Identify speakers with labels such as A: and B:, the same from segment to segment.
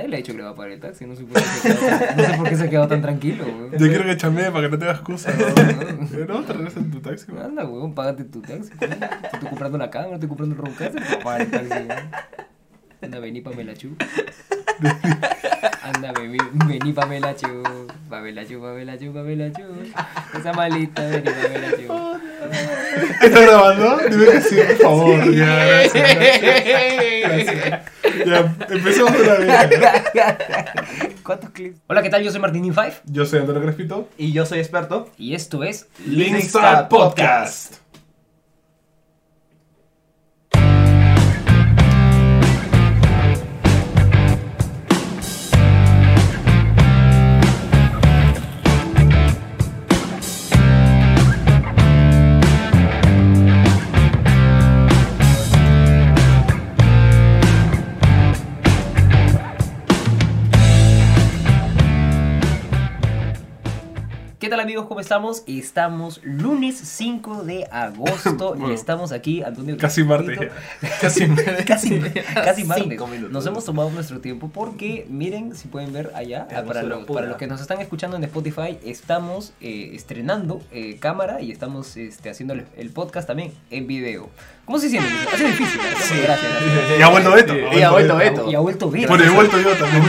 A: él ha dicho que le va a pagar el taxi. No sé por qué se quedó tan, no sé por qué se ha quedado tan tranquilo, weón.
B: Yo quiero que chamee para que no te hagas excusa. No, no te regresas en tu taxi, weón.
A: Anda, weón, págate tu taxi. weón. Te estoy comprando una cámara, estoy comprando un roncas, te voy a pagar el taxi, weón. Anda, vení pa' Melachu. Anda, vení, vení pa' Melachu. Pa' Melachu, pa' Melachu, pa' Melachu. Esa malita, vení pa' Melachu.
B: ¿Estás grabando? Dime que sí, por favor. Ya, gracias, gracias. Ya, empecemos de una vez.
A: ¿Cuántos clips? Hola, ¿qué tal? Yo soy Martín Infive
B: Yo soy Antonio Crespito.
C: Y yo soy experto.
A: y esto es
B: Linkstar Podcast.
A: ¿Qué tal amigos? ¿Cómo estamos? Estamos lunes 5 de agosto y
B: Bueno,
A: estamos aquí, Antonio.
B: Casi martes.
A: Cristito.
B: ya. Casi martes.
A: Casi, casi martes.
C: Cinco minutos.
A: Nos hemos tomado nuestro tiempo porque, miren, si pueden ver allá,
C: Tenemos
A: para,
C: una
A: los,
C: pura.
A: para los que nos están escuchando en Spotify, estamos eh, estrenando eh, cámara y estamos este, haciendo el, el podcast también en video. ¿Cómo se siente? Ha sido difícil. ¿no? Gracias. gracias.
B: Y ha vuelto Beto.
C: Y ha vuelto Beto.
A: Y ha vuelto bien.
B: Bueno, he vuelto yo también.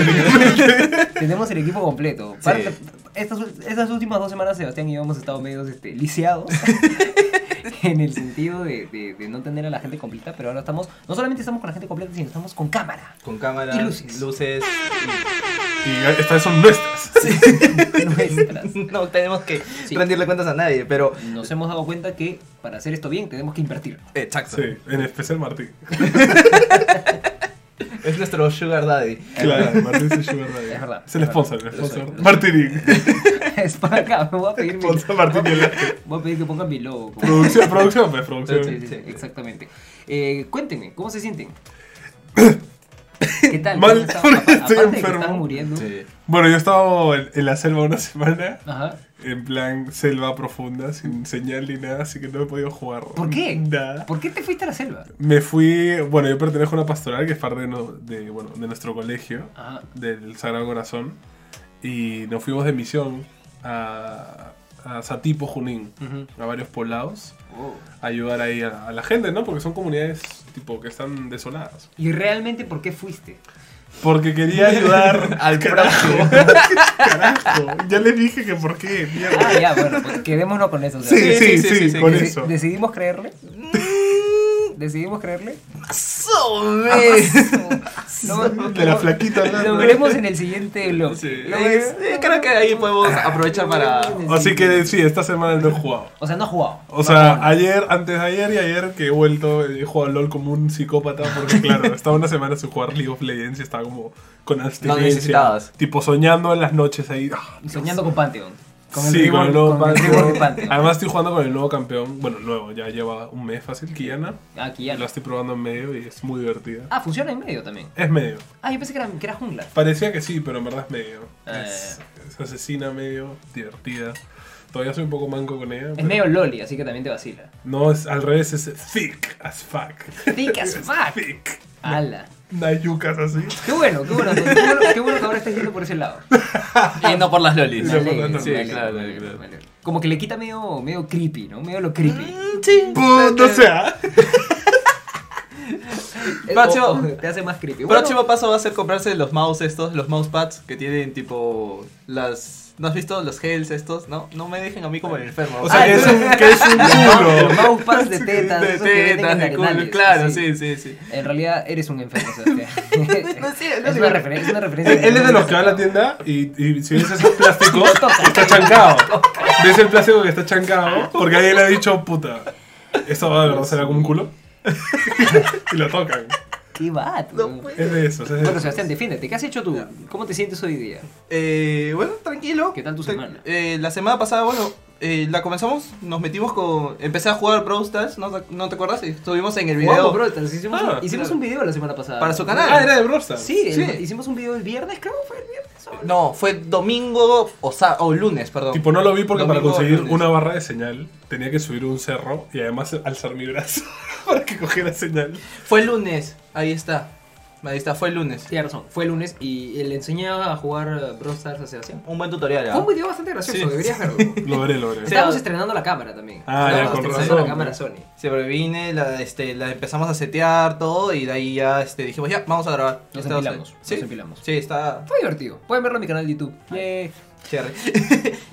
A: Tenemos el equipo completo. Parte- estas, estas últimas dos semanas, Sebastián y yo hemos estado medio este, lisiados. en el sentido de, de- de no tener a la gente completa, pero ahora estamos. No solamente estamos con la gente completa, sino estamos con cámara.
C: Con cámara,
A: Y luces.
C: luces.
B: y estas son nuestras.
A: Nuestras.
C: No tenemos que
A: Sí.
C: rendirle cuentas a nadie, pero.
A: Nos hemos dado cuenta que para hacer esto bien tenemos que invertir.
C: Exacto.
B: Sí, en especial Martín.
C: Es nuestro Sugar Daddy.
B: Claro, Martín se lleva radio.
A: Es verdad.
B: Es el
A: Es verdad.
B: sponsor, el
A: Lo soy, lo
B: sponsor.
A: soy.
B: Martín.
A: es para acá, me voy a pedir mi-
B: Sponsor Martín y el-
A: voy a pedir que pongan mi logo. como-
B: Producción, producción, pues, producción.
A: Sí, sí, sí, exactamente. Eh, cuéntenme, ¿cómo se sienten? ¿Qué tal? ¿Cómo
B: Mal,
A: están? Apa-
B: porque estoy
A: aparte de que
B: enfermo.
A: están muriendo.
B: Bueno, yo he estado en, en la selva una semana,
A: Ajá.
B: en plan selva profunda, sin señal ni nada, así que no he podido jugar.
A: ¿Por qué?
B: Nada.
A: ¿Por qué te fuiste a la selva?
B: Me fui, bueno, yo pertenezco a una pastoral que es parte de, no- de, bueno, de nuestro colegio,
A: Ajá.
B: del Sagrado Corazón, y nos fuimos de misión a, a Satipo, Junín,
A: Ujú.
B: a varios poblados,
A: Oh.
B: a ayudar ahí a, a la gente, ¿no? Porque son comunidades tipo que están desoladas.
A: ¿Y realmente por qué fuiste?
B: Porque quería ayudar
C: Al prójimo.
B: Carajo, ya les dije que por qué, mierda.
A: Ah, ya, bueno, pues quedémonos con eso. o sea,
B: Sí, sí, sí,
C: sí, sí, sí,
B: con
A: deci-
B: eso.
A: ¿Decidimos creerle? ¿Decidimos creerle? Lo-
B: De la flaquita hablando.
A: Lo veremos en el siguiente blog.
B: Sí.
A: Lo veremos.
C: creo que ahí podemos aprovechar para.
B: Así que sí, esta semana no he jugado.
A: O sea, no ha jugado.
B: O sea, ayer, antes de ayer y ayer que he vuelto, he jugado LOL como un psicópata porque claro, estaba una semana sin jugar League of Legends y estaba como con abstinencia.
C: necesitabas.
B: tipo soñando en las noches ahí. ah,
A: Y soñando con Pantheon. Con el
B: sí,
A: rival-
B: con el nuevo
A: con el rival
B: campeón.
A: de Pantheon.
B: Además estoy jugando con el nuevo campeón, bueno, nuevo, ya lleva un mes fácil, Kiana.
A: Aquí ya.
B: Lo estoy probando en medio y es muy divertida.
A: Ah, funciona en medio también.
B: Es medio.
A: Ah, yo pensé que era, que era jungla.
B: Parecía que sí, pero en verdad es medio.
A: Ah,
B: Es, es asesina medio, divertida. Todavía soy un poco manco con ella.
A: Es
B: pero-
A: medio loli, así que también te vacila.
B: No, es al revés, es thick as fuck.
A: Thick as fuck.
B: Thick.
A: Ala.
B: Nayucas así.
A: Qué bueno, qué bueno, qué bueno, qué bueno que ahora estés yendo por ese lado.
C: Y no por las lolis.
A: Me
B: Sí,
A: alegro, me
B: no, no, no,
A: alegro,
C: Ah. claro,
A: me alegro,
C: claro.
A: me alegro. Como que le quita medio, medio creepy, ¿no? Medio lo creepy.
C: Sí.
B: Puto sea.
A: Eh,
C: Próximo.
A: o- o te hace más creepy. Bueno,
C: Próximo paso va a ser comprarse los mouse estos, los mousepads que tienen tipo las. ¿No has visto los gels estos? No, no me dejen a mí como el enfermo.
B: O sea,
A: Ah,
B: que es un, que es un
A: Los
B: culo.
A: mousepads de tetas,
C: de
A: esos que venden
C: tetas,
A: en
C: de culo.
A: Arenales,
C: Claro,
A: así.
C: sí, sí, sí.
A: En realidad eres un enfermo, Sebastián.
C: sí, es
A: es,
C: lo
A: una
C: que-
A: referencia, es una referencia.
B: Él él es de los que va a la tienda y, y si ves ese plástico, está chancado. Ves el plástico que está chancado porque alguien le ha dicho, puta, esto va de verdad será como un culo. y lo tocan.
A: Qué vato.
C: pues.
B: Es de esos, es de
A: Bueno,
B: esos.
A: Sebastián, defiéndete. ¿Qué has hecho tú? ¿Cómo te sientes hoy día?
C: Eh, bueno, tranquilo.
A: ¿Qué tal tu
C: Tra-
A: semana?
C: eh, la semana pasada, bueno, eh, la comenzamos, nos metimos con... Empecé a jugar Brawl Stars, ¿no, te- no te acuerdas? Estuvimos en el video...
A: Jugamos, bro, entonces hicimos,
B: Ah,
A: un, hicimos
C: claro.
A: un video la semana pasada.
C: Para su canal.
B: Ah, era de Brosta.
A: Sí,
C: Sí.
A: el- hicimos un video el viernes, creo, fue el viernes. ¿o?
C: No, fue domingo o, sa- o lunes, perdón.
B: Tipo, no lo vi porque para
C: Domingo,
B: conseguir
C: lunes.
B: una barra de señal tenía que subir un cerro y además alzar mi brazo para que cogiera señal.
C: Fue lunes, ahí está.
D: Ahí está, fue el lunes.
A: Tienes razón, fue el lunes y le enseñé a jugar eh, Brawl Stars a Sebastián.
D: Un buen tutorial. ¿ah?
A: Fue un video bastante gracioso,
D: Sí.
A: deberías verlo.
B: Lo veré, lo veré.
D: Sí.
A: Estábamos estrenando la cámara también.
B: Ah,
A: Estábamos
B: ya, con
A: estrenando
B: razón,
A: la cámara
B: ¿no?
A: Sony.
D: Se previne, la, este, la empezamos a setear todo y de ahí ya este, dijimos, ya, vamos a grabar.
A: Nos
D: Estamos-
A: empilamos,
D: ¿Sí?
A: nos empilamos.
D: Sí, está
A: Fue divertido. Pueden verlo en mi canal de YouTube. Yay.
D: chévere.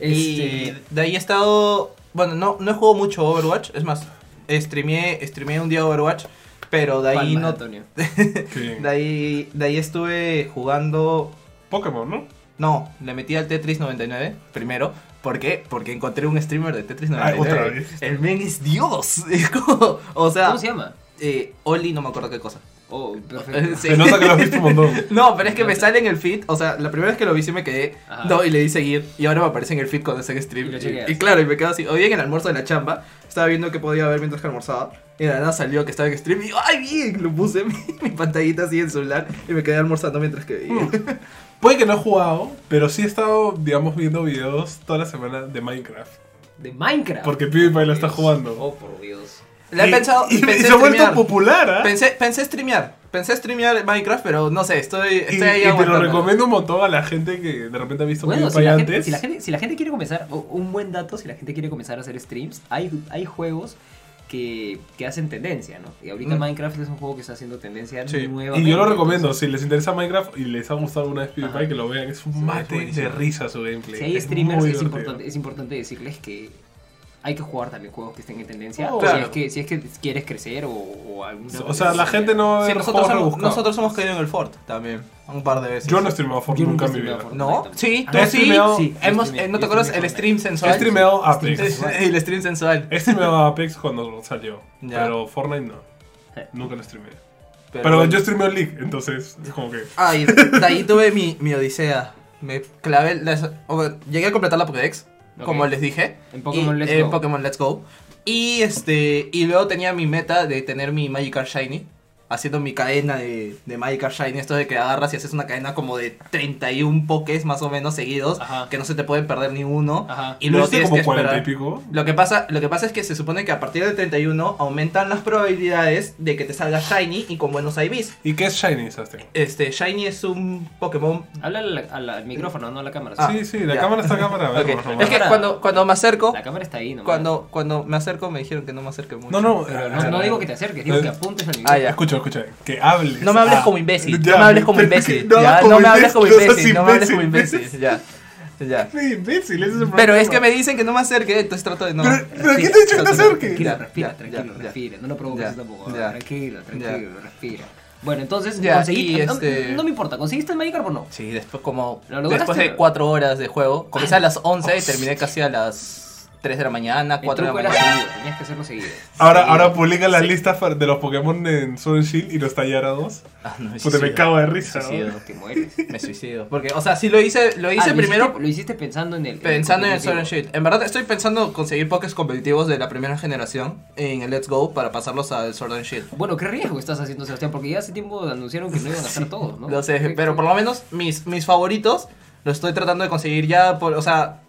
D: Y
A: Este,
D: de ahí he estado. Bueno, no, no he jugado mucho Overwatch, es más, streameé, streameé un día Overwatch, pero de ahí
A: palmas de
D: no.
A: Antonio.
B: Qué bien.
D: De ahí, de ahí estuve jugando.
B: Pokémon, ¿no?
D: No, le metí al Tetris 99 primero. ¿Por qué? Porque encontré un streamer de Tetris
B: Ah,
D: 99.
B: otra vez.
D: El men es Dios. Es como- o sea,
A: ¿Cómo se llama?
D: eh, Oli, no me acuerdo qué cosa.
A: Oh,
D: Eh,
A: perfecto.
D: sí.
B: Se nota que lo has visto un montón.
D: No, pero es que me sale en el feed, o sea, la primera vez que lo vi sí me quedé,
A: Ajá.
D: no, y le di seguir, y ahora me aparece en el feed cuando hacen stream.
A: Y lo
D: Y,
A: chequeas.
D: y claro, y me quedo así, hoy en el almuerzo de la chamba, estaba viendo qué podía ver mientras que almorzaba, y de la nada salió que estaba en stream, y yo, ¡ay, bien! Lo puse mi, mi pantallita así en celular, y me quedé almorzando mientras que veía.
B: Mm. Puede que no he jugado, pero sí he estado, digamos, viendo videos toda la semana de Minecraft.
A: De Minecraft.
B: Porque PewDiePie lo está jugando.
A: Oh, por Dios.
D: Le he
B: Y-
D: pensado,
B: y, y
D: pensé
B: se ha vuelto
D: streamear.
B: popular, ¿ah?
D: Pensé, pensé streamear, pensé streamear Minecraft, pero no sé, estoy,
B: Y,
D: estoy ahí
B: y te lo
D: aguantando.
B: recomiendo un montón a la gente que de repente ha visto
A: Bueno, si
B: PewDiePie
A: la, gente,
B: antes.
A: si, la gente, si la gente quiere comenzar, o- un buen dato, si la gente quiere comenzar a hacer streams, hay, hay juegos que, que hacen tendencia, ¿no? Y ahorita
D: Mm.
A: Minecraft es un juego que está haciendo tendencia
D: Sí.
A: nueva.
B: Y yo lo recomiendo, si les interesa Minecraft y les ha gustado una vez PewDiePie,
A: Ajá.
B: que lo vean. Es un
A: Sí, es
B: mate de
A: buenísimo.
B: risa su gameplay.
A: Si hay
B: es
A: streamers,
B: muy
A: es
B: divertido.
A: importante, es importante decirles que hay que jugar también juegos que estén en tendencia.
B: Oh,
A: si,
D: claro.
A: es que, si es que quieres crecer o, o alguna
B: O sea, la gente no
D: Sí,
B: ve
D: nosotros,
B: juegos
D: hemos,
B: rebuscados.
D: nosotros hemos caído en el Fort también, un par de veces.
B: Yo no he streamado Fortnite
A: Yo
B: nunca
A: nunca
B: en mi vida.
A: he streameado
D: ¿No? Sí,
A: Ah,
D: tú
B: he
D: sí.
B: streameado-
A: Sí, yo
D: Hemos,
A: streameé-
D: eh, ¿No te
A: yo
D: acuerdas? El
A: streameé
D: stream
B: He
D: sensual.
B: streameado Apex.
D: Eh, El stream sensual.
B: He streameado Apex cuando salió,
D: Ya.
B: pero Fortnite no.
A: Eh.
B: Nunca lo streameé. Pero yo streameo League, entonces, como que.
D: Ay, de ahí tuve mi, mi odisea. Me clavé. las- o- llegué a completar la Pokédex,
A: Ok.
D: como les dije.
A: En Pokémon
D: y-
A: Let's
D: en
A: Go.
D: Pokémon Let's Go. Y este. Y luego tenía mi meta de tener mi Magikarp Shiny. Haciendo mi cadena de, de Magikarp Shiny. Esto de que agarras y haces una cadena como de 31 Pokés más o menos seguidos.
A: Ajá.
D: Que no se te pueden perder ni uno.
A: Ajá.
D: Y luego
B: ¿No hiciste
D: tienes
B: como
D: que
B: 40 y
D: esperar.
B: pico.
D: Lo que, pasa, lo que pasa es que se supone que a partir del 31 aumentan las probabilidades de que te salga Shiny y con buenos IVs.
B: ¿Y qué es Shiny, Sasten?
D: Este, Shiny es un Pokémon...
A: Habla al, al- al micrófono, no a la cámara.
D: Ah,
B: sí, sí, la
D: ya.
B: cámara está a cámara. a ver,
D: Ok.
B: por favor.
D: Es que cuando, cuando me acerco...
A: La cámara está ahí, ¿no?
D: Ah. Cuando, cuando me acerco me dijeron que no me acerque mucho.
B: No, no,
A: Pero
B: eh,
A: no, no digo que te acerques, digo que apuntes al micrófono.
D: Ah, ya.
B: Escucha, escucha, que hables.
D: No me hables
B: Ah,
D: como imbécil.
B: ya,
D: no me hables como
B: pero
D: imbécil.
B: que no
D: ya,
B: hables
D: no me hables como
B: no seas
D: imbécil. No me hables como imbécil. Ya. Ya.
B: Sí, imbécil, ese es el
D: Pero
B: problema.
D: es que me dicen que no me acerque, entonces trato de no.
B: Pero- pero
D: Tranquila,
B: ¿quién te ha dicho que te
D: tranquila,
B: acerques?
D: tranquila,
A: Tranquilo, respira,
D: ya,
A: tranquilo,
D: ya, ya.
A: respira. No lo provoques
D: Ya.
A: tú tampoco. ah,
D: Ya.
A: Tranquilo, tranquilo, respira. Bueno, entonces,
D: Ya,
A: conseguiste.
D: y
A: no-
D: este-
A: No, me importa, ¿conseguiste el Magikarp o no?
D: Sí, después como...
A: ¿Lo lograste? Ah,
D: Después de cuatro horas de juego, comencé a las 11 y terminé casi a las 3 de la mañana,
A: El
D: 4 de
A: truco
D: la
A: era
D: mañana.
A: seguido, tenías que hacerlo seguido.
B: Ahora,
A: Seguido.
B: ahora publica las listas fa- de los Pokémon en Sword and Shield y los tallara dos.
D: Ah, no, me
B: Puta, me
D: suicido.
B: cago de
D: Me
B: risa.
D: suicido.
A: Te mueres.
D: Me suicido. Porque, o sea, sí lo hice, lo
A: Ah,
D: hice
A: lo
D: primero
A: hiciste- lo hiciste pensando en el.
D: pensando en el Sword
A: competitivo.
D: and Shield. En verdad estoy pensando conseguir pokés competitivos de la primera generación en el Let's Go para pasarlos al Sword and Shield.
A: Bueno, qué riesgo estás haciendo, Sebastián, porque ya hace tiempo anunciaron que no iban a estar todos, ¿no?
D: Lo sé, pero por lo menos mis, mis favoritos los estoy tratando de conseguir ya por, o sea,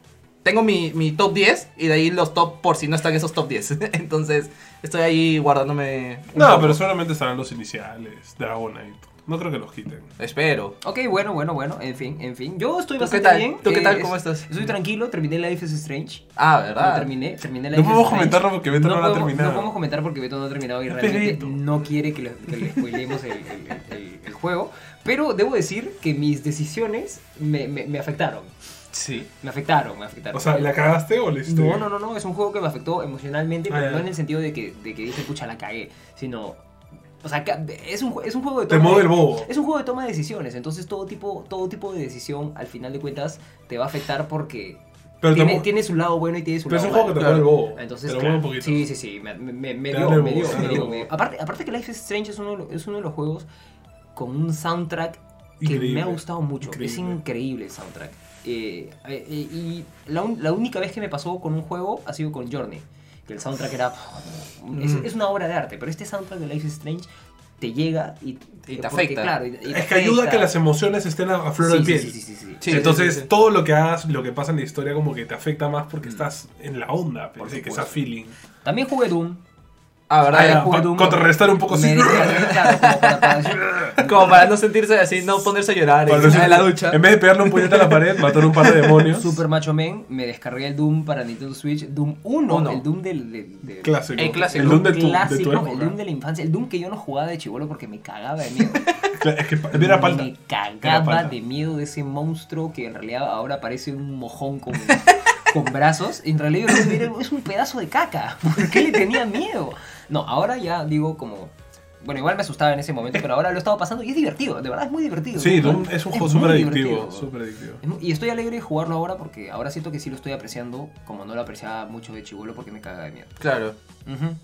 D: tengo mi, mi top 10 y de ahí los top por si no están esos top 10. Entonces, estoy ahí guardándome un
B: No,
D: poco.
B: pero solamente estarán los iniciales, Dragonite. No creo que los quiten.
D: espero.
A: Ok, bueno, bueno, bueno, en fin, en fin. Yo estoy
D: ¿Tú qué
A: bastante
D: tal?
A: bien. Eh,
D: ¿Tú qué tal?
A: es-
D: ¿Cómo estás?
A: Estoy tranquilo, terminé Life is Strange.
D: Ah,
A: Lo
D: ¿verdad?
A: terminé, terminé la Life
B: No
A: is
B: podemos
A: Strange.
B: comentarlo porque Beto no lo ha
A: podemos-
B: terminado.
A: No podemos comentar porque Beto no ha terminado y
B: Es
A: realmente
B: Beto.
A: no quiere que le, que le spoilemos el, el- el- el juego. Pero debo decir que mis decisiones me, me- me afectaron.
D: Sí.
A: Me afectaron, me afectaron.
B: O sea, ¿la cagaste o le hiciste?
A: No,
B: bien?
A: no, no, no, es un juego que me afectó emocionalmente,
B: Ah,
A: pero
B: ya.
A: no en el sentido de que, de que dije, pucha, la cagué, sino... O sea, ca- es un, jue- es un juego de
B: Te
A: toma
B: mueve
A: de-
B: el bobo.
A: Es un juego de toma de decisiones, entonces todo tipo, todo tipo de decisión, al final de cuentas, te va a afectar porque
B: Pero te
A: tiene,
B: mu-
A: tiene su lado bueno y tiene su
B: Pero es
A: lado
B: un juego que te
A: malo.
B: mueve el bobo.
A: Entonces,
B: te lo
A: claro,
B: mueve un poquito.
A: sí, sí, sí, me, me- me- me
B: Te
A: dio,
B: da el
A: me
B: bobo,
A: dio,
B: te da
A: me
B: el
A: dio,
B: bobo.
A: me dio. Aparte, aparte que Life is Strange es uno, de los- es uno de los juegos con un soundtrack que
B: Increíble.
A: me ha gustado mucho. Es
B: Increíble.
A: increíble el soundtrack. Eh, eh, eh, y la, un- la única vez que me pasó con un juego ha sido con Journey, que el soundtrack era... Es,
D: Mm.
A: es una obra de arte, pero este soundtrack de Life is Strange te llega y,
D: Y te
A: porque,
D: afecta.
A: claro, y- y te
B: Es que ayuda a que
A: afecta.
B: las emociones estén a, a flor
A: Sí,
B: de
A: sí,
B: piel.
A: sí, sí, sí, sí. Mm.
D: Sí,
B: Entonces,
D: sí, sí.
B: todo lo que hagas, lo que pasa en la historia, como que te afecta más porque estás en la onda.
A: Por
B: Así que
A: supuesto.
B: está feeling.
A: También jugué Doom.
D: Ah, ¿verdad?
A: Ah,
B: Para
A: jugué Doom.
B: contrarrestar un poco así.
A: Me decía, claro, como para- para-
D: Como para no sentirse así, no ponerse a llorar
B: Cuando
D: en
B: se-
D: en la ducha.
B: En vez de pegarle un puñete a la pared, matar un par de demonios.
A: Super Macho Man, me descargué el Doom para Nintendo Switch, Doom 1,
D: Uno.
A: el Doom del, del- del-
B: Clásico.
D: El clásico.
B: El Doom de tu, de
A: clásico,
B: tu
A: el
B: época.
A: Doom de la infancia, el Doom que yo no jugaba de chivolo porque me cagaba de miedo.
B: Cla- Es que pa- era palta.
A: Me
B: Era
A: cagaba
B: palta.
A: de miedo de ese monstruo que en realidad ahora parece un mojón con, con brazos. En realidad yo era- es un pedazo de caca. ¿Por qué le tenía miedo? No, ahora ya digo como... Bueno, igual me asustaba en ese momento, pero ahora lo he estado pasando y es divertido, de verdad es muy divertido.
B: Sí, Doom es un juego súper
A: muy
B: adictivo.
A: divertido.
B: Súper adictivo.
A: Es mu- Y estoy alegre de jugarlo ahora porque ahora siento que sí lo estoy apreciando como no lo apreciaba mucho de chivolo porque me caga de miedo.
D: Claro.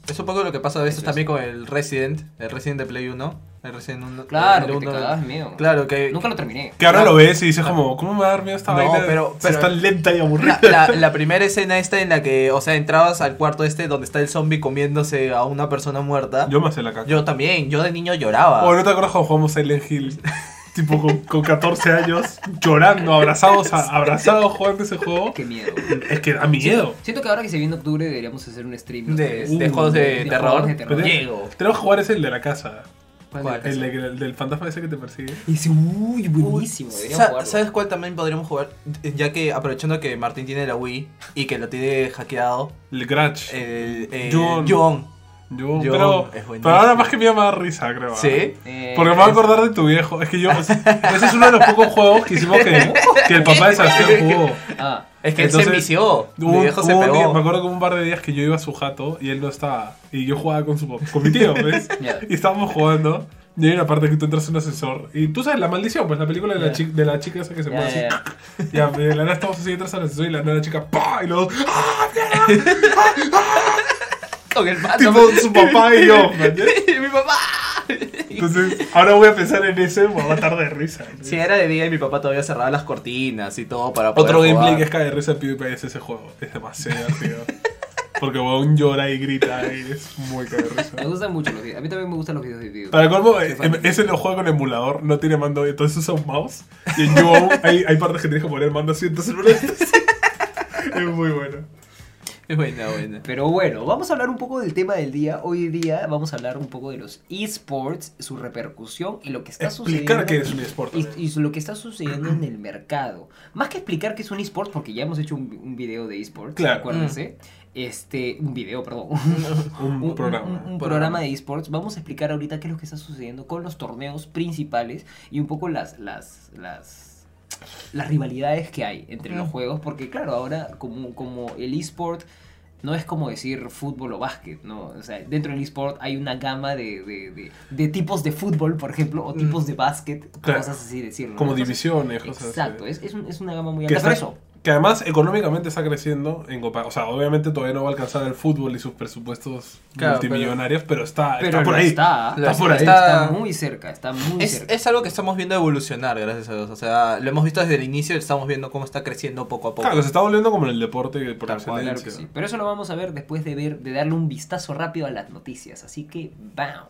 D: Es un poco lo que pasa a veces
A: Eso es.
D: también con el Resident, el Resident de Play 1. El Resident 1.
A: Claro,
D: el
A: que te
D: uno-
A: cagabas de miedo.
D: Claro,
B: eh,
D: que.
A: Nunca lo terminé.
B: Que ahora
D: Claro.
B: lo ves y dices como, ¿cómo me va a dar miedo esta
D: No,
B: vaina?
D: pero-
B: Si es
D: pero-
B: tan lenta y
D: La,
B: aburrida.
D: la- la primera escena esta en la que, o sea, entrabas al cuarto este donde está el zombie comiéndose a una persona muerta.
B: Yo me hacía la caca.
D: Yo también, yo de niño lloraba.
B: O no te acuerdas cuando jugamos Silent Hill, tipo con, con 14 años, llorando, abrazados, a- abrazados jugando ese juego.
A: Qué miedo.
B: Es que da miedo.
A: Siento que ahora que se viene octubre deberíamos hacer un stream ¿no?
D: de,
B: Uh,
D: de juegos de,
A: de
D: terror.
A: juegos de terror.
B: Pero-
D: Diego.
B: Tenemos que jugar ese el de la casa.
A: ¿Cuál
D: ¿Cuál?
A: de
B: El, de- el del fantasma ese que te persigue.
A: los- Ese, uy, buenísimo. Deberíamos
D: Sa-
A: jugarlo.
D: ¿Sabes cuál también podríamos jugar? Ya que aprovechando que Martín tiene la Wii y que lo tiene hackeado,
B: El Grudge.
D: el, el
B: John.
D: Eh, John.
B: Yo-
D: yo-
B: pero,
D: es buenísimo.
B: pero ahora más que me llama risa, creo. ¿ah?
D: ¿Sí?
A: Eh,
B: Porque me voy a acordar de tu viejo. Es que yo. Ese es uno de los pocos juegos que hicimos que, que el papá de Sebastián jugó.
A: Ah,
D: Es que él
B: Entonces,
D: se envició.
B: Hubo-
D: Mi viejo se
B: hubo un día-
D: pegó.
B: me acuerdo que hubo un par de días que yo iba a su jato y él no estaba. Y yo jugaba con, su, pap- con mi tío, ¿ves?
A: Ya.
B: Y estábamos jugando. Y hay una parte que tú entras en un ascensor. Y tú sabes la maldición, pues la película de la, chi- de la chica esa que se
A: ya,
B: mueve así.
A: ya, ya.
B: Ya, de la nada estamos así, entras al ascensor y la nada la chica. ¡Pah! Y luego. ¡Ah!
D: Con el pato.
B: Tipo su papá y yo. ¿me entiendes?
D: mi papá.
B: Entonces, ahora voy a pensar en ese. Me va a matar de risa. ¿no?
D: Si era de día y mi papá todavía cerraba las cortinas y todo para poder
B: Otro gameplay
D: jugar.
B: que es cae de risa en PewDiePie es ese juego. Es demasiado divertido. Porque aún llora y grita y es muy cae de risa.
A: Me gustan mucho los videos. A mí también me gustan los videos de videos.
B: Para colmo, eh,
A: fácil.
B: ese lo juega con emulador, no tiene mando, entonces usa un mouse. Y en Yo hay, hay partes que tienes que poner mando así, entonces lo lees. Es muy bueno.
D: Buena, buena.
A: Pero bueno, vamos a hablar un poco del tema del día. Hoy día vamos a hablar un poco de los esports, su repercusión y lo que está
B: Explicar
A: sucediendo.
B: que es un esport.
A: y,
B: también.
A: y lo que está sucediendo en el mercado. Más que explicar que es un eSport, porque ya hemos hecho un, un video de eSports,
B: Claro.
A: acuérdense. Este, un video, perdón.
B: Un,
A: Un, un-
B: programa.
A: un- un programa de esports. Vamos a explicar ahorita qué es lo que está sucediendo con los torneos principales y un poco las, las, las, las rivalidades que hay entre los
D: Mm.
A: juegos. Porque claro, ahora como, como el esport no es como decir fútbol o básquet, ¿no? O sea, dentro del esport hay una gama de, de, de- de tipos de fútbol, por ejemplo, o
D: Mm.
A: tipos de básquet,
B: Claro.
A: cosas así decirlo. ¿no?
B: Como
A: Entonces,
B: divisiones, cosas así.
A: Exacto, es, es, un- es una gama muy
B: Que
A: alta. Pero
B: está-
A: eso,
B: Que además económicamente está creciendo en Copa. O sea, obviamente todavía no va a alcanzar el fútbol y sus presupuestos
D: Claro,
B: multimillonarios, pero, está,
A: pero
B: está por
A: lo
B: ahí.
A: está,
D: Lo
A: está por ahí,
D: está-
A: está muy cerca, está muy
D: Es,
A: cerca.
D: es algo que estamos viendo evolucionar, gracias a Dios. O sea, lo hemos visto desde el inicio y estamos viendo cómo está creciendo poco a poco.
B: Claro, que se está volviendo como en el deporte por
D: Tal cual,
B: excelencia.
A: Claro que sí. Pero eso lo vamos a ver después de ver, de darle un vistazo rápido a las noticias. Así que ¡bam!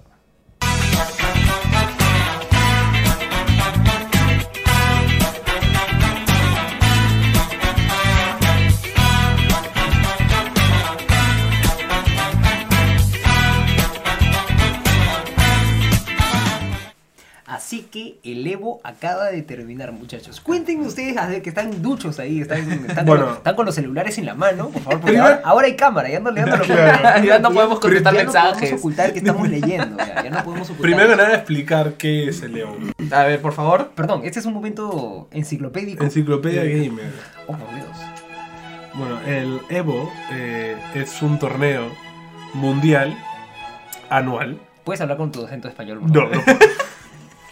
A: Así que el Evo acaba de terminar, muchachos. Cuéntenme ustedes a ver, que están duchos ahí, están, están
B: Bueno.
A: con, están con los celulares en la mano, por favor, porque
B: Primero-
A: ahora, ahora hay cámara, ya no le dando
D: Claro. Ya no podemos contestar
A: ya No
D: mensajes.
A: podemos ocultar que estamos leyendo, ya, ya no podemos ocultar.
B: Primero que
A: eso.
B: nada, explicar qué es el Leo.
D: A ver, por favor.
A: Perdón, este es un momento enciclopédico.
B: Enciclopedia Gamer.
A: Oh, por Dios.
B: Bueno, el Evo eh, es un torneo mundial anual.
A: ¿Puedes hablar con tu acento español? por
B: No,
A: favor?
B: no.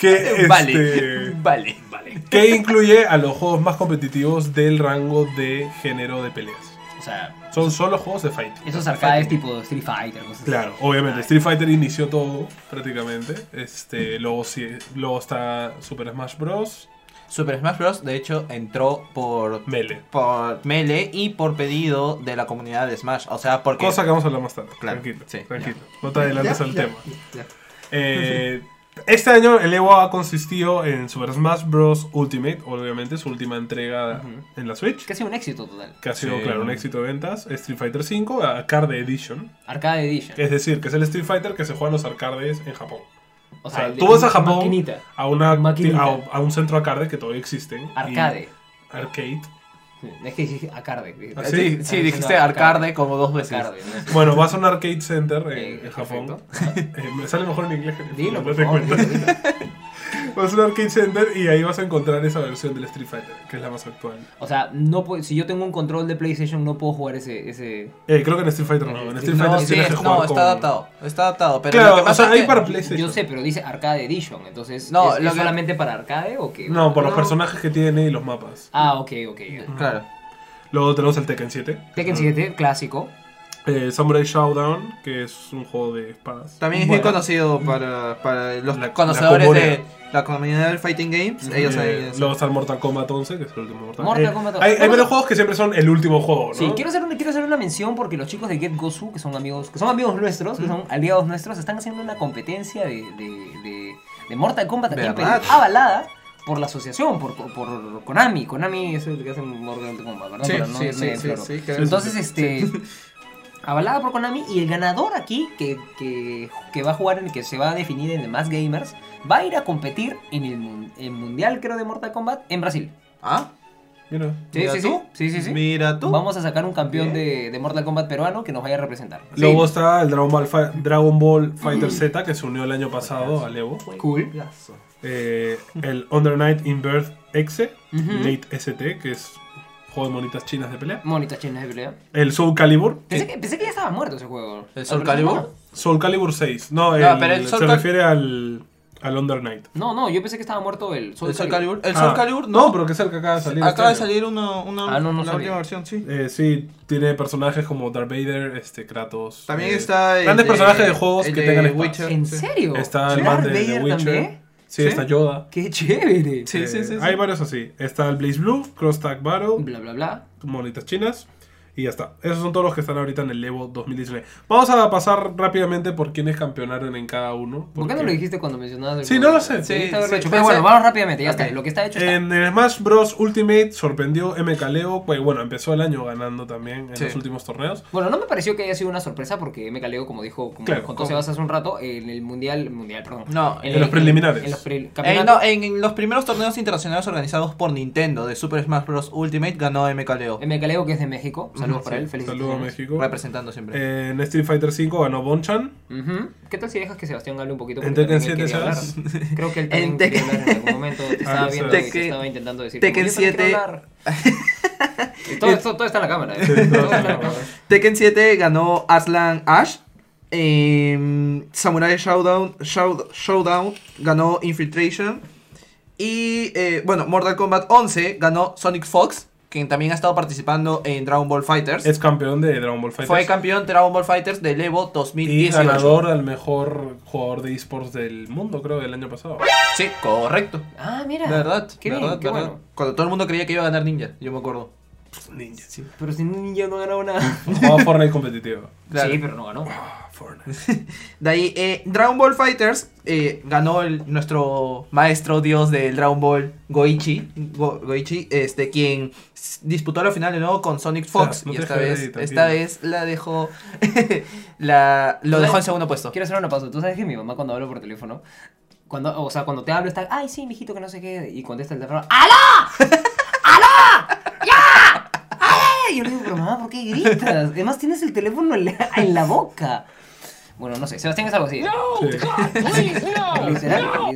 B: Que,
D: Vale,
B: este,
D: vale, vale.
B: que incluye a los juegos más competitivos del rango de género de peleas.
A: O sea,
B: Son solo juegos de fighting.
A: esos arcades tipo Street Fighter, cosas así.
B: Claro, obviamente. Street Fighter inició todo prácticamente. Este, luego, sí- luego está Super Smash Bros.
D: Super Smash Bros. de hecho entró por,
B: Melee.
D: por Melee y por pedido de la comunidad de Smash. O sea, porque...
B: Cosa que vamos a hablar más tarde.
D: Claro,
B: tranquilo.
D: sí,
B: tranquilo. No te adelantes al tema. Eh, Este año el Evo ha consistido en Super Smash Bros. Ultimate, obviamente su última entrega en la Switch,
A: Que ha sido un éxito total.
B: que ha sido,
D: Sí.
B: claro, un éxito de ventas. Street Fighter V, Arcade Edition,
A: Arcade Edition.
B: es decir, que es el Street Fighter que se juega en los arcades en Japón.
A: O
B: O sea,
A: el de
B: Ah, tú vas a
A: la
B: Japón
A: maquinita.
B: a, una,
A: Maquinita.
B: a, a un centro arcade que todavía existen. y-
A: Arcade.
B: Arcade.
A: Sí, Es que dijiste arcade.
B: ¿Ah,
D: Sí,
B: sí?
D: sí, dijiste arcade como dos veces.
A: Arcade, ¿no?
B: Bueno, vas a un arcade center en,
A: Eh,
B: en Japón. Eh, me sale mejor en inglés que en español,
A: Dilo,
B: no
A: por
B: te
A: favor.
B: cuento.
A: dilo, dilo.
B: Vas a un arcade center y ahí vas a encontrar esa versión del Street Fighter, que es la más actual.
A: O sea, no puedo- si yo tengo un control de PlayStation, no puedo jugar ese. ese...
B: Eh, creo que en Street Fighter no, en Street
A: No,
B: Fighter
D: No,
B: sí
D: sí,
B: tienes que
D: es-
B: jugar
D: no,
B: con-
D: está adaptado. Está adaptado. Pero lo que
B: Claro, o
D: pasa
B: sea,
D: es
B: hay
D: que-
B: para PlayStation.
A: Yo sé, pero dice Arcade Edition. Entonces,
D: No,
A: ¿es,
D: lo
A: es
D: que-
A: solamente para arcade o qué?
B: No, por los
D: No.
B: personajes que tiene y los mapas.
A: Ah, ok, ok. ya.
D: Claro.
B: Luego tenemos el Tekken 7.
A: Tekken 7, clásico.
B: Eh, Samurai Showdown, que es un juego de espadas.
D: También es
A: Bueno.
D: muy conocido para, para los
B: La-
D: conocedores
B: la
D: de la comunidad del Fighting Games. Ellos
B: Eh,
D: ahí-
B: luego está el Mortal Kombat 11, que es el último Mortal,
A: Mortal
B: Eh,
A: Kombat 11.
B: Hay, hay
A: Vamos a-
B: varios juegos que siempre son el último juego, ¿no?
A: Sí, quiero hacer, una, quiero hacer una mención porque los chicos de Get Gozu, que son amigos, que son amigos nuestros, que son aliados nuestros, están haciendo una competencia de, de, de, de Mortal Kombat aquí en Perú,
D: ¿Verdad?
A: avalada por la asociación, por, por Konami. Konami es el que hace Mortal Kombat, ¿verdad?
D: Sí,
A: Pero no
D: sí,
A: me
D: sí, sí,
A: exploro.
D: sí, creo.
A: Entonces, este. Avalada por Konami y el ganador aquí, que, que, que va a jugar, en, que se va a definir en el Más Gamers, va a ir a competir en el, mun- el Mundial, creo, de Mortal Kombat en Brasil.
D: ¿Ah?
B: Mira.
A: Sí,
D: Mira
A: sí, sí.
D: tú.
A: sí, sí, sí.
D: Mira tú.
A: Vamos a sacar un campeón de, de Mortal Kombat peruano que nos vaya a representar.
D: Sí.
B: Luego está el Dragon Ball, Fi- Dragon Ball Fighter Z, que se unió el año pasado al Evo.
A: Cool.
B: Eh, el Under Night Inverse Exe,
A: Ujú.
B: Late ST, que es juego de monitas chinas de pelea.
A: Monita chinas de pelea.
B: El Soul Calibur. eh,
A: Pensé que, pensé que ya estaba muerto ese juego.
D: ¿El Soul
A: ¿Pero
D: Calibur?
B: Soul Calibur 6. No, el-
D: pero el Soul
B: se
D: Cal-
B: refiere al, al Under Night.
A: No, no, yo pensé que estaba muerto el Soul
D: ¿El Soul
A: Calibur.
D: Calibur? El Soul
B: Ah.
D: Calibur
B: no.
D: no.
B: pero que es el que acaba de salir.
D: Acaba de
B: este año.
D: salir una, una
A: Ah, no, no
D: la
A: sabía.
D: última versión, sí.
B: Eh, sí, tiene personajes como Darth Vader, este, Kratos.
D: También
B: eh,
D: está el
B: Grandes
D: de-
B: personajes de juegos
D: el
B: que
D: de
B: tengan espadas.
D: Witcher.
A: ¿En
D: Sí.
A: serio?
B: Está el
A: ¿Darth
B: man de de
A: Vader
B: Witcher.
A: también?
B: Sí,
D: ¿Sí?
B: está Yoda.
A: ¡Qué chévere!
D: Sí, sí, sí, sí.
B: Eh, Hay varios así. Está el Blaze Blue, Cross Tag Battle,
A: Bla, bla, bla.
B: monitas chinas. Y ya está. Esos son todos los que están ahorita en el Evo 2019. Vamos a pasar rápidamente por quienes campeonaron en cada uno.
A: ¿Por qué no
B: porque-
A: lo dijiste cuando mencionabas el
B: Sí,
A: juego?
B: no lo sé.
A: Sí,
D: Sí, sí,
A: hecho. Pero
D: pensé-
A: bueno, vamos rápidamente, ya
D: Ok.
A: está. Lo que está hecho está.
B: En el Smash Bros. Ultimate sorprendió MK Leo. Pues bueno, empezó el año ganando también en
D: Sí.
B: los últimos torneos.
A: Bueno, no me pareció que haya sido una sorpresa porque me caleo, como dijo, como
B: Claro,
A: contó
B: como-
A: Sebas hace un rato, en el mundial, mundial, perdón.
D: No, en
A: el-
B: los preliminares.
A: En los pre-
D: Eh,
A: campeonatos.
D: no, en, en los primeros torneos internacionales organizados por Nintendo de Super Smash Bros. Ultimate ganó MKLeo,
A: eh, Me caleo que es de México. Saludos
D: Ujú,
A: para
D: sí.
A: él. Felicidades.
B: Saludos a México.
D: representando siempre.
B: Eh, En Street Fighter V ganó Bonchan.
A: ¿Qué tal si dejas que Sebastián hable un poquito?
B: En
A: Porque
B: Tekken
A: también él
B: 7,
A: quería
B: ¿sabes?
A: hablar. Creo que él también
D: En
A: quería
D: Tekken-
A: hablar en algún momento. Te estaba
B: Ah,
A: viendo
D: Tekken-
A: y te estaba intentando decir.
D: Tekken
A: como, yo también
D: 7.
A: quiero hablar. Y Todo, esto- todo está en la cámara. ¿eh?
B: Sí,
A: Todo
B: todo
A: está en la
B: está en la
A: cámara.
D: Tekken 7 ganó Aslan Ash. Em, Samurai Showdown, Show- Showdown ganó Infiltration. Y eh, bueno, Mortal Kombat 11 ganó Sonic Fox, quien también ha estado participando en Dragon Ball Fighters.
B: Es campeón de Dragon Ball Fighters.
D: Fue campeón de Dragon Ball Fighters del Evo
B: y
D: 2018.
B: ganador al mejor jugador de esports del mundo, creo, del año pasado.
D: Sí, correcto.
A: Ah, mira.
D: De verdad,
A: Qué
D: de
A: bien,
D: verdad,
A: qué
D: de verdad.
A: bueno.
D: Cuando todo el mundo creía que iba a ganar Ninja, yo me acuerdo.
B: Ninja.
D: Sí,
A: Pero si Ninja no ganaba nada.
B: Jugaba Fortnite competitivo.
D: claro.
A: Sí, pero no ganó.
B: Ah, Fortnite.
D: De ahí, eh, Dragon Ball Fighters eh, ganó el, nuestro maestro dios del Dragon Ball, Goichi. Go- Goichi, este, quien s- disputó la final de nuevo con Sonic Fox.
B: Ah, no
D: y
B: te
D: esta
B: dejes
D: vez,
B: ahí, tranquilo.
D: esta vez la dejó. la, lo dejó en segundo puesto.
A: Quiero hacer una pausa. Tú sabes que mi mamá cuando hablo por teléfono, cuando, o sea, cuando te hablo está, ay, sí, mijito, que no sé qué, y contesta el teléfono, ¡Aló! ¡Aló! ¡Ya! ¡Ay! Y yo le digo, pero mamá, ¿por qué gritas? Además tienes el teléfono en la, en la boca. Bueno, no sé, Sebastián es algo así.
B: Sí.
A: Literal,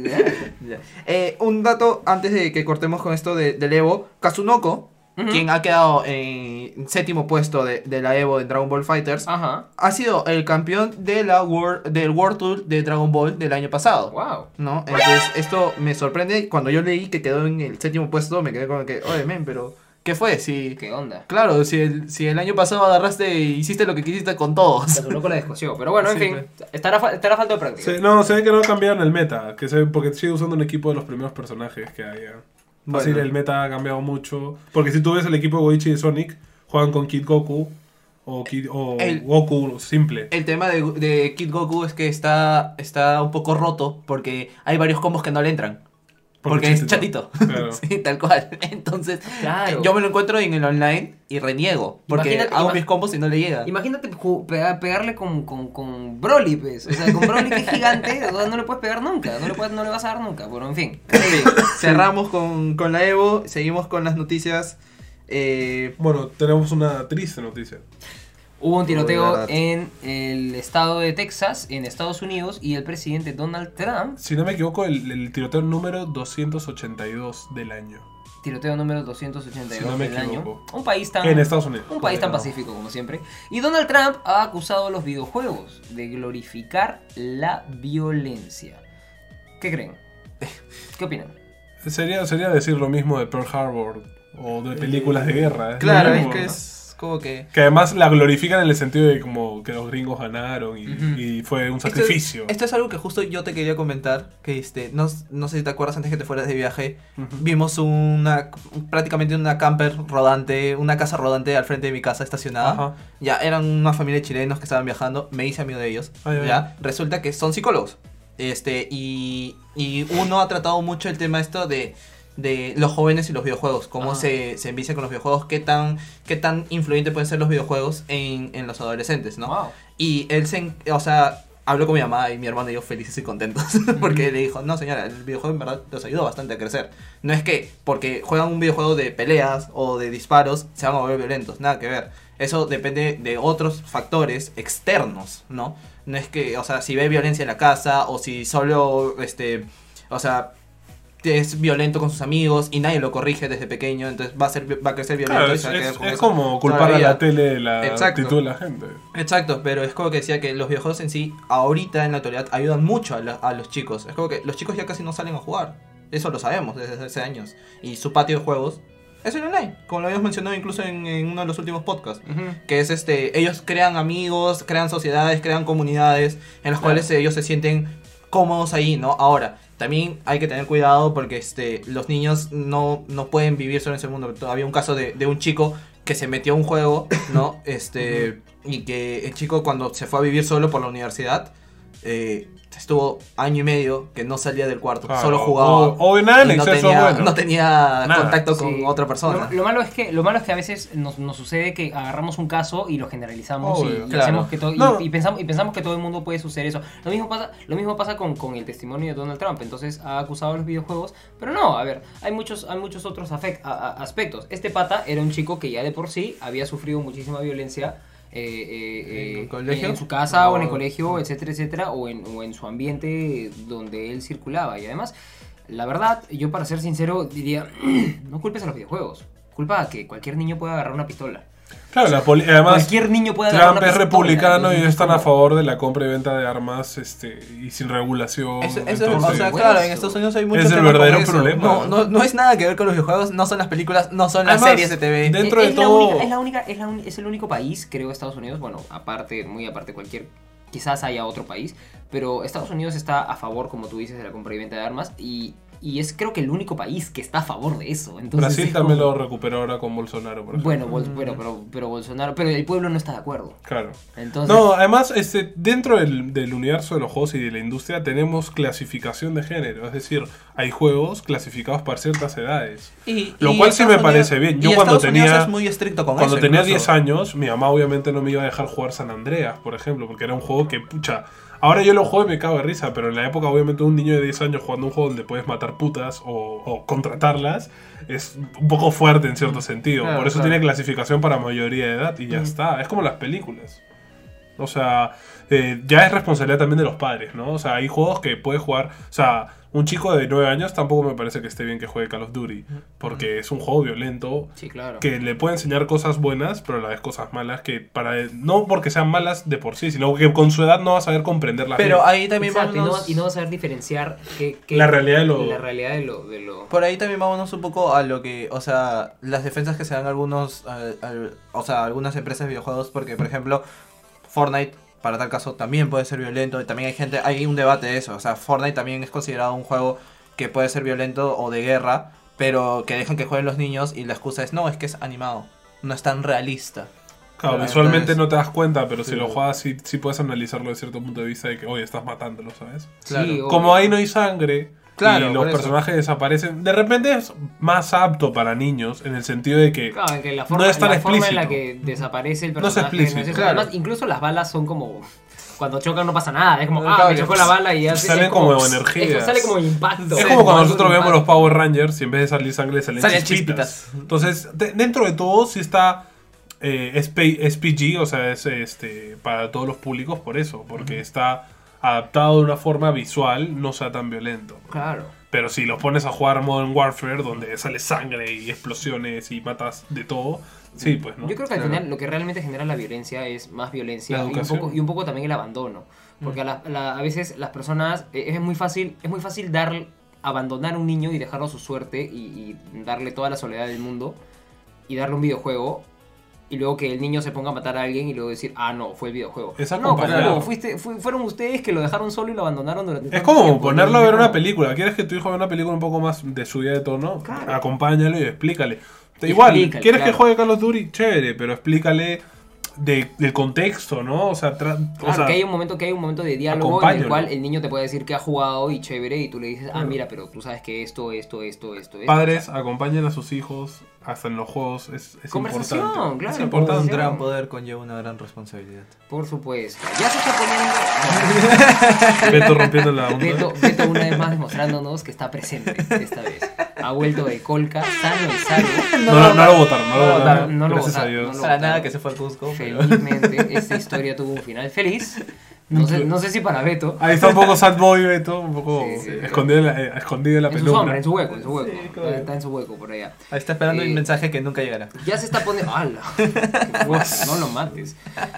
A: literal.
D: Ya. Eh, un dato antes de que cortemos con esto de- del Evo, Kazunoko,
A: Ujú.
D: quien ha quedado en séptimo puesto de, de la Evo en Dragon Ball
B: Ah.
D: Fighters,
A: Ajá.
D: ha sido el campeón de la World, del World Tour de Dragon Ball del año pasado.
A: Wow.
D: ¿No? Entonces, esto me sorprende. Cuando yo leí que quedó en el séptimo puesto, me quedé como que, oye, men, pero ¿qué fue? Si,
A: ¿Qué onda?
D: claro, si el, si el año pasado agarraste e hiciste lo que quisiste con todos.
A: Su loco la descoció. Pero bueno, en
D: Sí,
A: fin, estará, fa- estará falta de práctica.
B: Sí, no, se ve que no cambiaron el meta, que se, porque sigue usando un equipo de los primeros personajes que había.
D: Bueno.
B: Así el meta ha cambiado mucho. Porque si tú ves el equipo de Goichi y Sonic, juegan con Kid Goku, O, Kid- o
D: El-
B: Goku simple.
D: El tema de, de Kid Goku es que está, está un poco roto porque hay varios combos que no le entran. Porque, es chatito.
B: Claro.
D: sí, tal cual. Entonces,
A: Claro.
D: yo me lo encuentro en el online y reniego. Porque
A: Imagínate-
D: hago
A: ima-
D: mis combos y no le llega.
A: Imagínate ju- pega- pegarle con, con, con Broly, pues. O sea, con Broly que es gigante, o sea, no le puedes pegar nunca. No le, puedes, no le vas a dar nunca. Bueno, en fin.
D: Sí, cerramos con, con la Evo, seguimos con las noticias. Eh,
B: Bueno, tenemos una triste noticia.
A: Hubo un
D: Uy,
A: tiroteo
D: verdad.
A: en el estado de Texas, en Estados Unidos, y el presidente Donald Trump,
B: Si no me equivoco, el, el tiroteo número 282 del año.
A: tiroteo número 282
B: Si no me
A: del año,
B: equivoco.
A: un país tan...
B: En Estados Unidos.
A: Un país tan
B: Condenado.
A: pacífico como siempre. Y Donald Trump ha acusado a los videojuegos de glorificar la violencia. ¿Qué creen? ¿Qué opinan?
B: Sería, sería decir lo mismo de Pearl Harbor o de películas de guerra. lo
D: Eh, claro, es
B: mismo,
D: que
B: ¿no?
D: es como que.
B: Que además la glorifican en el sentido de como que los gringos ganaron y,
D: Ujú.
B: y fue un
D: Esto-
B: sacrificio.
D: Esto, es algo que justo yo te quería comentar. Que este, no, no sé si te acuerdas antes que te fueras de viaje.
B: Ujú.
D: Vimos una prácticamente una camper rodante, una casa rodante al frente de mi casa estacionada.
B: Ajá.
D: Ya eran una familia de chilenos que estaban viajando, me hice amigo de ellos.
B: Ah, ya,
D: ya.
B: ya.
D: Resulta que son psicólogos. Este, y, y uno ha tratado mucho el tema esto de, de los jóvenes y los videojuegos, cómo
B: Ah.
A: Ajá.
D: se, se envician con los videojuegos, qué tan, qué tan influyentes pueden ser los videojuegos en, en los adolescentes, ¿no?
A: Wow.
D: Y él se, en- o sea, habló con mi mamá y mi hermano y yo felices y contentos. porque le dijo, no señora, el videojuego en verdad los ayudó bastante a crecer. No es que porque juegan un videojuego de peleas o de disparos se van a volver violentos, nada que ver. Eso depende de otros factores externos, ¿no? No es que, o sea, si ve violencia en la casa o si solo, este, o sea, es violento con sus amigos y nadie lo corrige desde pequeño, entonces va a, ser, va a crecer violento.
B: Claro,
D: y
B: es,
D: se va a quedar
B: es-
D: con
B: es
D: eso
B: como culpar
D: toda
B: a la
D: vida.
B: tele de la
D: Exacto.
B: actitud de la gente.
D: Exacto, pero es como que decía que los videojuegos en sí, ahorita en la actualidad, ayudan mucho a, la- a los chicos. Es como que los chicos ya casi no salen a jugar. Eso lo sabemos desde hace años. Y su patio de juegos es el online, como lo habíamos mencionado incluso en, en uno de los últimos podcasts. Que es este, ellos crean amigos, crean sociedades, crean comunidades en las
A: Claro.
D: cuales ellos se sienten cómodos ahí, ¿no? Ahora, también hay que tener cuidado porque este, los niños no, no pueden vivir solo en ese mundo. Había un caso de, de un chico que se metió a un juego, ¿no? Este, y que el chico cuando se fue a vivir solo por la universidad, eh, estuvo año y medio que no salía del cuarto,
B: Claro, Oh,
D: solo jugaba.
B: O, o en nada en
D: y no,
B: exceso
D: tenía,
B: bueno.
D: no tenía
B: Nada.
D: contacto
A: Sí.
D: con otra persona.
A: Lo, lo malo es que, lo malo es que a veces nos, nos sucede que agarramos un caso y lo generalizamos
B: Obvio,
A: y, y
D: claro.
A: hacemos que todo- y-
B: No.
A: y, pensamos, y pensamos que todo el mundo puede suceder eso. Lo mismo pasa, lo mismo pasa con, con el testimonio de Donald Trump. Entonces ha acusado a los videojuegos, pero no, a ver, hay muchos, hay muchos otros afec- a- a- aspectos. Este pata era un chico que ya de por sí había sufrido muchísima violencia. eh, eh,
D: ¿En
A: eh,
D: el colegio?
A: en su casa o en el
D: O-
A: colegio, etcétera, etcétera, o en, o en su ambiente donde él circulaba. Y además, la verdad, yo para ser sincero diría, no culpes a los videojuegos. Culpa a que cualquier niño pueda agarrar una pistola.
B: Claro, la poli- además
A: cualquier niño puede agarrar
B: Trump
A: una
B: es
A: pistola.
B: republicano y
D: ¿eh?
A: Entonces,
B: están
A: como-
B: a favor de la compra y venta de armas este, y sin regulación.
D: Eso, eso es- o
B: entonces-
D: sea,
A: Por
D: claro,
A: supuesto.
D: en Estados Unidos hay muchos
B: Es el
D: temas con
B: verdadero
D: eso.
B: problema. ¿eh?
D: No, no, no es nada que ver con los videojuegos, no son las películas, no son las
B: Además,
D: series de
B: de-
D: TV.
B: dentro
A: es, es la
B: todo-
A: única- es la única- es la un- es el único país, creo, Estados Unidos, bueno, aparte, muy aparte cualquier, quizás haya otro país, pero Estados Unidos está a favor, como tú dices, de la compra y venta de armas y, y es creo que el único país que está a favor de eso. Entonces,
B: Brasil
A: es
B: también
A: como-
B: lo recuperó ahora con Bolsonaro, por ejemplo.
A: Bueno, Bol- bueno, pero, pero Bolsonaro, pero el pueblo no está de acuerdo.
B: Claro.
A: Entonces,
B: No, además, este, dentro del, del universo de los juegos y de la industria tenemos clasificación de género. Es decir, hay juegos clasificados para ciertas edades.
D: Y-
B: Lo
D: y
B: cual sí
D: Estados
B: me
D: Unidos-
B: parece bien. Yo
D: y
B: cuando
D: Estados Unidos
B: tenía-
D: es muy estricto con
B: Cuando
D: eso,
B: tenía
D: incluso.
B: 10 años, mi mamá obviamente no me iba a dejar jugar San Andreas, por ejemplo, porque era un juego que, pucha, ahora yo lo juego y me cago de risa, pero en la época obviamente un niño de 10 años jugando un juego donde puedes matar putas o, o contratarlas es un poco fuerte en cierto sentido.
D: Claro,
B: por eso
D: claro. Mm.
B: tiene clasificación para mayoría de edad y ya está. Es como las películas. O sea, eh, ya es responsabilidad también de los padres, ¿no? O sea, hay juegos que puede jugar. O sea, un chico de 9 años tampoco me parece que esté bien que juegue Call of Duty,
D: Mm.
B: porque es un juego violento
A: sí, claro.
B: que le puede enseñar cosas buenas, pero a la vez cosas malas que para él- no porque sean malas de por sí, sino que con su edad no va a saber comprenderlas.
D: Pero
B: bien.
D: ahí también
A: Exacto, y, no,
D: vámonos-
A: y no vas a saber diferenciar qué, qué-
B: La realidad de lo-
A: la realidad de lo- de lo-
D: Por ahí también vámonos un poco a lo que, o sea, las defensas que se dan algunos, al- al- o sea, algunas empresas de videojuegos, porque por ejemplo, Fortnite, para tal caso, también puede ser violento, y también hay gente, hay un debate de eso, o sea, Fortnite también es considerado un juego que puede ser violento o de guerra, pero que dejan que jueguen los niños y la excusa es, no, es que es animado, no es tan realista.
B: Claro,
C: Claro,
B: visualmente
C: entonces-
B: no te das cuenta, pero si
C: Sí.
B: lo juegas sí, sí puedes analizarlo de cierto punto de vista de que, oye, estás matándolo, ¿sabes?
C: Claro.
A: Sí, o-
B: Pues, Como ahí no hay sangre
C: Claro,
B: y
C: por
B: los
C: eso.
B: personajes desaparecen, de repente es más apto para niños en el sentido de que...
A: Claro, que la forma,
B: No es tan
A: la forma en la que
B: explícito.
A: desaparece el
B: No es
A: personaje.
B: explícito.
A: eso.
C: Claro.
A: Además, incluso las balas son como. Cuando chocan no pasa nada. Es como,
C: No,
A: ah,
C: claro,
A: me chocó la bala y ya se-
B: pues, Salen
A: es
B: como
A: pss,
B: energías.
A: es- sale como impacto.
B: Es
C: Sí,
B: como cuando
A: es
B: nosotros
A: un
B: vemos los
A: impacto.
B: Power Rangers y en vez de salir sangre salen,
C: Salen
B: chispitas. Entonces, de- dentro de todo sí está eh, SP SPG, o sea, es este para todos los públicos por eso, porque está adaptado de una forma visual, no sea tan violento.
A: Claro.
B: Pero si los pones a jugar Modern Warfare, donde sale sangre y explosiones y matas de todo, sí, pues no.
A: Yo creo que al
C: Claro.
A: final lo que realmente genera la violencia es más
B: La
A: violencia y un,
B: educación. Mm.
A: poco, y un poco también el abandono. Porque a, la- a la- a veces las personas eh, es muy fácil, es muy fácil dar, abandonar a un niño y dejarlo a su suerte y, y darle toda la soledad del mundo y darle un videojuego y luego que el niño se ponga a matar a alguien y luego decir, ah, no, fue el videojuego.
B: Es
A: no,
B: acompañado.
A: carajo, fuiste, fu- fueron ustedes que lo dejaron solo y lo abandonaron durante
B: Es
A: tanto
B: como
A: tiempo,
B: ponerlo
A: ¿no?
B: a ver
A: Es
B: una
A: como-
B: película. ¿Quieres que tu hijo vea una película un poco más de subida de tono?
A: Claro.
B: Acompáñalo y explícale.
A: Y
B: Igual,
A: explícale,
B: ¿quieres
A: claro.
B: que juegue Call of Duty? Chévere, pero explícale de- del contexto, ¿no? O sea, tra- o
A: Claro,
B: sea,
A: que hay un momento que hay un momento de diálogo en el
B: acompáñalo.
A: cual el niño te puede decir que ha jugado y chévere y tú le dices, ah, mira, pero tú sabes que esto, esto, esto, esto, esto.
B: padres acompañen a sus hijos hasta en los juegos. Es, es
A: Conversación,
B: importante.
A: claro,
B: es importante.
A: conversación.
D: Un gran poder conlleva una gran responsabilidad.
A: Por supuesto. Ya se está poniendo.
B: Beto rompiendo la onda.
A: Beto, Beto una vez más demostrándonos que está presente esta vez. Ha vuelto de Colca, sano y salvo.
B: No, lo- no lo votaron, no
C: No lo
B: lo votaron.
A: votaron, no lo
B: Gracias a
A: votaron,
B: Dios.
A: no
D: Para
A: claro.
D: nada que se fue al Cusco. pero-
A: Felizmente, esta historia tuvo un final feliz. No sé, no sé si para Beto.
B: Ahí está un poco Sad Boy Beto, un poco
A: Sí, sí.
B: escondido en la, eh, escondido en la
A: En su sombra,
B: penumbra.
A: en su hueco, en su hueco.
B: Sí, claro.
A: Está- está en su hueco por allá.
D: Ahí está esperando
A: Eh,
D: un mensaje que nunca llegará.
A: Ya se está poniendo. ¡Hala! Qué fuerte, No lo mates.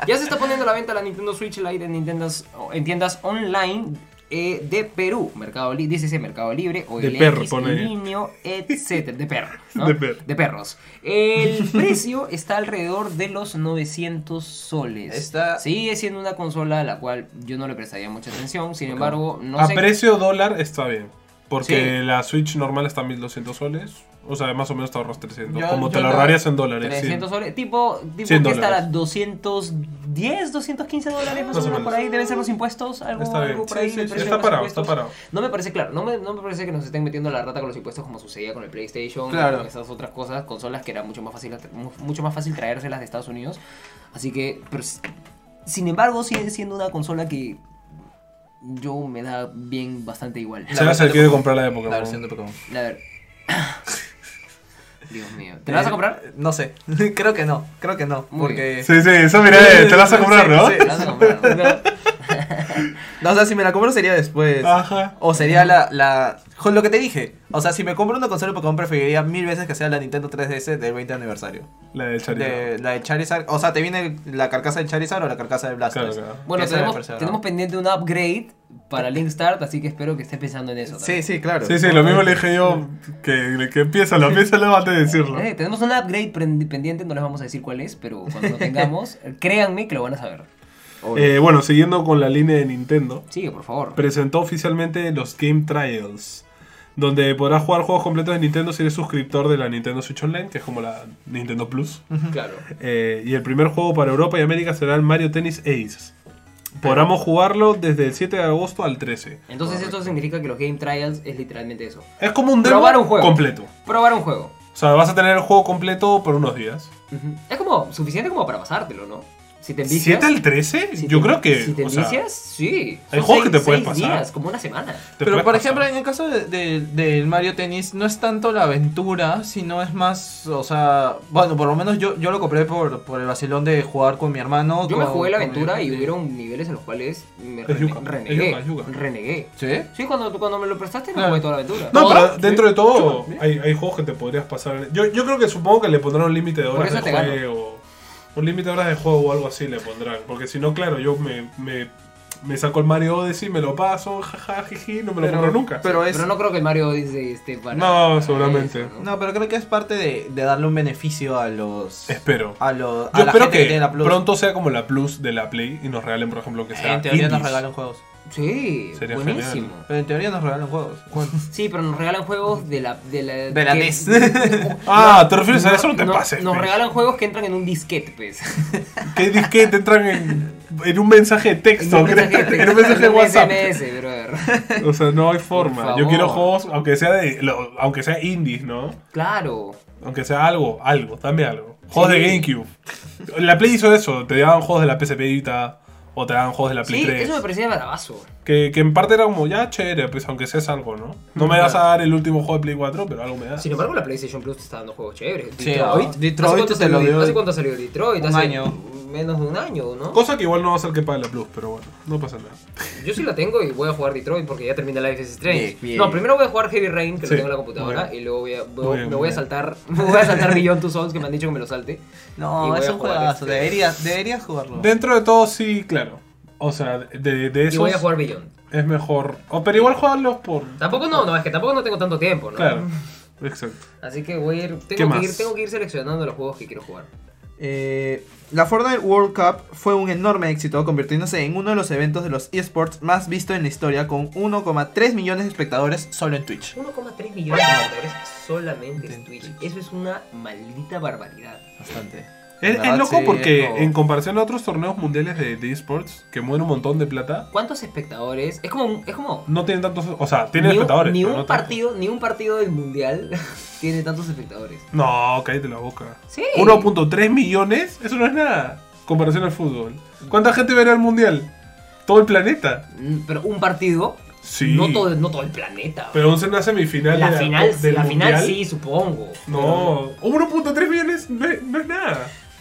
A: Ya se está poniendo a la venta la Nintendo Switch Lite en, Nintendas- en tiendas online eh, de Perú. Mercado Libre, dice ese Mercado Libre, o
B: De perro, pone.
A: niño, etc. De perro. ¿no?
B: De perro.
A: De perros. El precio está alrededor de los 900 soles.
D: Está-
A: Sigue siendo una consola a la cual yo no le prestaría mucha atención. Sin embargo, no
B: a
A: sé.
B: precio dólar está bien. Porque
A: Sí.
B: la Switch normal está a 1200 soles. O sea, más o menos te ahorras 300.
D: Yo-
B: como
D: yo
B: te lo
D: la-
B: ahorrarías en dólares.
A: 300 soles, tipo, tipo que
B: 100
A: estará
B: dólares.
A: 210, 215 dólares más
B: Más
A: o
B: o
A: menos por
B: menos.
A: ahí, deben ser los impuestos, algo,
B: Está bien.
A: algo por
B: Sí,
A: ahí.
B: sí,
A: el
B: sí,
A: precio
B: está
A: de los
B: parado,
A: impuestos.
B: está parado.
A: No me parece claro, no me, no me parece que nos estén metiendo la rata con los impuestos como sucedía con el PlayStation,
D: Claro.
A: con esas otras cosas, consolas que era mucho más fácil, mu- mucho más fácil traérselas de Estados Unidos. Así que, pero s- sin embargo, sigue siendo una consola que yo me da bien bastante igual.
B: Sí. Sabes el que quiere comprar la de Pokémon.
D: La versión de Pokémon.
A: A ver. Dios mío. ¿Te la vas a comprar?
D: Eh, No sé. creo que no. Creo que no.
A: Muy
D: Porque.
B: Sí, sí, eso mira, eh, te la vas a comprar,
D: Sí,
B: ¿no?
D: sí.
A: ¿Te la vas a comprar? ¿no?
D: No, o sea, si me la compro sería después.
B: Ajá.
D: O sería la, la. Con lo que te dije. O sea, si me compro una consola de Pokémon, preferiría mil veces que sea la Nintendo 3DS del 20 aniversario.
B: La de Charizard.
D: De, la de Charizard. O sea, te viene la carcasa del Charizard o la carcasa de Blastoise.
B: Claro, claro.
A: Bueno,
D: Esa me
A: tenemos,
D: pareció, ¿no?
A: tenemos pendiente un upgrade para Link Start, así que espero que estés pensando en eso.
D: Sí,
A: también.
D: sí, claro.
B: Sí, sí, lo mismo le dije yo. Que, que empieza, lo empieza luego antes de decirlo.
A: Eh, tenemos un upgrade pen- pendiente, no les vamos a decir cuál es, pero cuando lo tengamos, créanme que lo van a saber.
B: Eh, bueno, siguiendo con la línea de Nintendo.
A: Sigue, por favor.
B: presentó oficialmente los Game Trials, donde podrás jugar juegos completos de Nintendo si eres suscriptor de la Nintendo Switch Online, que es como la Nintendo Plus.
A: Claro.
B: Eh, y el primer juego para Europa y América será el Mario Tennis Ace.
A: Ah.
B: Podremos jugarlo desde el 7 de agosto al 13.
A: Entonces esto significa que los Game Trials es literalmente eso.
B: Es como un demo
A: Probar un juego.
B: completo.
A: Probar un juego.
B: O sea, vas a tener el juego completo por unos días.
A: Ujú. Es como suficiente como para pasártelo, ¿no? Si te envicias...
B: ¿7 al 13?
A: si
B: Yo
A: te-
B: creo que.
A: Si te
B: o sea,
A: envicias, sí.
B: hay
A: Son
B: juegos que
A: seis-
B: te puedes
A: seis
B: pasar.
A: días, como una semana.
B: te
D: Pero
B: puedes
D: por
B: pasar.
D: ejemplo, en el caso de- de- del Mario Tennis, no es tanto la aventura, sino es más, o sea, bueno, por lo menos yo, yo lo compré por, por el vacilón de jugar con mi hermano.
A: Yo me
D: con-
A: jugué la
D: con mi-
A: aventura y hubieron niveles en los cuales me
B: Es
A: rene-
B: yuca, es
A: renegué.
B: yuca, es yuca.
A: Renegué.
D: ¿Sí?
A: Sí, cuando, cuando me lo prestaste me
D: Claro.
A: jugué toda la aventura.
B: No,
D: ¿Todas?
B: pero dentro de todo hay, hay juegos que te podrías pasar. Yo, yo creo que supongo que le pondrán un límite de
A: Por
B: horas
A: eso
B: de
A: te gano.
B: juego. Un límite de horas de juego o algo así le pondrán. Porque si no, claro, yo me, me, me saco el Mario Odyssey, me lo paso, jaja, jiji, no me lo compro nunca.
D: Pero es...
A: Pero no creo que el Mario Odyssey esté para.
B: No,
A: para
B: seguramente.
A: eso, ¿no?
D: No, pero creo que es parte de, de darle un beneficio a los...
B: espero.
D: A los... a
B: Yo
D: la
B: espero
D: gente
B: que
D: tiene la Plus.
B: pronto sea como la Plus de la Play y nos regalen, por ejemplo, que sea.
D: Eh, En teoría nos
B: indies.
D: regalan juegos.
A: Sí,
B: Sería
A: buenísimo.
D: Pero en teoría nos regalan juegos.
A: Sí, pero nos regalan juegos de la. De la, E
D: De la
A: que-
D: NES.
B: Ah, ¿te refieres a eso? No te pues.
A: no-
B: pases.
A: Nos
B: pe.
A: regalan juegos que entran en un disquete, pues.
B: Que dis- que te entran en, en un mensaje de texto, creo, en un mensaje de
A: en un
B: WhatsApp.
A: SMS, brother.
B: O sea, no hay forma.
A: Por
B: Yo
A: favor.
B: quiero juegos, aunque sea de, lo- aunque sea indies, ¿no?
A: Claro.
B: Aunque sea algo, algo, dame algo. Juegos
A: Sí.
B: de GameCube. La Play hizo eso, te daban juegos de la PSP Vita o te daban juegos de la Play
A: Sí,
B: 3.
A: eso me parecía bravazo.
B: Que, que en parte era como, ya chévere, pues aunque seas algo, ¿no? No me vas a dar el último juego de Play 4, pero algo me das.
A: Sin embargo, la PlayStation Plus te está dando juegos chéveres.
D: Sí, ah, Detroit
A: ¿Hace cuánto
D: te
A: salió-
D: lo dio-
A: ¿Hace cuánto salió Detroit?
D: Un
A: Hace
D: año.
A: Menos de un año, ¿no?
B: Cosa que igual no va a ser que pague la Plus, pero bueno, no pasa nada.
A: Yo sí la tengo y voy a jugar Detroit porque ya termina Life is Strange.
D: Bien, bien.
A: No, primero voy a jugar Heavy Rain, que
B: Sí,
A: lo tengo en la computadora,
B: muy
A: y luego voy a, voy-
B: Muy bien,
A: me
B: muy
A: voy a
B: bien.
A: saltar, me voy a saltar Beyond Two Souls, que me han dicho que me lo salte. Y
D: No,
A: voy
D: es
A: a
D: un
A: jugar
D: juegazo.
A: este.
D: Deberías, deberías jugarlo.
B: Dentro de todo, sí, claro. O sea, de, de
A: Y voy a
B: esos
A: jugar Beyond.
B: es mejor. Oh, pero igual jugarlos por.
A: Tampoco no, no, es que tampoco no tengo tanto tiempo, ¿no?
B: Claro,
A: Mm.
B: exacto.
A: Así que voy a ir,
B: ¿Qué
A: tengo
B: más?
A: que ir, tengo que ir seleccionando los juegos que quiero jugar.
D: Eh, la Fortnite World Cup fue un enorme éxito, convirtiéndose en uno de los eventos de los esports más visto en la historia, con 1,3 millones de espectadores solo en Twitch.
A: 1,3 millones de espectadores solamente en Twitch. Eso es una maldita barbaridad.
D: Bastante.
B: Es,
D: La
B: es
A: Ah,
D: verdad,
B: loco
D: sí,
B: porque
D: es como-
B: en comparación a otros torneos mundiales de, de esports que mueven un montón de plata,
A: ¿Cuántos espectadores? Es como, un- es como
B: no tienen tantos. O sea, tienen
A: ni un-
B: espectadores.
A: Ni
B: pero
A: un
B: no tantos.
A: partido, ni un partido del mundial tiene tantos espectadores.
B: No, cállate la boca.
A: Sí.
B: 1.3 millones, eso no es nada. Comparación al fútbol. ¿Cuánta gente verá el mundial? Todo el planeta.
A: Mm, Pero un partido,
B: Sí.
A: no, todo, no todo el planeta.
B: Pero es una semifinal
A: la
B: de
A: final,
B: del
A: la final
B: mundial.
A: sí, supongo.
B: No, 1.3 millones no es, no es nada.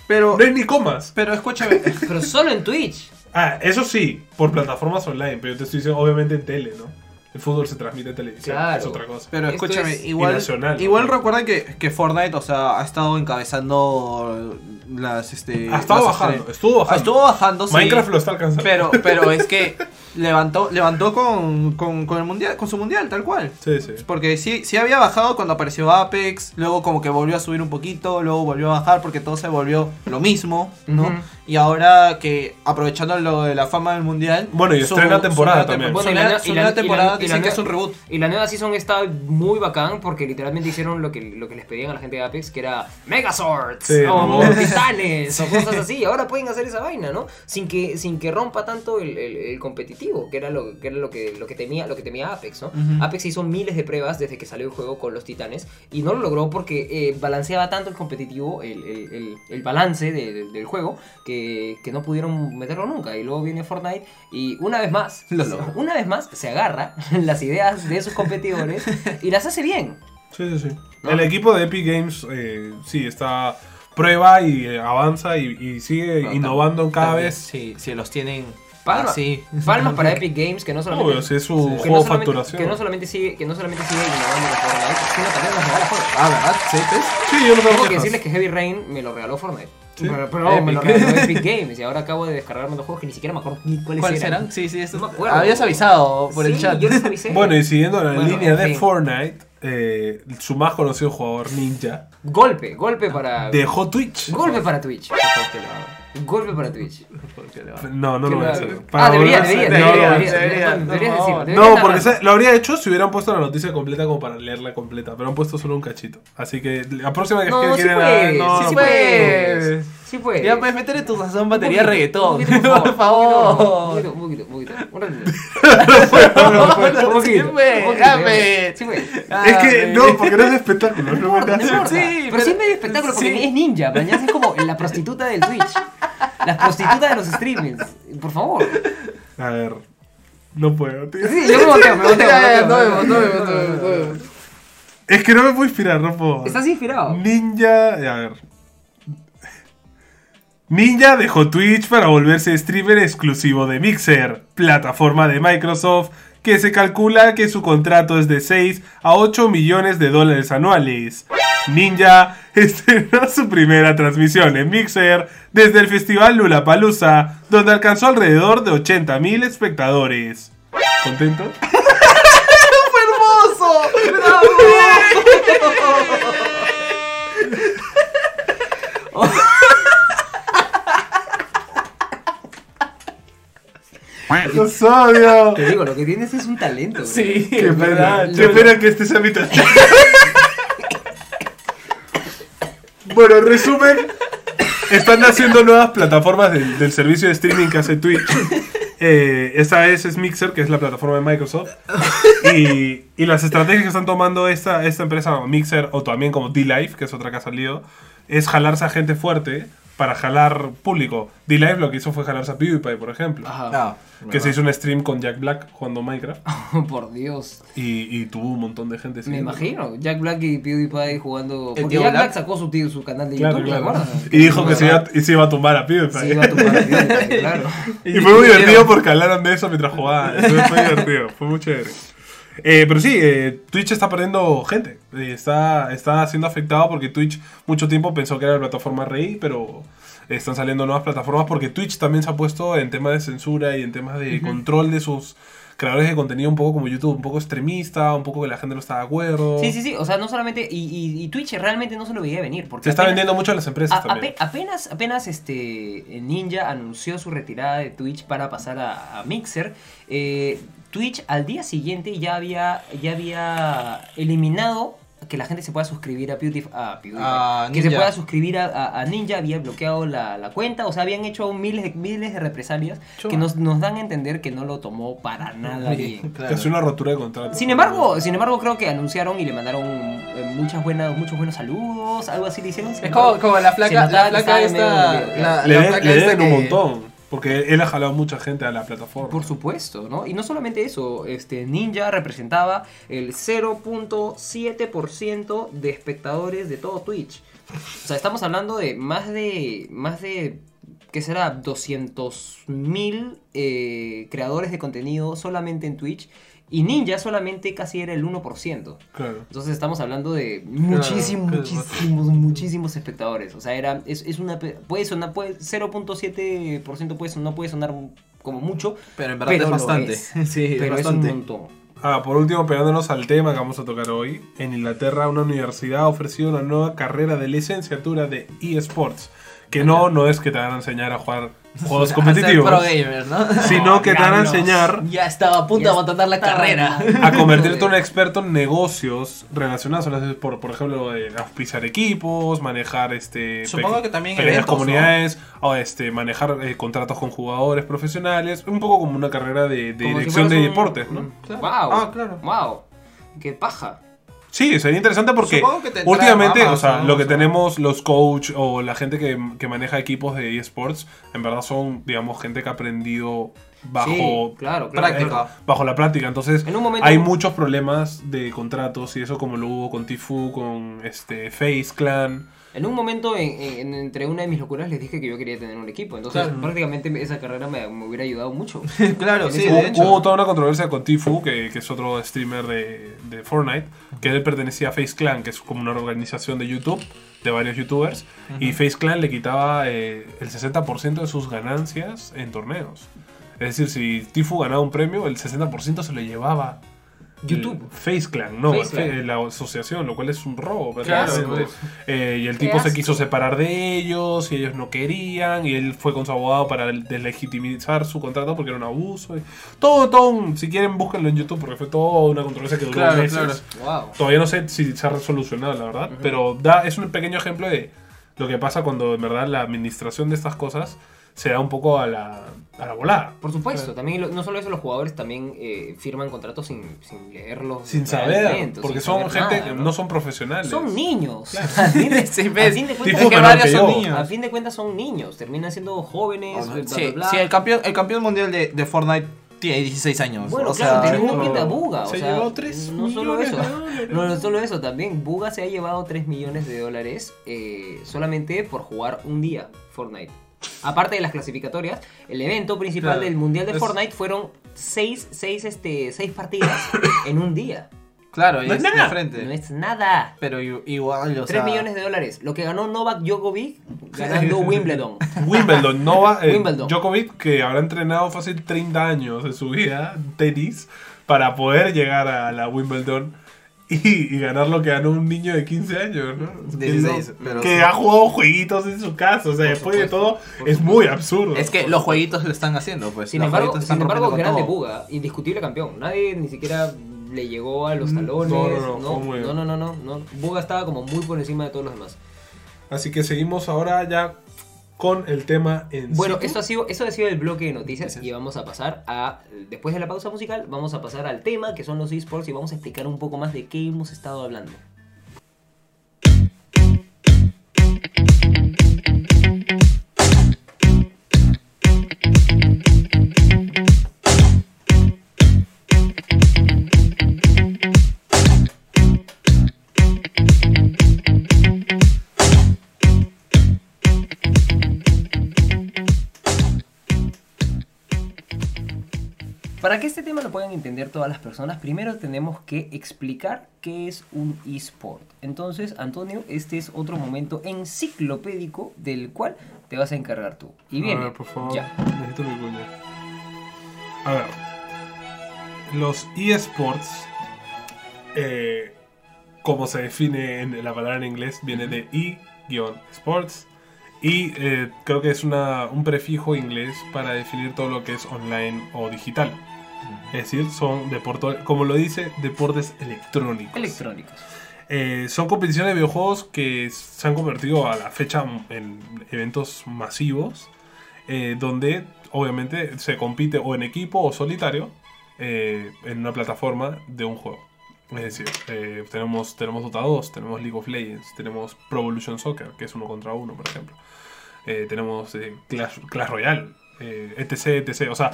D: Pero,
B: No es ni comas.
D: pero escúchame.
A: Pero, pero solo en Twitch.
B: Ah, eso sí, por plataformas online, pero yo te estoy diciendo, obviamente en tele, ¿no? El fútbol se transmite en televisión,
A: Claro.
B: es otra cosa.
D: Pero
A: Esto
D: escúchame,
A: es
D: igual,
B: irracional,
D: igual
B: ¿no?
D: recuerda que, que Fortnite, o sea, ha estado encabezando las, este...
B: ha estado
D: las
B: bajando,
D: estre-
B: estuvo bajando.
D: Estuvo bajando, sí.
B: Minecraft lo está alcanzando.
D: Pero, pero es que levantó, levantó con, con, con el mundial, con su mundial, tal cual.
B: Sí, sí.
D: Porque sí, sí había bajado cuando apareció Apex, luego como que volvió a subir un poquito, luego volvió a bajar porque todo se volvió lo mismo, ¿no?
A: Ujú.
D: Y ahora que aprovechando lo de la fama del mundial...
B: Bueno, y
D: su-
B: estrena
D: su
B: temporada
D: nueva
B: también.
D: tempo-
A: Bueno,
D: su
A: y la-
D: nueva-
A: y la-
D: su nueva
A: y la-
D: temporada
A: y la
D: dicen que
A: nueva-
D: es un reboot.
A: Y la nueva season está muy bacán porque literalmente hicieron lo que, lo que les pedían a la gente de Apex, que era Megazords
B: Sí,
A: o
B: ¿no?
A: Titanes o cosas así. Ahora pueden hacer esa vaina, ¿no? Sin que, sin que rompa tanto el, el- el competitivo, que era lo que era lo que, lo que temía, lo que temía Apex, ¿no? Apex hizo miles de pruebas desde que salió el juego con los Titanes y no lo logró porque eh, balanceaba tanto el competitivo, el, el- el- el balance de- de- del juego, que, que no pudieron meterlo nunca. Y luego viene Fortnite y una vez más,
D: Lo logró.
A: una vez más se agarra las ideas de sus competidores y las hace bien.
B: Sí, sí, sí. El equipo de Epic Games, eh, sí, está prueba y eh, avanza y, y sigue
D: No, tam-
B: innovando cada
D: también,
B: vez.
D: Sí, si los tienen
A: Palma-
D: así.
A: Palmas para Epic Games que no solamente
B: Obvio, si es su
A: que
B: juego
A: no solamente-
B: facturación.
A: que no solamente sigue que no solamente sigue innovando con Fortnite, sino también nos regala juegos.
D: Ah, ¿verdad? Sí, pues.
B: Sí, yo no tengo
A: Tengo que
B: quejas.
A: decirles que Heavy Rain me lo regaló Fortnite.
B: Sí.
A: Pero, pero no, me lo
D: Epic.
A: regaló Epic Games y ahora acabo de descargarme los juegos que ni siquiera me acuerdo ni cuáles,
D: ¿Cuáles
A: eran.
D: eran? Sí, sí, esto-
A: No me acuerdo.
D: Habías avisado por el
A: Sí,
D: chat.
A: Yo les avisé.
B: Bueno, y siguiendo la
A: Bueno,
B: línea
A: en
B: de
A: fin.
B: Fortnite, eh, su más conocido jugador, Ninja,
A: golpe, golpe para
B: dejó Twitch.
A: golpe para Twitch. Golpe para Twitch.
B: No, no
A: Qué
B: lo voy a
A: mal.
B: hacer.
A: Ah, debería,
B: volver
A: debería,
B: a hacer-
A: debería,
B: no, no,
A: debería,
D: debería,
A: debería, deberías
D: por
A: decirlo,
D: favor.
A: deberías
B: No, porque
A: narrarlo.
B: se- lo habría hecho si hubieran puesto la noticia completa como para leerla completa, pero han puesto solo un cachito. Así que la próxima vez que
A: No, sí
B: quieran...
A: puedes,
B: no,
A: sí,
B: no
A: sí
B: puedes.
A: puedes. Sí puedes.
D: Ya pues, puedes meter en tu sazón batería
A: Un poquito,
D: reggaetón.
A: un poquito,
D: Por favor.
A: Un poquito, un poquito, un poquito. Un ratito.
D: no,
A: Un poquito,
D: sí, güey,
A: un poquito,
D: ya,
A: ya,
D: güey.
A: Sí, güey.
B: Es que no, porque no es de espectáculo, no me
A: No importa,
B: hace.
A: pero sí es medio espectáculo porque es ninja, mañana es como la prostituta del Twitch. La prostituta de los streamers. Por favor.
B: A ver, no puedo, tío.
A: Sí, yo me boteo, me boteo.
D: Ya, ya,
A: me boteo,
D: no
A: me boteo,
D: vemos, no
A: me
D: vemos,
A: boteo,
D: no
A: me
D: vemos, no
A: boteo.
D: vemos.
B: Es que no me puedo inspirar, no puedo.
A: Estás inspirado.
B: Ninja. A ver. Ninja dejó Twitch para volverse streamer exclusivo de Mixer, plataforma de Microsoft que se calcula que su contrato es de 6 a 8 millones de dólares anuales. Ninja estrenó su primera transmisión en Mixer desde el festival Lulapalooza, donde alcanzó alrededor de 80.000 espectadores. ¿Contento?
D: hermoso!
B: ¡Los odio!
A: Te digo, lo que tienes es un talento. bro.
D: Sí,
B: ¡Qué
D: es verdad.
B: pena! ¡Qué pena que estés a mitad! bueno, en resumen, están haciendo nuevas plataformas del, del servicio de streaming que hace Twitch. Eh, esa es, es Mixer, que es la plataforma de Microsoft. Y, y las estrategias que están tomando esta, esta empresa como Mixer o también como D-Live, que es otra que ha salido, es jalarse a gente fuerte para jalar público. D-Live lo que hizo fue jalarse a PewDiePie, por ejemplo.
D: Ah,
B: Que se hizo un stream con Jack Black jugando Minecraft.
A: Por Dios.
B: Y, y tuvo un montón de gente.
A: Me
B: siguiendo.
A: imagino. Jack Black y PewDiePie jugando.
C: El
A: Porque
C: tío
A: Jack Black
C: Black.
A: sacó su, tío- su canal de
B: Claro,
A: YouTube, ¿te
B: claro.
A: acuerdas?
B: Y dijo que se iba, y se iba a tumbar a PewDiePie.
A: Se iba a tumbar a PewDiePie, claro.
B: Y fue muy divertido porque hablaron de eso mientras jugaban. Entonces fue divertido, fue muy chévere. Eh, pero sí, eh, Twitch está perdiendo gente. Eh, está, está siendo afectado porque Twitch mucho tiempo pensó que era la plataforma rey, pero están saliendo nuevas plataformas porque Twitch también se ha puesto en temas de censura y en temas de control de sus creadores de contenido un poco como YouTube, un poco extremista, un poco que la gente no está de acuerdo.
A: Sí, sí, sí. O sea, no solamente. Y, y- y Twitch realmente no se lo veía venir. Porque
B: Se está
A: apenas-
B: vendiendo mucho a las empresas
A: a-
B: también.
A: ape- apenas, apenas este Ninja anunció su retirada de Twitch para pasar a, a Mixer, eh, Twitch al día siguiente ya había, ya había eliminado que la gente se pueda suscribir a PewDiePie, a PewDiePie,
C: A
A: que se
C: Ninja.
A: pueda suscribir a, a- a Ninja, había bloqueado la, la cuenta, o sea, habían hecho miles de, miles de represalias que nos, nos dan a entender que no lo tomó para nada bien.
B: Que Es una rotura de contrato.
A: Sin embargo, sin embargo creo que anunciaron y le mandaron eh, muchas buenas, muchos buenos saludos, algo así le hicieron. sin
C: Es como,
A: embargo-
C: como la
A: Se
C: flaca,
A: notaba
C: la
A: que
C: flaca
A: estaba
C: esta.
A: medio bloqueada.
C: La,
B: le
C: la
B: den-
C: flaca
B: le
C: esta
B: deben un
C: que-
B: montón. Porque él ha jalado mucha gente a la plataforma.
A: Por supuesto, ¿no? Y no solamente eso, este Ninja representaba el 0.7% de espectadores de todo Twitch. O sea, estamos hablando de más de más de ¿qué será 200.000 eh, creadores de contenido solamente en Twitch y Ninja solamente casi era el 1%.
B: Claro.
A: Entonces estamos hablando de muchísimos,
D: claro.
A: muchísimos, muchísimos espectadores. O sea, era, es, es una, pe- puede sonar, puede, 0.7% puede, son- no puede sonar como mucho,
C: Pero en verdad
A: Pero
C: es
A: lo
C: bastante.
A: es.
C: Sí, es
A: pero
C: bastante.
A: es un montón.
B: Ah, por último, pegándonos al tema que vamos a tocar hoy, en Inglaterra una universidad ha ofrecido una nueva carrera de licenciatura de eSports, que no, no es que te van a enseñar a jugar juegos competitivos,
C: A ser pro gamer, ¿no?
B: sino que te van a
A: Diablos.
B: enseñar
C: Ya estaba a punto
A: Ya
C: de abandonar la
A: está.
C: carrera.
B: a convertirte en un experto en negocios relacionados a las por, por ejemplo, eh, auspiciar equipos, manejar este
D: Supongo
B: pe-
D: que también
B: pequeñas
D: eventos, ¿no?
B: comunidades, o este manejar eh, contratos con jugadores profesionales, un poco como una carrera de, de
A: Como si
B: dirección de
A: fueras un- Mm,
B: deportes, ¿no?
D: Claro.
A: Wow.
D: Ah, claro.
A: Wow. Qué paja.
B: Sí, sería interesante porque
D: Supongo que tendrá
B: últimamente,
D: ramas,
B: o sea,
D: ¿no?
B: lo que
D: O sea.
B: tenemos los coach o la gente que, que maneja equipos de eSports, en verdad son, digamos, gente que ha aprendido bajo,
A: Sí, claro, claro.
D: práctica.
B: bajo la práctica. Entonces,
A: En un momento-
B: hay muchos problemas de contratos y eso como lo hubo con Tifu, con este Face Clan.
A: En un momento, en- en- entre una de mis locuras, les dije que yo quería tener un equipo. Entonces, prácticamente esa carrera me, me hubiera ayudado mucho.
D: Claro, sí,
B: hubo,
D: de hecho.
B: hubo toda una controversia con Tifu, que, que es otro streamer de, de Fortnite, que él pertenecía a Face Clan, que es como una organización de YouTube, de varios youtubers, y Face Clan le quitaba eh, el 60% de sus ganancias en torneos. Es decir, si Tifu ganaba un premio, el 60% se lo llevaba.
A: YouTube.
B: el Face Clan, no,
A: Face Clan.
B: fe- la asociación, lo cual es un robo.
D: asco.
B: prácticamente. Eh, y el
A: Qué
B: tipo se
A: asco.
B: quiso separar de ellos y ellos no querían y él fue con su abogado para deslegitimizar su contrato porque era un abuso. y- Todo, todo, un- si quieren búsquenlo en YouTube porque fue toda una controversia que duró
D: Claro,
B: meses.
D: claro.
A: Wow.
B: Todavía no sé si se ha resolucionado, la verdad, pero da, es un pequeño ejemplo de lo que pasa cuando en verdad la administración de estas cosas se da un poco a la, a la volada.
A: Por supuesto, también lo- no solo eso, los jugadores también eh, firman contratos sin, sin leerlos.
B: Sin saber,
A: realmente,
B: porque
A: sin
B: son
A: saber
B: gente
A: nada,
B: que
A: ¿no?
B: no son profesionales.
A: Son niños. A fin de,
D: Sí,
A: a
D: ves.
A: fin de
B: pues,
A: cuentas,
B: Tipo
D: Es que
B: Fernando
D: varios son
B: Pelló.
D: niños.
A: a fin de cuentas son niños, terminan siendo jóvenes. bla, bla,
D: Sí,
A: bla.
D: sí, el campeón, el campeón mundial de, de Fortnite tiene 16 años.
A: Bueno,
D: o
A: claro,
D: sea,
A: tenemos
B: sí,
A: que ir a
B: pero
A: Buga. O
B: se
A: sea,
B: llevó tres
A: no solo
B: millones
A: eso.
B: de dólares.
A: No, no solo eso, también Buga se ha llevado 3 millones de dólares eh, solamente por jugar un día Fortnite. Aparte de las clasificatorias, el evento principal
B: Claro,
A: del Mundial de
B: es-
A: Fortnite fueron 6 seis, este, seis partidas en un día.
D: claro, y
B: No
D: es
B: es nada.
D: diferente.
A: No es nada.
D: Pero i- igual, o
A: 3
D: sea,
A: millones de dólares. Lo que ganó Novak Djokovic ganando Wimbledon.
B: Wimbledon, Nova, eh,
A: Wimbledon.
B: Djokovic, que habrá entrenado fácil 30 años de su vida, tenis, para poder llegar a la Wimbledon. y, y ganar lo que ganó un niño de 15 años, ¿no?
C: 16,
B: Que no-
C: pero
B: que
C: sí.
B: ha jugado jueguitos en su casa. O sea, después de todo, es muy absurdo.
C: Es que los jueguitos lo están haciendo, pues.
A: Sin
C: los
A: embargo,
C: jueguitos están
A: sin embargo
C: rompiendo
A: grande
C: con todo.
A: Buga, indiscutible campeón. Nadie ni siquiera le llegó a los talones.
B: Mm, no,
A: No,
B: no, no, fue muy-
A: no, no, no, no. Buga estaba como muy por encima de todos los demás.
B: Así que seguimos ahora ya con el tema en sí.
A: Bueno, eso ha sido, eso ha sido el bloque de noticias
C: Gracias.
A: y vamos a pasar a, después de la pausa musical, vamos a pasar al tema que son los esports y vamos a explicar un poco más de qué hemos estado hablando. Para que este tema lo puedan entender todas las personas, primero tenemos que explicar qué es un eSport. Entonces, Antonio, este es otro momento enciclopédico del cual te vas a encargar tú. Y bien,
B: A ver, por favor.
A: ya.
B: Necesito mi cuña. A ver. Los eSports, eh, como se define en la palabra en inglés, viene de e-sports. Y eh, creo que es una- un prefijo inglés para definir todo lo que es online o digital. Es decir, son deportes, como lo dice, deportes electrónicos.
A: Electrónicos.
B: Eh, son competiciones de videojuegos que se han convertido a la fecha en eventos masivos, eh, donde obviamente se compite o en equipo o solitario eh, en una plataforma de un juego. Es decir, eh, tenemos, tenemos Dota 2, tenemos League of Legends, tenemos Pro Evolution Soccer, que es uno contra uno, por ejemplo. Eh, tenemos eh, Clash, Clash Royale, eh, etc, etc. O sea,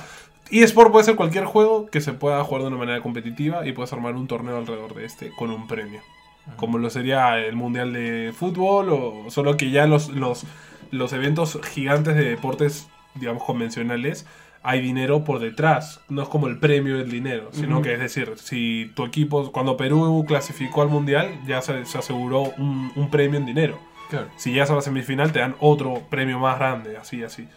B: eSport puede ser cualquier juego que se pueda jugar de una manera competitiva y puedes armar un torneo alrededor de este con un premio. Como lo sería el Mundial de Fútbol, o solo que ya los, los, los eventos gigantes de deportes, digamos, convencionales, hay dinero por detrás. No es como el premio del dinero, sino que es decir, si tu equipo, cuando Perú clasificó al Mundial, ya se, se aseguró un, un premio en dinero.
D: Claro.
B: Si llegas a la semifinal te dan otro premio más grande, así, así.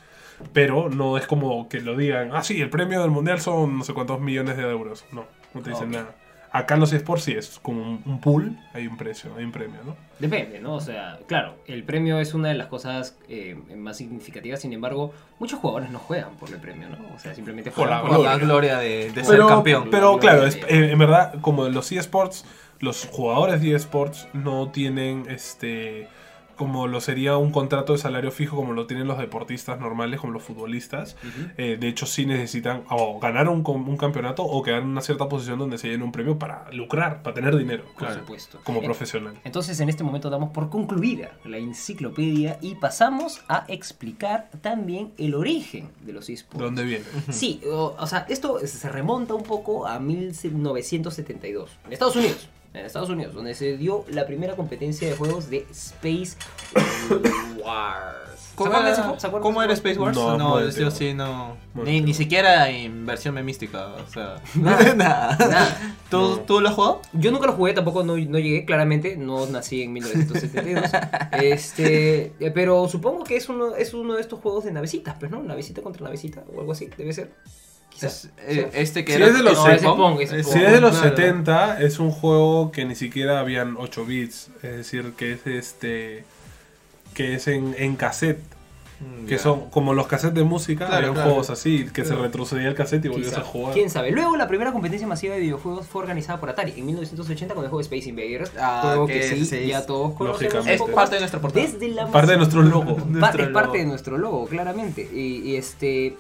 B: Pero no es como que lo digan, ah, sí, el premio del mundial son no sé cuántos millones de euros. No, no te dicen
A: Ok.
B: nada. Acá en los esports sí es como un, un pool, hay un precio, hay un premio, ¿no?
A: Depende, ¿no? O sea, claro, el premio es una de las cosas eh, más significativas, sin embargo, muchos jugadores no juegan por el premio, ¿no? O sea, simplemente
B: Por
A: juegan
B: la
A: por
C: Con la gloria de, de ser
B: Pero,
C: campeón.
B: pero
A: Gloria
B: claro,
A: de-
B: es- eh, en verdad, como los eSports, los jugadores de eSports no tienen este como lo sería un contrato de salario fijo como lo tienen los deportistas normales, como los futbolistas. Eh, de hecho, sí necesitan o ganar un, com- un campeonato o quedar en una cierta posición donde se llene un premio para lucrar, para tener dinero,
A: Por
B: claro,
A: supuesto.
B: como
A: Eh,
B: profesional.
A: Entonces en este momento damos por concluida la enciclopedia y pasamos a explicar también el origen de los
B: ¿De
A: esports.
B: dónde viene?
A: Sí, o, o sea, esto se remonta un poco a 1972, en Estados Unidos. En Estados Unidos, donde se dio la primera competencia de juegos de Space Wars. ¿Se
C: ¿Cómo,
A: acuerdan de
C: era,
A: ese juego? ¿Se acuerdan
C: cómo
A: de
C: era
A: ese juego?
C: Space Wars?
B: No,
C: No,
B: muy
C: yo
B: antiguo.
C: sí no.
B: Muy
C: Ni, ni
B: antiguo.
C: siquiera en versión memística, o sea.
A: Nada.
C: Nada.
A: Nada.
C: ¿Tú,
B: No.
C: ¿Tú lo has jugado?
A: Yo nunca lo jugué, tampoco no, no llegué, claramente, no nací en 1972. este, eh, pero supongo que es uno, es uno de estos juegos de navecitas, pues, ¿no? Navecita contra navecita o algo así, debe ser. Quizás.
C: Es- eh, este que
B: Si
C: era.
B: es de los
C: no, ese
B: Pong,
C: Pong,
A: ese
C: ese
A: Pong.
B: Si es de los
C: claro.
B: 70, es un juego que ni siquiera habían 8 bits, es decir, que es este que es en, en cassette,
C: Mm,
B: que
C: ya.
B: son como los cassettes de música,
C: Claro,
B: habían
C: claro.
B: juegos así, que se retrocedía el cassette y volvías
A: Quizá.
B: a jugar.
A: ¿Quién sabe? Luego la primera competencia masiva de videojuegos fue organizada por Atari en 1980 con el juego Space Invaders,
C: Ah,
A: juego
C: que
A: que sí,
C: sí,
A: ya
C: es-
A: todos conocemos.
B: lógicamente.
A: un
C: Es
A: poco.
C: parte de nuestra portada.
A: Desde la
B: Parte de nuestro logo.
A: Pa-
C: Nuestro
A: es parte
C: logo.
A: de nuestro logo, claramente. Y, y este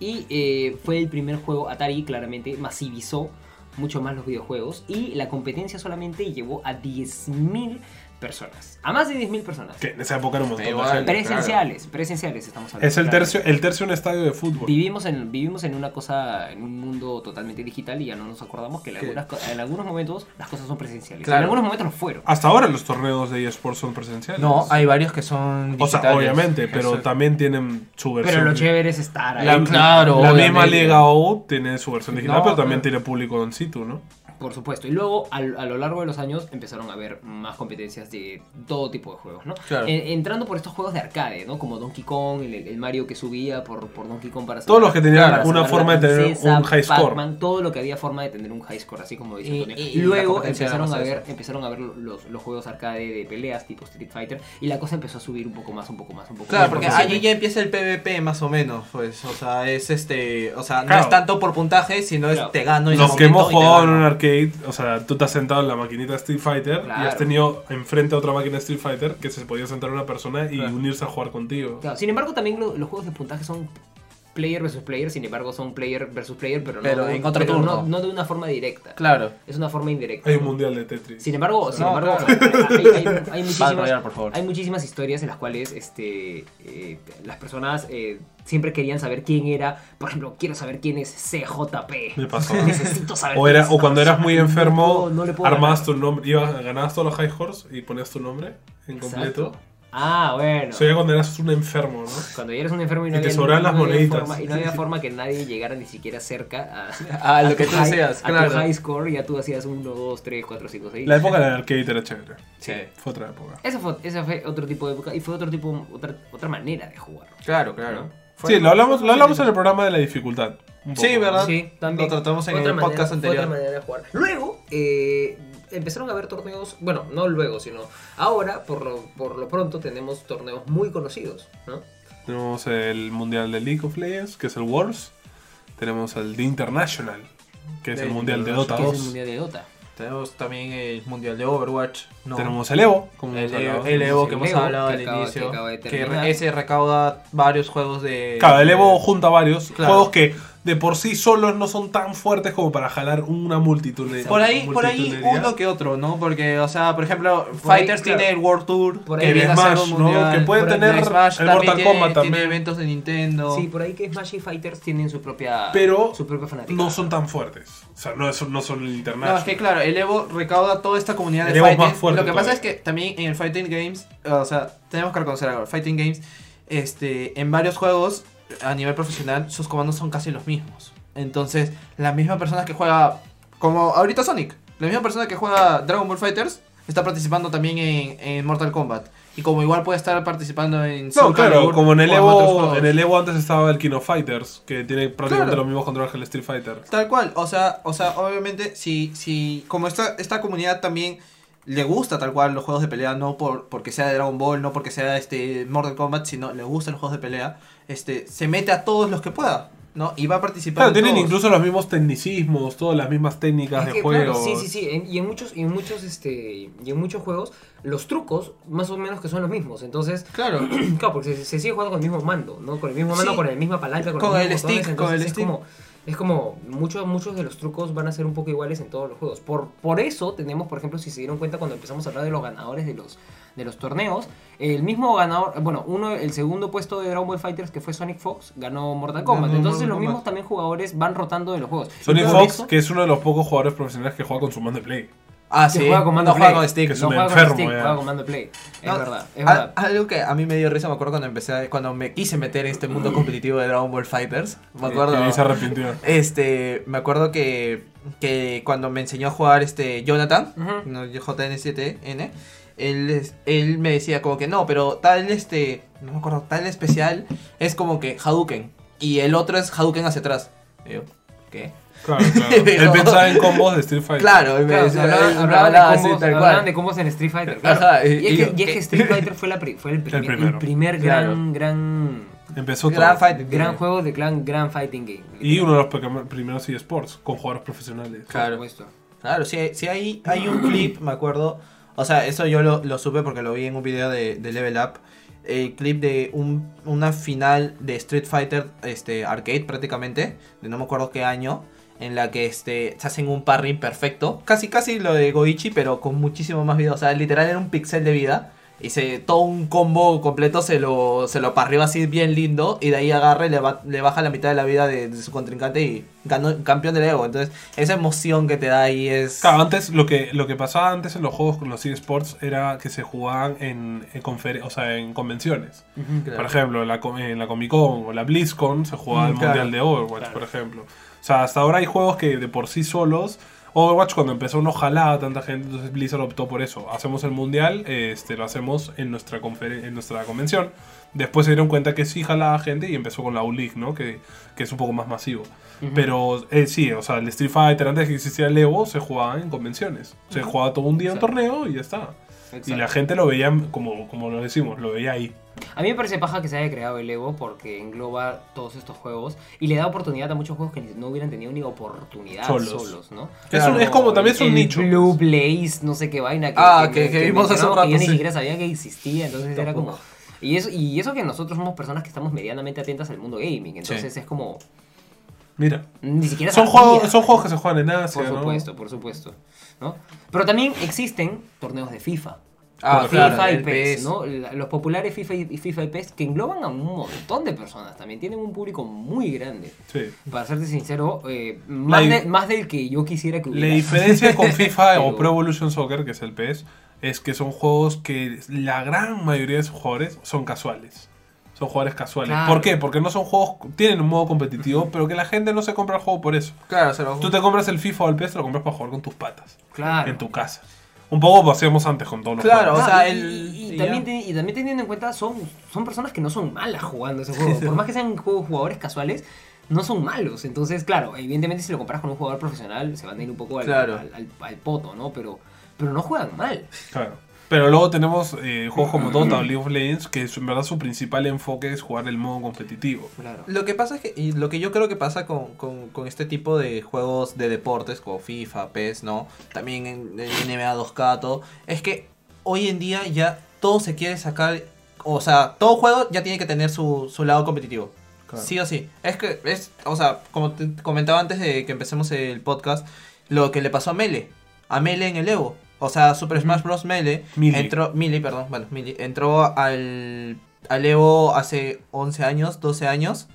A: y eh, fue el primer juego Atari, claramente masivizó mucho más los videojuegos y la competencia solamente llevó a 10.000 personas, a más de 10.000 personas.
B: Que en esa época era un montón de
C: Igual.
B: gente.
A: Presenciales, presenciales estamos hablando.
B: Es el
A: claro.
B: tercio, el tercio de un estadio de fútbol.
A: Vivimos en, vivimos en una cosa, en un mundo totalmente digital y ya no nos acordamos que en, algunas co- en algunos momentos las cosas son presenciales.
C: Claro.
A: En algunos momentos no fueron.
B: Hasta ahora los torneos de eSports son presenciales.
D: No, hay varios que son
B: O sea,
D: digitales.
B: obviamente, pero
D: Eso.
B: también tienen su versión.
A: Pero lo chévere es estar ahí.
D: La- claro,
B: la misma
D: obviamente.
B: Liga O tiene su versión digital,
D: No,
B: pero también
D: pero-
B: tiene público en situ, ¿no?
A: Por supuesto. Y luego, al- a lo largo de los años, empezaron a haber más competencias de todo tipo de juegos, ¿no?
D: Claro.
A: En- entrando por estos juegos de arcade, ¿no? Como Donkey Kong, el, el Mario que subía por, por Donkey Kong para
B: Todos los que tenían
A: para salvar
B: una
A: la
B: forma de tener
A: princesa,
B: un high score.
A: Pac-Man, todo lo que había forma de tener un high score, así como dice
D: Y-
A: Antonio.
D: y-
A: Y,
D: y Eh, la
A: luego
D: competencia era
A: empezaron a,
D: más
A: ver, empezaron a ver los, los juegos arcade de peleas tipo Street Fighter y la cosa empezó a subir un poco más, un poco más, un poco
D: Claro,
A: más.
D: porque
A: siempre-
D: allí ya empieza el PvP más o menos, pues, o sea, es este, o sea, no
B: Claro.
D: es tanto por puntaje, sino es
A: Claro.
D: te gano y
B: Los
D: te
B: que hemos
D: aumento y te
B: jugado en
D: gano.
B: un arcade, o sea, tú te has sentado en la maquinita Street Fighter y
A: Claro.
B: has tenido enfrente a otra máquina Street Fighter que se podía sentar una persona y unirse a jugar contigo.
A: Claro, sin embargo, también lo- los juegos de puntaje son player versus player, sin embargo, son player versus player, pero,
D: Pero
A: no,
D: en otro
A: pero no,
D: turno.
A: no de una forma directa.
D: Claro.
A: Es una forma indirecta.
B: Hay un mundial de Tetris.
A: Sin embargo, sin
D: No,
A: embargo
D: claro.
A: hay, hay- hay
D: Battle
A: muchísimas,
D: Royale, por favor.
A: hay muchísimas historias en las cuales este, eh, las personas eh, siempre querían saber quién era. Por ejemplo, quiero saber quién es CJP.
B: Me pasó.
A: Necesito saber.
B: O,
A: quién
B: era,
A: es
B: o cuando
A: esta
B: eras muy
A: persona.
B: enfermo,
A: No, no le puedo
B: armabas
A: ganar.
B: tu nombre, ibas, ganabas todos los high horse y ponías tu nombre en
A: Exacto.
B: completo.
A: Ah, bueno.
B: Eso ya cuando eras un enfermo, ¿no?
A: Cuando ya eres un enfermo y no
B: Y te
A: había,
B: sobraban
A: no
B: las
A: había
B: moneditas.
A: forma- y no había forma que nadie llegara ni siquiera cerca a,
D: A Ah, lo
A: tu
D: que tú
A: high-
D: deseas,
A: a tu
D: claro.
A: high score, ya tú hacías 1, 2, 3, 4, 5, 6.
B: La época del arcade era chévere.
D: Sí.
B: Fue otra época.
A: Esa fue, esa fue otro tipo de época y fue otro tipo, otra, otra manera de jugar.
D: Claro, claro.
B: Sí, lo hablamos, lo hablamos en el programa de la dificultad. un
D: Sí,
B: poco.
D: ¿verdad?
A: Sí, también.
D: Lo tratamos en
A: Otra
D: el
A: manera-
D: podcast anterior.
A: Otra manera de jugar. Luego, eh, empezaron a haber torneos, bueno, no luego, sino ahora, por lo, por lo pronto, tenemos torneos muy conocidos, ¿no?
B: Tenemos el mundial de League of Legends, que es el Worlds. Tenemos el de International, que es
D: De
B: el mundial de Dota
A: Que
D: International,
A: es el
B: 2.
A: Mundial de Dota.
D: Tenemos también el mundial de Overwatch. No.
B: Tenemos el Evo, como
D: el,
B: hemos hablado.
D: el Evo que
A: El
D: hemos
A: Evo,
D: hablado
A: que
D: al
A: acaba- que
D: inicio.
A: acaba de
D: que re-
A: terminar.
D: ese recauda varios juegos de.
B: Claro, el Evo junta varios
D: Claro.
B: juegos que de por sí solos no son tan fuertes como para jalar una multitud de
D: Por ahí, por ahí
B: multitudinaria.
D: uno que otro, ¿no? Porque, o sea, por ejemplo,
A: Por ahí,
D: Fighters
A: claro.
D: tiene el World Tour,
A: Por ahí
D: que
B: el
D: viene a ser
B: Smash,
D: un
B: ¿no?
D: mundial.
B: Que puede
D: Por ahí
B: tener
D: el, Smash
B: el
D: también
B: Mortal
D: tiene-
B: Kombat también.
D: Tiene eventos de Nintendo.
A: Sí, por ahí que Smash y Fighters tienen su propia,
B: Pero
A: su propia fanática.
B: no son tan fuertes. O sea, no, es- no son el
D: No, es
B: International.
D: que claro, el Evo recauda toda esta comunidad
B: El
D: de
B: Evo es
D: fighting.
B: más fuerte
D: Lo que pasa
B: todavía.
D: es que también en el Fighting Games, eh, o sea, tenemos que reconocer algo. el Fighting Games, este, en varios juegos, a nivel profesional, sus comandos son casi los mismos. Entonces, las mismas personas que juega, como ahorita Sonic, la misma persona que juega Dragon Ball Fighters está participando también en, en Mortal Kombat. Y como igual puede estar participando en.
B: No,
D: Soul
B: claro,
D: Calibur
B: como en el
D: o otros
B: Evo,
D: juegos.
B: en el Evo antes estaba el King of Fighters, que tiene prácticamente
D: Claro.
B: los mismos controles que el Street Fighter.
D: Tal cual, o sea, o sea, obviamente, si, si, como esta, esta comunidad también le gusta tal cual los juegos de pelea, no por, porque sea de Dragon Ball, no porque sea este Mortal Kombat, sino le gustan los juegos de pelea, este, se mete a todos los que pueda, ¿no? Y va a participar.
B: Claro,
D: en
B: tienen
D: todos.
B: incluso los mismos tecnicismos, todas las mismas técnicas
A: Es
B: de
A: que,
B: juego.
A: claro, sí, sí, sí. en- y en muchos, y en muchos, este, y en muchos juegos, los trucos más o menos que son los mismos. Entonces,
D: Claro.
A: claro, porque se, se sigue jugando con el mismo mando, ¿no? Con el mismo mando,
D: Sí.
A: con la misma palanca, con,
D: Con
A: los
D: el
A: mismos botones,
D: stick, con el
A: entonces es
D: stick.
A: Como, es como muchos, muchos de los trucos van a ser un poco iguales en todos los juegos. Por, por eso tenemos, por ejemplo, si se dieron cuenta cuando empezamos a hablar de los ganadores de los, de los torneos, el mismo ganador, bueno, uno, el segundo puesto de Dragon Ball Fighters que fue Sonic Fox, ganó Mortal Kombat.
D: Ganó
A: Entonces
D: Mortal
A: los
D: Kombat.
A: mismos también jugadores van rotando de los juegos. Y
B: Sonic
A: por
B: Fox,
A: eso-
B: que es uno de los pocos jugadores profesionales que juega con su mando de play.
D: Ah,
A: que
D: sí.
A: juega con mando
D: no
A: play.
D: juega con stick.
B: Que es
A: no
B: un
A: juega
B: enfermo, eh.
A: con stick,
B: ya.
A: juega con mando play. Es
D: No, ah,
A: verdad, es
D: al-
A: verdad.
D: Algo que a mí me dio risa, me acuerdo cuando empecé, a- cuando me quise meter en este mundo competitivo de Dragon Ball Fighters, me acuerdo.
B: Y, y se arrepintió.
D: Este, me acuerdo que, que cuando me enseñó a jugar este Jonathan,
A: Ujú.
D: no, JN7N, él, es- él me decía como que no, pero tal este, no me acuerdo, tal especial es como que Hadouken y el otro es Hadouken hacia atrás. Y yo, ¿qué?
B: Claro, claro. Él pensaba en combos de Street Fighter.
D: Claro, y me
A: Pues, Claro, o sea,
D: decía,
A: hablaban,
D: él me
A: hablaban
D: hablaba
A: de
D: así,
A: combos,
D: tal
A: hablaban
D: cual.
A: de combos en Street Fighter. Claro.
D: Ajá, y-
A: y, es que,
D: y yo,
A: y es que
D: ¿qué?
A: Street Fighter fue, la pri- fue el, primer, el
B: primero.
A: primer
D: Claro.
A: gran, gran,
B: Empezó
D: Gran
B: todo.
D: fight.
A: gran juego de clan, gran fighting game.
B: Y uno de los peca- primeros eSports con jugadores profesionales.
A: Por
D: Claro.
A: supuesto.
D: Claro, sí, sí hay, hay un clip, me acuerdo. O sea, eso yo lo, lo supe porque lo vi en un video de, de Level Up. El clip de un- una final de Street Fighter este, Arcade prácticamente, de no me acuerdo qué año, en la que este, se hacen un parry perfecto. Casi, casi lo de Goichi, pero con muchísimo más vida. O sea, literal era un pixel de vida. Y se, todo un combo completo se lo, se lo parrió así bien lindo. Y de ahí agarra y le, ba- le baja la mitad de la vida de, de su contrincante y ganó campeón del Evo. Entonces, esa emoción que te da ahí es.
B: Claro, antes lo que, lo que pasaba antes en los juegos con los eSports era que se jugaban en, en, conferen- o sea, en convenciones. Por ejemplo, la, com- en la Comic Con o la BlizzCon se jugaba
D: Mm,
B: el
D: claro.
B: Mundial de Overwatch, por ejemplo. O sea, hasta ahora hay juegos que de por sí solos Overwatch cuando empezó no jalaba tanta gente, entonces Blizzard optó por eso. Hacemos el mundial, este, lo hacemos en nuestra, conferen- en nuestra convención. Después se dieron cuenta que sí jalaba gente y empezó con la U-League, ¿no? Que, que es un poco más masivo. Pero eh, sí, o sea, el Street Fighter antes de que existiera el Evo se jugaba en convenciones. Se jugaba todo un día
A: Exacto.
B: un torneo y ya está. Y
A: Exacto.
B: la gente lo veía, como, como lo decimos, lo veía ahí.
E: A mí me parece paja que se haya creado el Evo porque engloba todos estos juegos y le da oportunidad a muchos juegos que no hubieran tenido ni oportunidad solos,
B: Solos.
E: ¿no?
B: Es un- es como- también es un
E: el
B: nicho.
E: Blue Blaze, no sé qué vaina que,
C: Ah, que- que vimos hace
E: mencionaron
C: rato,
E: que yo ni
C: sí.
E: siquiera sabía que existía, entonces era
C: Tampoco.
E: como y eso y eso que nosotros somos personas que estamos medianamente atentas al mundo gaming, entonces es como
B: Mira.
E: ni siquiera
B: Son
E: sabía.
B: juegos, son juegos que se juegan en Asia,
E: por
B: ¿no?
E: supuesto, por supuesto, ¿no? Pero también existen torneos de FIFA.
D: Ah,
B: Por
E: FIFA
D: claro.
E: y
C: el
E: PES,
C: PES.
E: ¿no? La- Los populares FIFA y, y FIFA y PES que engloban a un montón de personas también, tienen un público muy grande.
B: Sí.
E: Para serte sincero, eh, más,
B: La-
E: de- más del que yo quisiera que
B: La
E: hubiera.
B: diferencia con FIFA
E: Pero-
B: o Pro Evolution Soccer, que es el PES, es que son juegos que la gran mayoría de sus jugadores son casuales. Son jugadores casuales.
E: Claro.
B: ¿Por qué? Porque no son juegos, tienen un modo competitivo, pero que la gente no se compra el juego por eso.
D: Claro, se lo
B: Tú te compras el FIFA o el PES, te lo compras para jugar con tus patas,
E: Claro.
B: en tu casa. Un poco hacíamos antes con todos los
D: Claro,
B: juegos.
D: o
E: Ah,
D: sea,
E: y,
D: el-
E: y- y
D: y
E: también
D: ya.
E: teni- y también teniendo en cuenta, son, son personas que no son malas jugando ese juego. Por más que sean juegos- jugadores casuales, no son malos. Entonces, claro, evidentemente si lo comparas con un jugador profesional, se van a ir un poco al,
D: Claro.
E: al, al- al poto, ¿no? Pero, pero no juegan mal.
B: Claro. Pero luego tenemos eh, juegos como Dota o League of Legends, que su- en verdad su principal enfoque es jugar el modo competitivo.
E: Claro.
D: Lo que pasa es que, y lo que yo creo que pasa con, con- con este tipo de juegos de deportes, como FIFA, PES, ¿no? También en, en NBA 2K, todo, es que hoy en día ya todo se quiere sacar, o sea, todo juego ya tiene que tener su, su lado competitivo. Sí o sí. Es que, es, o sea, como te comentaba antes de que empecemos el podcast, lo que le pasó a Mele, a Mele en el Evo. O sea, Super Smash Bros. Melee
B: Melee.
D: entró, Melee, perdón, bueno, Melee, entró al, al Evo hace 11 años, 12 años.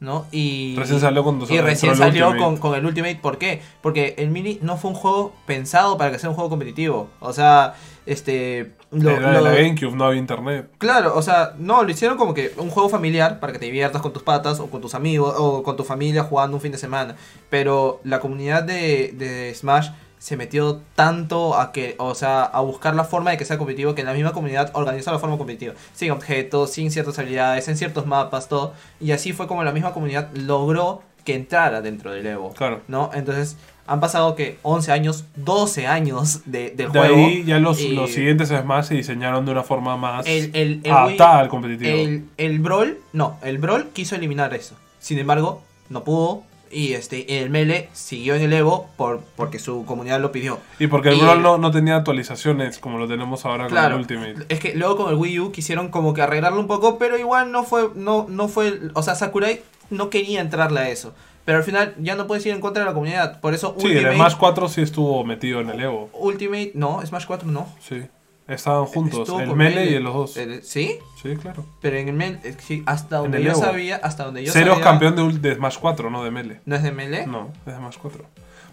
D: ¿no? Y
B: Recién salió cuando
D: y
B: salió
D: recién
B: el
D: salió
B: Ultimate.
D: con, con el Ultimate. ¿Por qué? Porque el Mini no fue un juego pensado para que sea un juego competitivo. O sea, este. lo-
B: Era de
D: lo-
B: la GameCube, no había internet.
D: Claro, o sea, no, lo hicieron como que un juego familiar para que te diviertas con tus patas o con tus amigos o con tu familia jugando un fin de semana. Pero la comunidad de, de Smash se metió tanto a que, o sea, a buscar la forma de que sea competitivo que la misma comunidad organiza la forma competitiva. Sin objetos, sin ciertas habilidades, en ciertos mapas, todo. Y así fue como la misma comunidad logró que entrara dentro del Evo.
B: Claro.
D: ¿No? Entonces, han pasado que 11 años, 12 años de, del
B: De
D: juego.
B: ahí ya los,
D: y-
B: los siguientes Smash se diseñaron de una forma más
D: el, el, el
B: adaptada
D: Wii-
B: al competitivo.
D: el, el Brawl, no, el Brawl quiso eliminar eso. Sin embargo, no pudo. Y este, el Melee siguió en el Evo por, porque su comunidad lo pidió.
B: y porque el
D: y-
B: Brawl no, no tenía actualizaciones como lo tenemos ahora con
D: Claro.
B: el Ultimate.
D: Es que luego con el Wii U quisieron como que arreglarlo un poco, pero igual no fue, no, no fue, o sea, Sakurai no quería entrarle a eso. Pero al final ya no puedes ir en contra de la comunidad. Por eso
B: Sí, el Smash 4 sí estuvo metido en el Evo.
D: Ultimate, no, Smash 4 no.
B: Sí. Estaban juntos,
D: Estuvo
B: el
D: con
B: Melee y los dos.
D: El- ¿Sí?
B: Sí, claro.
D: Pero en el Melee, eh, sí, hasta donde
B: el
D: yo
B: Evo.
D: sabía, hasta donde yo
B: Cero es
D: sabía.
B: campeón de, ul- de Smash 4, no de Melee.
D: ¿No es de Melee?
B: No, es Smash 4.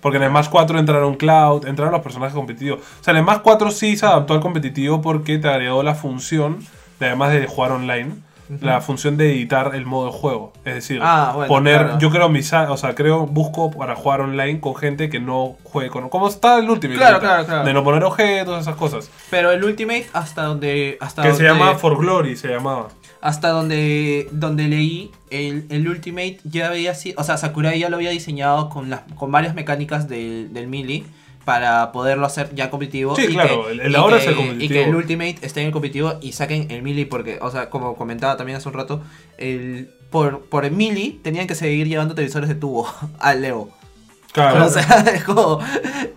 B: Porque en Smash 4 entraron Cloud, entraron los personajes competitivos. O sea, en Smash 4 sí se adaptó al competitivo porque te agregó la función, de, además de jugar online, la función de editar el modo de juego. Es decir,
D: Ah, bueno,
B: poner,
D: claro.
B: yo creo, mis, o sea, creo, busco para jugar online con gente que no juegue con... Como está el Ultimate.
D: Claro,
B: ahorita,
D: claro, claro.
B: De no poner objetos, esas cosas.
D: Pero el Ultimate hasta donde hasta
B: que
D: donde,
B: se llama For Glory, se llamaba.
D: hasta donde donde leí el, el Ultimate ya había sido, o sea, Sakurai ya lo había diseñado con las con varias mecánicas del del melee para poderlo hacer ya competitivo
B: Sí, claro, el- el ahora es el competitivo.
D: y que el Ultimate esté en el competitivo y saquen el melee porque, o sea, como comentaba también hace un rato, el por, por el melee tenían que seguir llevando televisores de tubo al Leo.
B: Claro.
D: O sea, es como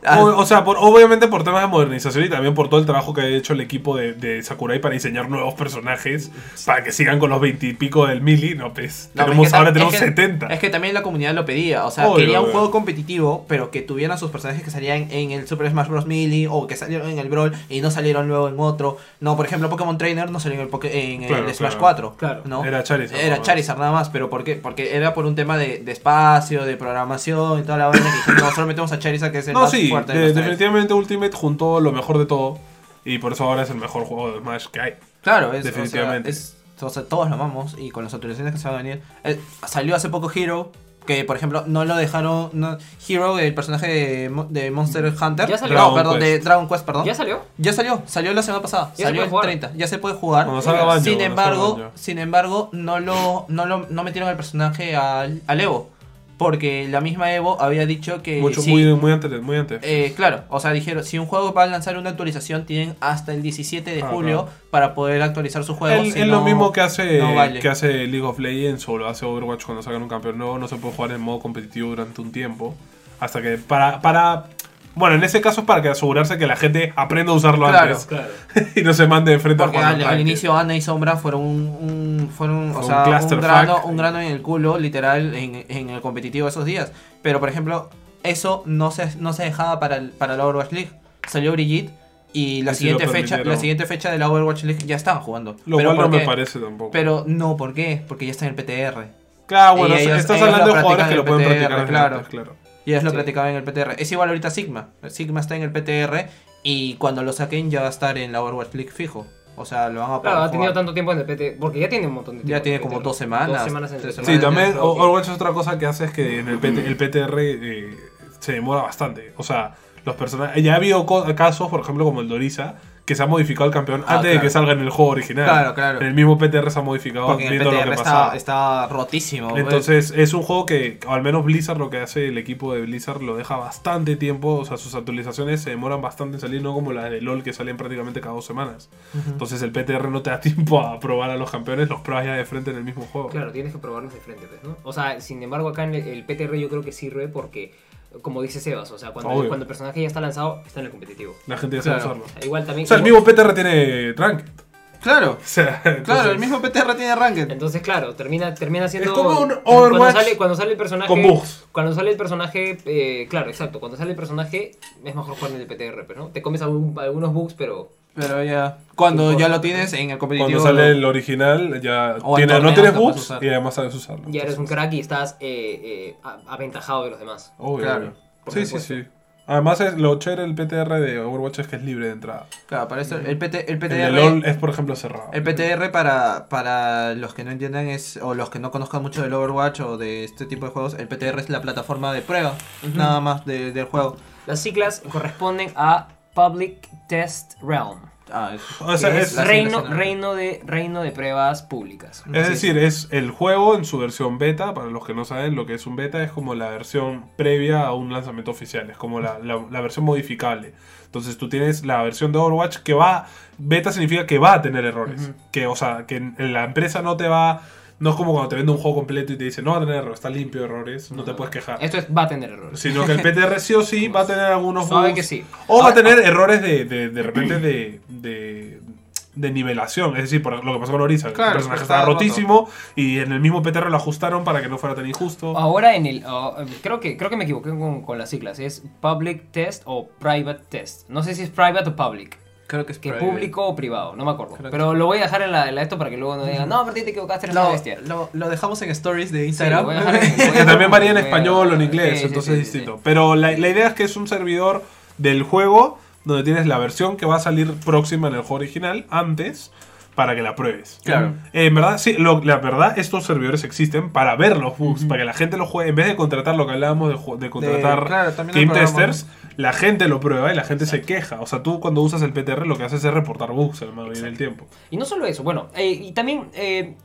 D: Ah.
B: O, o sea, por- obviamente por temas de modernización y también por todo el trabajo que ha hecho el equipo de, de Sakurai para diseñar nuevos personajes para que sigan con los 20 y pico del mili. No, pues.
D: No,
B: tenemos,
D: es que
B: ahora
D: tam-
B: tenemos
D: es que-
B: 70.
D: Es que también la comunidad lo pedía. O sea,
B: Obvio,
D: quería un
B: obvio.
D: juego competitivo, pero que tuvieran sus personajes que salían en el Super Smash Bros. Melee o que salieron en el Brawl y no salieron luego en otro. No, por ejemplo, Pokémon Trainer no salió en el, Poké- en el
B: Claro,
D: Smash
B: claro.
D: 4.
E: Claro.
D: ¿no?
B: Era Charizard,
D: Era
B: ¿no?
D: Charizard nada más, pero ¿por qué? Porque era por un tema de, de espacio, de programación y toda la vaina que dijeron, no, solo metemos a Charizard que es el
B: no,
D: más
B: sí, de-
D: fuerte. de los tres".
B: definitivamente Ultimate juntó lo mejor de todo y por eso ahora es el mejor juego de Smash que hay.
D: Claro, es,
B: Definitivamente.
D: O sea, es- o sea, todos lo amamos y con las autorizaciones que se van a venir. Eh, salió hace poco Hero, Que por ejemplo, no lo dejaron. no- Hero, el personaje de, Mo- de Monster Hunter.
A: Ya salió.
D: No,
B: Dragon
D: perdón, de
B: Quest.
D: Dragon Quest, perdón.
A: ¿Ya salió?
D: Ya salió, salió la semana pasada,
A: Ya se
D: salió
A: puede
D: el
A: jugar.
D: 30, ya se puede jugar.
B: Cuando salga Banjo,
D: sin
B: cuando
D: embargo,
B: salga Banjo.
D: sin embargo, no lo, no lo no metieron al personaje al, al Evo. Porque la misma Evo había dicho que
B: Mucho,
D: si-
B: muy, muy antes, muy antes.
D: eh, claro, o sea, dijeron, si un juego va a lanzar una actualización, tienen hasta el 17 de
B: Ah,
D: julio para poder actualizar su juego.
B: El-
D: si
B: es
D: no-
B: lo mismo que hace,
D: no vale.
B: que hace League of Legends o lo hace Overwatch cuando sacan un campeón nuevo. No se puede jugar en modo competitivo durante un tiempo. Hasta que para... para bueno, en ese caso es para que asegurarse que la gente aprenda a usarlo
D: Claro.
B: antes. y no se mande de frente
D: Porque
B: a
D: al,
B: jugar.
D: al inicio Ana y Sombra fueron un, un- fueron, o
B: Fue un
D: sea, un,
B: clusterfuck.
D: grano, un grano en el culo, literal, en, en el competitivo esos días. Pero, por ejemplo, eso no se, no se dejaba para, el- para la Overwatch League. Salió Brigitte y la,
B: Y si lo
D: siguiente fecha, la
B: permitieron.
D: siguiente fecha de la Overwatch League ya estaban jugando.
B: Lo
D: pero
B: cual no
D: ¿por
B: me
D: qué?
B: parece tampoco.
D: Pero no, ¿por qué? Porque ya está en el PTR.
B: claro, bueno,
D: y ellos-
B: estás
D: ellos
B: hablando
D: lo
B: de jugadores
D: practican
B: que
D: en
B: lo pueden
D: PTR,
B: practicar desde
D: claro.
B: antes, claro.
D: Y ellos lo practicaban en el PTR. Es igual ahorita Sigma. Sigma está en el PTR y cuando lo saquen ya va a estar en la Overwatch League fijo. O sea, lo van a
A: Claro, Ah, ha
D: jugar.
A: tenido tanto tiempo en el PT. Porque ya tiene un montón de tiempo.
D: Ya tiene
A: en el
D: como
A: PT.
D: dos semanas,
A: Dos semanas en el
D: tres
A: PT.
B: Sí,
D: Vale,
B: también
D: ok.
B: O- Overwatch es otra cosa que hace es que en el, PT el PTR eh, se demora bastante. O sea, los personajes. Ya ha habido co- casos, por ejemplo, como el Dorisa, que se ha modificado el campeón
D: Ah,
B: antes de que
D: claro.
B: salga en el juego original.
D: Claro, claro.
B: En el mismo PTR se ha modificado
D: Porque en el
B: viendo lo
D: PTR
B: que
D: está,
B: pasaba.
D: está rotísimo. pues.
B: Entonces, es un juego que, al menos Blizzard, lo que hace el equipo de Blizzard, lo deja bastante tiempo. O sea, sus actualizaciones se demoran bastante en salir, no como las de LOL que salen prácticamente cada dos semanas. Entonces, el PTR no te da tiempo a probar a los campeones, los pruebas ya de frente en el mismo juego.
A: Claro, tienes que probarlos de frente, pues, ¿no? O sea, sin embargo, acá en el, el PTR yo creo que sirve porque, como dice Sebas, o sea, cuando,
B: Obvio.
A: cuando el personaje ya está lanzado, está en el competitivo.
B: La gente desea
D: Claro.
B: usarlo.
A: O sea, Igual también.
B: O sea, el
A: igual-
B: mismo PTR tiene Ranked.
D: Claro,
B: O sea,
D: claro,
B: entonces,
D: el mismo PTR tiene ranked.
A: Entonces, claro, termina, termina siendo.
B: Es como un
A: Cuando
B: Overwatch
A: sale, cuando sale el personaje.
B: con bugs.
A: Cuando sale el personaje. eh, claro, exacto. Cuando sale el personaje, es mejor jugar en el PTR, pues, ¿no? Te comes algún- algunos bugs, pero.
D: Pero ya. Cuando ya lo tienes en el
B: Cuando
D: competitivo.
B: sale el original, ya
D: O en
B: tiene- no
D: torneos
B: tienes
D: lo puedes
B: bugs
D: usar.
B: y además sabes usarlo.
A: Ya eres un crack y estás eh, eh, a- aventajado de los demás.
B: Obvio,
D: Claro.
B: obvio.
A: Por
B: Sí, sí,
A: supuesto.
B: sí. Además, es, lo chévere del PTR de Overwatch es que es libre de entrada.
D: Claro, para eso. El, PT, el
B: El
D: PTR.
B: de LOL es, por ejemplo, cerrado.
D: El PTR para, para los que no entiendan es, o los que no conozcan mucho del Overwatch o de este tipo de juegos, el PTR es la plataforma de prueba, nada más de- del juego.
A: Las siglas corresponden a Public Test Realm.
D: Ah, es-
B: O sea,
A: que
B: es,
A: es
D: la
A: reino,
D: sigla, sí, no.
A: reino, de, reino de pruebas públicas.
B: Mm. es decir, es el juego en su versión beta. Para los que no saben lo que es un beta, es como la versión previa a un lanzamiento oficial. Es como la, la- la versión modificable. Entonces tú tienes la versión de Overwatch que va... Beta significa que va a tener errores. Que, o sea, que en- en la empresa no te va... No es como cuando te vende un juego completo y te dice, no va a tener errores, está limpio de errores, no te puedes quejar.
A: Esto es, va a tener errores.
B: Sino que el PTR sí o sí va a tener algunos
A: Sabe
B: bugs.
A: que sí.
B: O va a tener errores de, de, de repente de, de, de nivelación. Es decir, por lo que pasó con Orisa.
D: Claro,
B: el personaje
D: estaba
B: estaba
D: roto.
B: rotísimo y en el mismo PTR lo ajustaron para que no fuera tan injusto.
A: Ahora en el. ah, creo, que, creo que me equivoqué con, con las siglas. Es Public Test o Private Test. No sé si es Private o Public.
D: creo que es
A: Que
D: private.
A: público o privado, no me acuerdo.
D: Creo que
A: Pero lo voy a dejar en la, en la esto para que luego no digan, no, pero te equivocaste, eres una
D: Lo,
A: bestia.
D: lo- lo dejamos en stories de
A: Sí, lo
D: Instagram.
A: voy a dejar en- voy a
B: que
A: dejar
B: también varía en
A: como-
B: español o en
A: Sí,
B: inglés,
A: sí,
B: entonces
A: sí,
B: es
A: sí,
B: distinto. Pero la, la idea es que es un servidor del juego donde tienes la versión que va a salir próxima en el juego original antes para que la pruebes.
D: Claro.
B: Eh, en verdad, sí, lo- la verdad, estos servidores existen para ver los bugs, para que la gente lo juegue. En vez de contratar lo que hablábamos de, ju- de contratar
D: claro, también
B: game
D: lo programan.
B: testers, la gente lo prueba y la gente se queja. O sea, tú cuando usas el PTR lo que haces es reportar bugs, hermano, y en el tiempo.
A: Y no solo eso, bueno, eh, y también eh,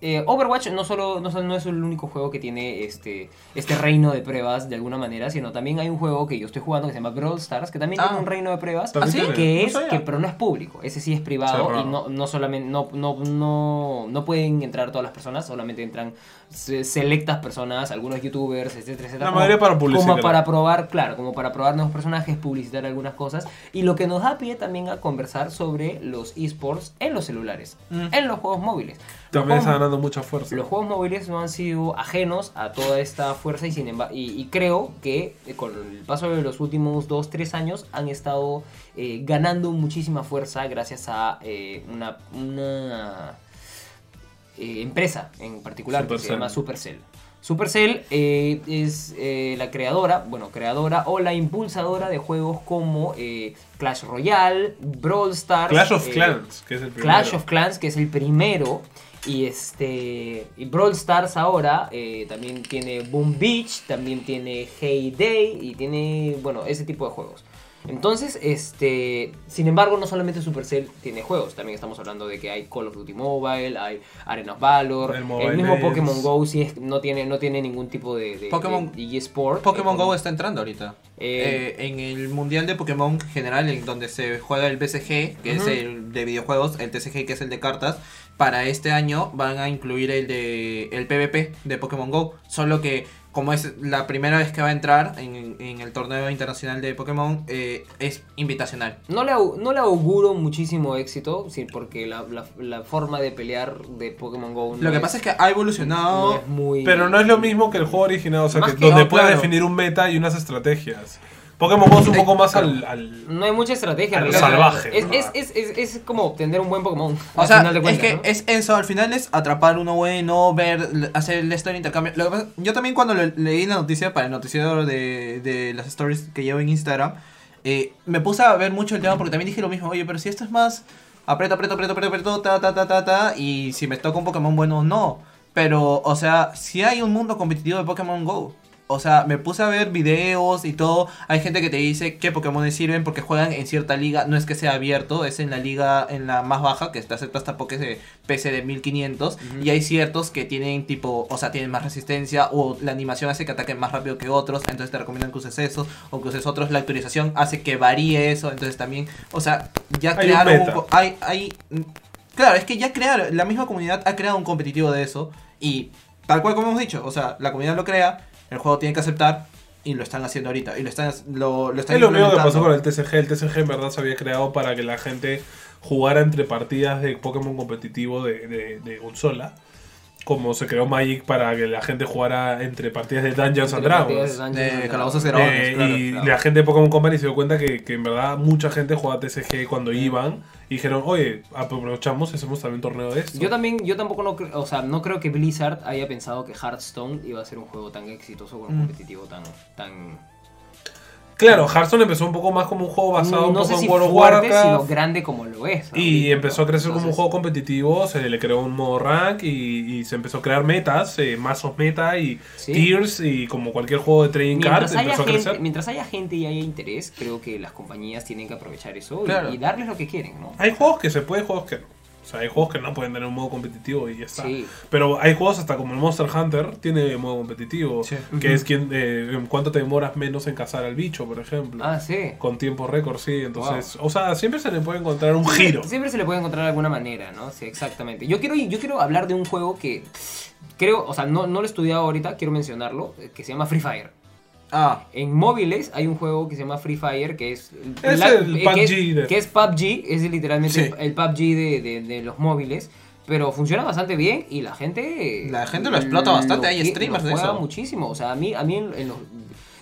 A: eh, Overwatch no solo no, solo- no es el único juego que tiene este, este reino de pruebas de alguna manera, sino también hay un juego que yo estoy jugando que se llama Brawl Stars, que también
D: Ah.
A: tiene un reino de pruebas,
B: ¿También
A: así
B: tiene?
A: que
D: No
A: es
D: sabía.
A: que pero no es público, ese sí es privado
B: Cerrado.
A: y no, no solamente no, no, no, no pueden entrar todas las personas, solamente entran se- selectas personas, algunos youtubers, etcétera, etcétera.
B: La mayoría para publicitar.
A: Como para probar, claro, como para probar nuevos personajes, publicitar algunas cosas. Y lo que nos da pie también a conversar sobre los esports en los celulares, en los juegos móviles.
B: También
A: los,
B: está
A: juegos,
B: ganando mucha fuerza.
A: los juegos móviles no han sido ajenos a toda esta fuerza y, sin emba- y, y creo que eh, con el paso de los últimos 2-3 años han estado eh, ganando muchísima fuerza gracias a eh, una... una, eh, empresa en particular que se
B: Supercell.
A: llama Supercell. Supercell eh, es eh, la creadora, bueno, creadora o la impulsadora de juegos como eh, Clash Royale, Brawl Stars.
B: Clash of
A: eh,
B: Clans, que es el primero.
A: Clash of Clans, que es el primero. Y este. Y Brawl Stars ahora. eh, también tiene Boom Beach. También tiene Heyday. Y tiene. Bueno, ese tipo de juegos. Entonces, este. Sin embargo, no solamente Supercell tiene juegos. También estamos hablando de que hay Call of Duty Mobile. Hay Arena of Valor.
B: El
A: El,
B: Mobile
A: mismo
B: Legends.
A: Pokémon Go sí es- no, tiene, no tiene ningún tipo de. de-
D: Pokémon-
A: de eSport.
D: Pokémon
A: Eh,
D: Go está entrando ahorita.
A: Eh,
D: Eh, en el mundial de Pokémon general, en donde se juega el BCG, que es el de videojuegos, el TCG, que es el de cartas, para este año van a incluir el de el PvP de Pokémon Go. Solo que como es la primera vez que va a entrar en, en el torneo internacional de Pokémon, eh, es invitacional.
A: No le, au- no le auguro muchísimo éxito, sí, porque la, la- la forma de pelear de Pokémon GO no
D: Lo que
A: es-
D: pasa es que ha
A: no
D: evolucionado.
A: es muy...
B: Pero no es lo mismo que el juego original, o sea,
A: Más
B: que
A: que-
B: donde
A: no,
B: puedas
A: claro.
B: definir un meta y unas estrategias. Pokémon Go es un poco más al. al-
A: No hay mucha estrategia.
B: A lo
A: realmente.
B: salvaje,
A: Es,
B: ¿no?
A: es, es, es, es como obtener un buen Pokémon.
D: O
A: al
D: sea,
A: final de cuentas,
D: es que
A: ¿no?
D: es eso, al final es atrapar uno bueno, ver, l- hacer el story intercambio. Lo que pasa- yo también cuando lo- leí la noticia para el noticiero de, de las stories que llevo en Instagram, eh, me puse a ver mucho el tema porque también dije lo mismo, oye, pero si esto es más aprieto, aprieto, aprieto, aprieto, aprieto, ta, ta, ta, ta, ta, y si me toca un Pokémon bueno, no. Pero, o sea, si hay un mundo competitivo de Pokémon GO. O sea, me puse a ver videos y todo. Hay gente que te dice qué Pokémon sirven porque juegan en cierta liga. No es que sea abierto, es en la liga, en la más baja, que te acepta hasta Pokés de PC de 1500. Y hay ciertos que tienen tipo, o sea, tienen más resistencia o la animación hace que ataquen más rápido que otros. Entonces te recomiendan que uses esos o que uses otros. La actualización hace que varíe eso. Entonces también, o sea, ya
B: Hay un
D: crearon un
B: meta.
D: po- hay, hay, mm, Claro, es que ya crearon, la misma comunidad ha creado un competitivo de eso y tal cual como hemos dicho, o sea, la comunidad lo crea, el juego tiene que aceptar y lo están haciendo ahorita y lo están lo, lo están
B: Es lo mismo que
D: implementando.
B: pasó con el TCG. El TCG en verdad se había creado para que la gente jugara entre partidas de Pokémon competitivo de, de, de consola. Como se creó Magic para que la gente jugara entre partidas de Dungeons and
A: Entre partidas
B: Dragons.
A: de Dungeons and
D: de calabozos y
A: Dragons.
D: dragones,
B: Eh,
D: claro,
B: y
D: claro.
B: la gente de Pokémon Company se dio cuenta que, que en verdad mucha gente jugaba TCG cuando iban y dijeron, oye, aprovechamos y hacemos también un torneo de esto.
A: Yo también, yo tampoco no creo, o sea, no creo que Blizzard haya pensado que Hearthstone iba a ser un juego tan exitoso
B: Mm.
A: con un competitivo tan, tan
B: Claro, Hearthstone empezó un poco más como un juego basado un
A: Mm, no
B: poco
A: sé
B: en
A: si
B: World of
A: fuerte, sino
B: Warcraft.
A: grande como lo es.
B: Y
A: ahorita,
B: empezó a
A: ¿no?
B: crecer como un
A: Ah, Entonces,
B: juego competitivo, se le creó un modo rank y, y se empezó a crear metas, eh, mazos meta y
A: Sí.
B: tiers y como cualquier juego de trading
A: Mientras
B: cards
A: haya,
B: empezó a
A: gente,
B: crecer.
A: mientras haya gente y haya interés, creo que las compañías tienen que aprovechar eso y-
D: Claro.
A: y, darles lo que quieren, ¿no?
B: Hay juegos que se puede, hay juegos que no. O sea, hay juegos que no pueden tener un modo competitivo y ya está.
A: Sí.
B: Pero hay juegos hasta como el Monster Hunter tiene modo competitivo,
D: Sí.
B: que es quien, eh, en cuánto te demoras menos en cazar al bicho, por ejemplo.
A: Ah, sí.
B: Con tiempo récord, sí. Entonces, o sea, siempre se le puede encontrar un giro.
A: Siempre se le puede encontrar de alguna manera, ¿no? Sí, exactamente. Yo quiero, yo quiero hablar de un juego que creo, o sea, no, no lo he estudiado ahorita, quiero mencionarlo, eh, que se llama Free Fire.
D: Ah,
A: En móviles hay un juego que se llama Free Fire, que es...
B: Es el
A: eh, que es-
B: PUBG de-
A: Que es PUBG, es literalmente
D: Sí.
A: el PUBG de, de- de los móviles. Pero funciona bastante bien y la gente...
D: La gente lo explota bastante, hay
A: que-
D: streamers
A: lo
D: de
A: juega
D: eso.
A: muchísimo. O sea, a mí, a mí en- en los-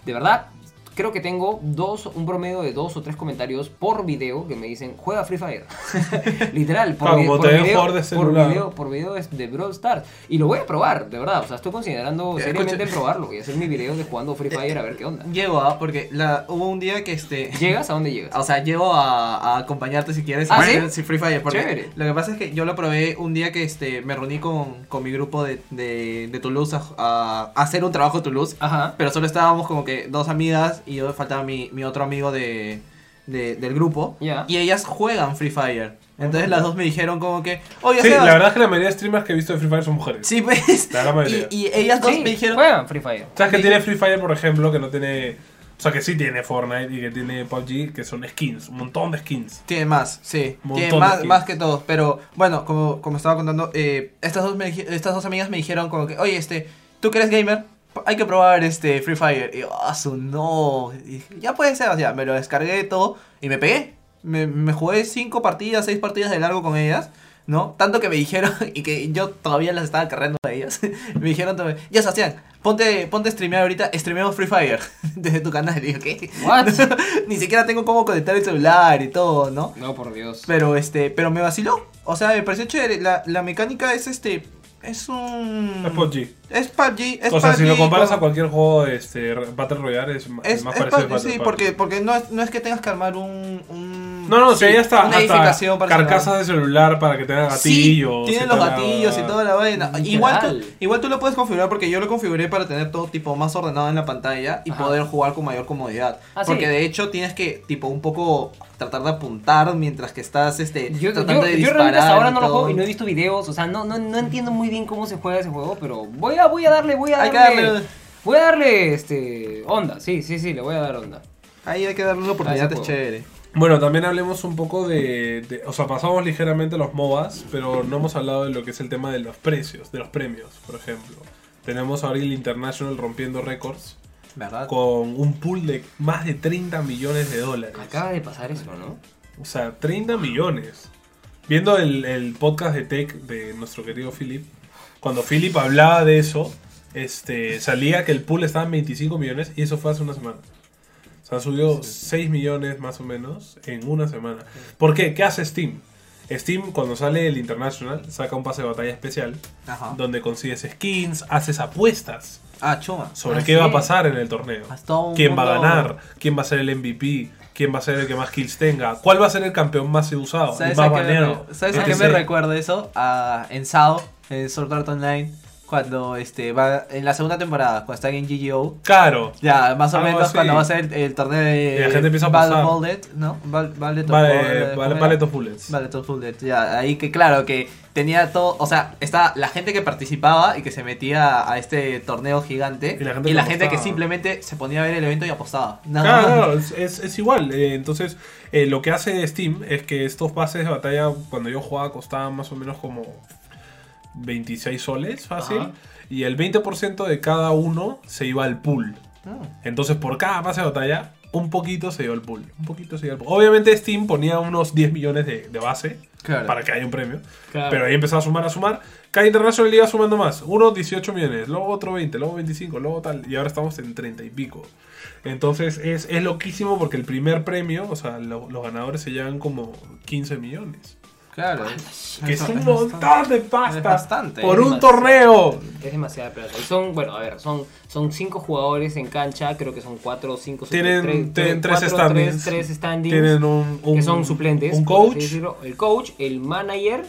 A: de verdad, creo que tengo dos, un promedio de dos o tres comentarios por video que me dicen, juega Free Fire. Literal, por,
B: Claro,
A: vi-
B: como
A: por
B: te ven
A: video,
B: jugar de
A: por
B: celular.
A: video, por video es de Brawl Stars. Y lo voy a probar, de verdad. O sea, estoy considerando
D: Eh,
A: seriamente
D: escucha-
A: probarlo y hacer mi video de jugando Free Fire a ver qué onda.
D: llego ah, porque la, hubo un día que este
A: ¿Llegas? ¿A dónde llegas?
D: O sea, llevo a, a acompañarte si quieres.
A: ¿Ah,
D: a
A: sí?
D: ver si Free Fire. Porque
A: Chévere.
D: Lo que pasa es que yo lo probé un día que este, me reuní con, con mi grupo de, de, de Toulouse a, a- a hacer un trabajo de Toulouse.
A: Ajá.
D: Pero solo estábamos como que dos amigas y yo faltaba mi, mi otro amigo de, de- del grupo.
A: Ya.
D: Y ellas juegan Free Fire. Entonces las dos me dijeron como que, oye,
B: Sí,
D: Sebas,
B: la verdad es que la mayoría de streamers que he visto de Free Fire son mujeres.
D: Sí, pues.
B: La gran mayoría.
D: Y, y ellas dos
A: Sí,
D: me dijeron,
A: juegan Free Fire.
B: ¿Sabes que
D: Sí.
B: tiene Free Fire, por ejemplo, que no tiene... O sea, que sí tiene Fortnite y que tiene PUBG, que son skins, un montón de skins.
D: Tiene más, sí.
B: Montón
D: Tiene
B: de
D: más,
B: skins.
D: más que todos. Pero bueno, como, como estaba contando, eh, estas, dos me dij- estas dos amigas me dijeron como que, oye, este, ¿tú que eres gamer? P- Hay que probar este Free Fire. Y yo, ah, su no. Y dije, ya puede ser, o sea, me lo descargué todo y me pegué. Me, me jugué cinco partidas, seis partidas de largo con ellas. ¿No? Tanto que me dijeron, y que yo todavía las estaba cargando a ellas. me dijeron, todavía, ya Sebastián, ponte, ponte a streamear ahorita, streameamos Free Fire desde tu canal. Y yo, ¿qué?
A: What?
D: Ni siquiera tengo cómo conectar el celular y todo, ¿no?
A: No, por Dios.
D: Pero este, pero me vaciló. O sea, me pareció chévere. La, la mecánica es este. Es un.
B: Es PUBG.
D: Es PUBG. Mm, Es
B: o sea, si
D: PUBG
B: lo comparas
D: con-
B: a cualquier juego este, Battle Royale, es, ma-
D: Es,
B: más
D: es
B: parecido
D: PUBG,
B: a
D: sí,
B: Battle
D: porque, porque no, es, no es que tengas que armar un. un-
B: No, no, si
D: sí,
B: hay hasta,
D: una
B: hasta
D: edificación para
B: carcasas de celular para que tenga gatillos.
D: Sí, tiene
B: y
D: los
B: toda la-
D: gatillos y toda la vaina.
E: Literal.
D: Igual tú, igual tú lo puedes configurar porque yo lo configuré para tener todo tipo más ordenado en la pantalla y
E: Ajá.
D: poder jugar con mayor comodidad.
E: Ah, sí.
D: porque de hecho tienes que tipo un poco tratar de apuntar mientras que estás este
E: Yo, yo,
D: tratando de
E: yo
D: disparar.
E: realmente hasta ahora
D: y
E: no lo juego
D: todo.
E: y no he visto videos, o sea, no, no, no entiendo muy bien cómo se juega ese juego, pero voy a, voy a darle, voy a
D: Hay
E: darle,
D: que darle-
E: voy a darle, este, onda, sí, sí, sí, le voy a dar onda.
D: Ahí hay que darle una
E: A
D: oportunidad,
E: Ah, ese
D: es
E: juego.
D: chévere.
B: Bueno, también hablemos un poco de, de- O sea, pasamos ligeramente a los MOBAs, pero no hemos hablado de lo que es el tema de los precios, de los premios, por ejemplo. Tenemos ahora el International rompiendo récords
D: ¿Verdad?
B: con un pool de más de 30 millones de dólares.
E: Acaba de pasar eso, ¿no?
B: O sea, 30 millones. Viendo el, el podcast de Tech de nuestro querido Philip, cuando Philip hablaba de eso, este, salía que el pool estaba en 25 millones y eso fue hace una semana. O sea, han subido 6 millones más o menos en una semana. ¿Por qué? ¿Qué hace Steam? Steam, cuando sale el International, saca un pase de batalla especial
E: Ah.
D: Ajá.
B: donde consigues skins, haces apuestas
D: Ah, chuma.
B: sobre
E: Ah,
B: qué
E: sí. Ah,
B: va a pasar en el torneo.
D: Has todo un
B: ¿Quién va a
D: mundo-
B: ganar? ¿Quién va a ser el MVP? ¿Quién va a ser el que más kills tenga? ¿Cuál va a ser el campeón más usado? ¿El
D: ¿Sabes a
B: más
D: qué
B: baneado?
D: me, ¿sabes a
B: Etc.
D: qué me recuerda eso? A, en SAO, en Sword Art Online, cuando este va en la segunda temporada, cuando están en GGO.
B: Claro.
D: Ya, más o
B: Algo
D: menos
B: así.
D: cuando va a ser el, el torneo de
B: Y la gente empieza a
D: Battle
B: pasar.
D: Bullet, ¿no? Bal- Ballet of Bullet,
B: Vale,
D: ¿cómo
B: vale,
D: era?
B: vale, dos bullets.
D: Ballet of Bullet, ya, ahí que claro, que tenía todo, o sea, está la gente que participaba y que se metía a este torneo gigante
B: Y la gente que
D: que
B: apostaba.
D: simplemente se ponía a ver el evento y apostaba. Nada
B: Claro,
D: más.
B: claro, es, es- es igual. eh, entonces, eh, lo que hace Steam es que estos pases de batalla, cuando yo jugaba, costaban más o menos como 26 soles, fácil. Y el 20% de cada uno se iba al pool. Entonces, por cada pase de batalla, un poquito se iba al pool. Un poquito se iba al pool. Obviamente, Steam ponía unos 10 millones de, de base
D: Claro.
B: para que haya un premio.
E: Claro.
B: Pero ahí empezaba a sumar, a sumar. Cada International iba sumando más. Uno 18 millones, luego otro 20, luego 25, luego tal. Y ahora estamos en 30 y pico. Entonces es, es loquísimo porque el primer premio, o sea, lo- los ganadores se llevan como 15 millones.
D: Claro.
B: Que es
D: Ah, Eso-
B: un
D: eso está-
B: montón de pasta.
D: es bastante.
B: Por un
E: Demasiado.
B: torneo.
E: Es demasiada plata. Y son, bueno, a ver, son, son cinco jugadores en cancha, creo que son cuatro o cinco
B: Tienen,
E: tres-
B: tienen tres,
E: cuatro,
B: standings.
E: tres- tres standings
B: Tienen un, un-
E: que son suplentes.
B: Un
E: por así
B: coach.
E: decirlo. El coach, el manager.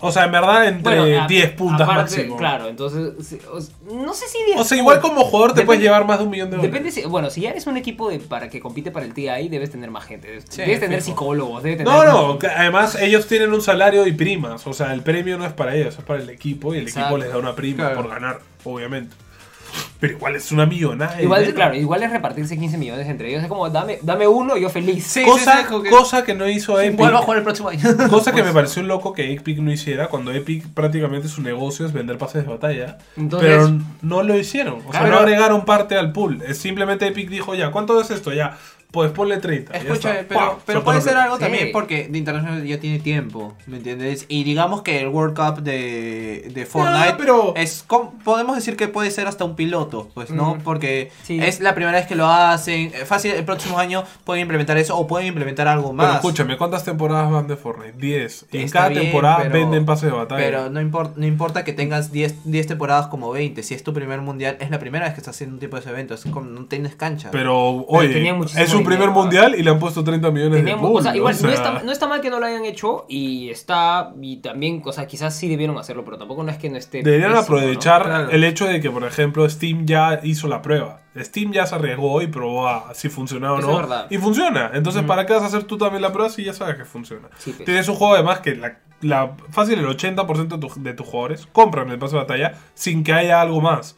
B: O sea, en verdad, entre
E: bueno, a-
B: 10 puntas
E: aparte,
B: máximo.
E: Claro, entonces, sí, o s- no sé si... diez
B: O sea, igual
E: puntos.
B: como jugador te
E: Depende-
B: puedes llevar más de un millón de dólares.
E: Depende si, bueno, si ya eres un equipo de, para que compite para el TI, debes tener más gente. Debes,
D: Sí,
E: debes tener
D: fijo.
E: psicólogos, debes tener...
B: No, no, que además ellos tienen un salario y primas, o sea, el premio no es para ellos, es para el equipo y el
E: Exacto.
B: equipo les da una prima
D: Claro.
B: por ganar, obviamente. Pero igual es una millonada. de
E: Igual,
B: dinero.
E: claro, igual es repartirse 15 millones entre ellos. Es como, dame, dame uno, yo feliz.
D: Sí,
B: cosa,
D: sí, sí, como que-
B: cosa que no hizo Epic,
D: Vuelvo a jugar el próximo año.
B: cosa
D: Pues
B: que me pareció loco que Epic no hiciera, cuando Epic prácticamente su negocio es vender pases de batalla,
E: Entonces-
B: pero no lo hicieron, o sea,
E: Claro.
B: no agregaron parte al pool, es simplemente Epic dijo, ya, ¿cuánto es esto? Ya, pues ponle 30. ya
D: Escúchame,
B: está.
D: pero,
B: ¡Pam!
D: pero
B: Soltó
D: puede
B: los
D: ser
B: premios.
D: algo
E: Sí.
D: también porque de International ya tiene tiempo, ¿me entiendes? Y digamos que el World Cup de, de Fortnite
B: Ah, pero-
D: es com- podemos decir que puede ser hasta un piloto, pues no, porque
E: Sí.
D: es la primera vez que lo hacen, eh, fácil el próximo año pueden implementar eso o pueden implementar algo más.
B: Pero escúchame, ¿cuántas temporadas van de Fortnite? 10. Y en
D: Está
B: cada
D: bien,
B: temporada
D: pero-
B: venden pases de batalla.
D: Pero no, impor- no importa que tengas 10 10 temporadas como 20, si es tu primer mundial, es la primera vez que estás haciendo un tipo de evento, es como no tienes cancha.
B: Pero, oye,
E: tenía muchísimo
B: es un primer
E: dinero,
B: mundial y le han puesto 30 millones de
E: Teníamos- o
B: público.
E: sea, igual,
B: o sea,
E: no, está, no está mal que no lo hayan hecho y está, y también, o sea, quizás sí debieron hacerlo, pero tampoco no es que no esté...
D: este
B: Deberían
E: pésimo,
B: aprovechar
E: ¿no?
B: el hecho de que, por ejemplo, Steam ya hizo la prueba. Steam ya se arriesgó y probó a si funcionaba o
E: Eso
B: no.
E: es verdad.
B: Y funciona. Entonces, ¿para qué vas a hacer tú también la prueba si ya sabes que funciona?
E: Sí, pues.
B: Tienes un juego además que la, la- fácil el 80% de, tu- de tus jugadores compran el pase de batalla sin que haya algo más.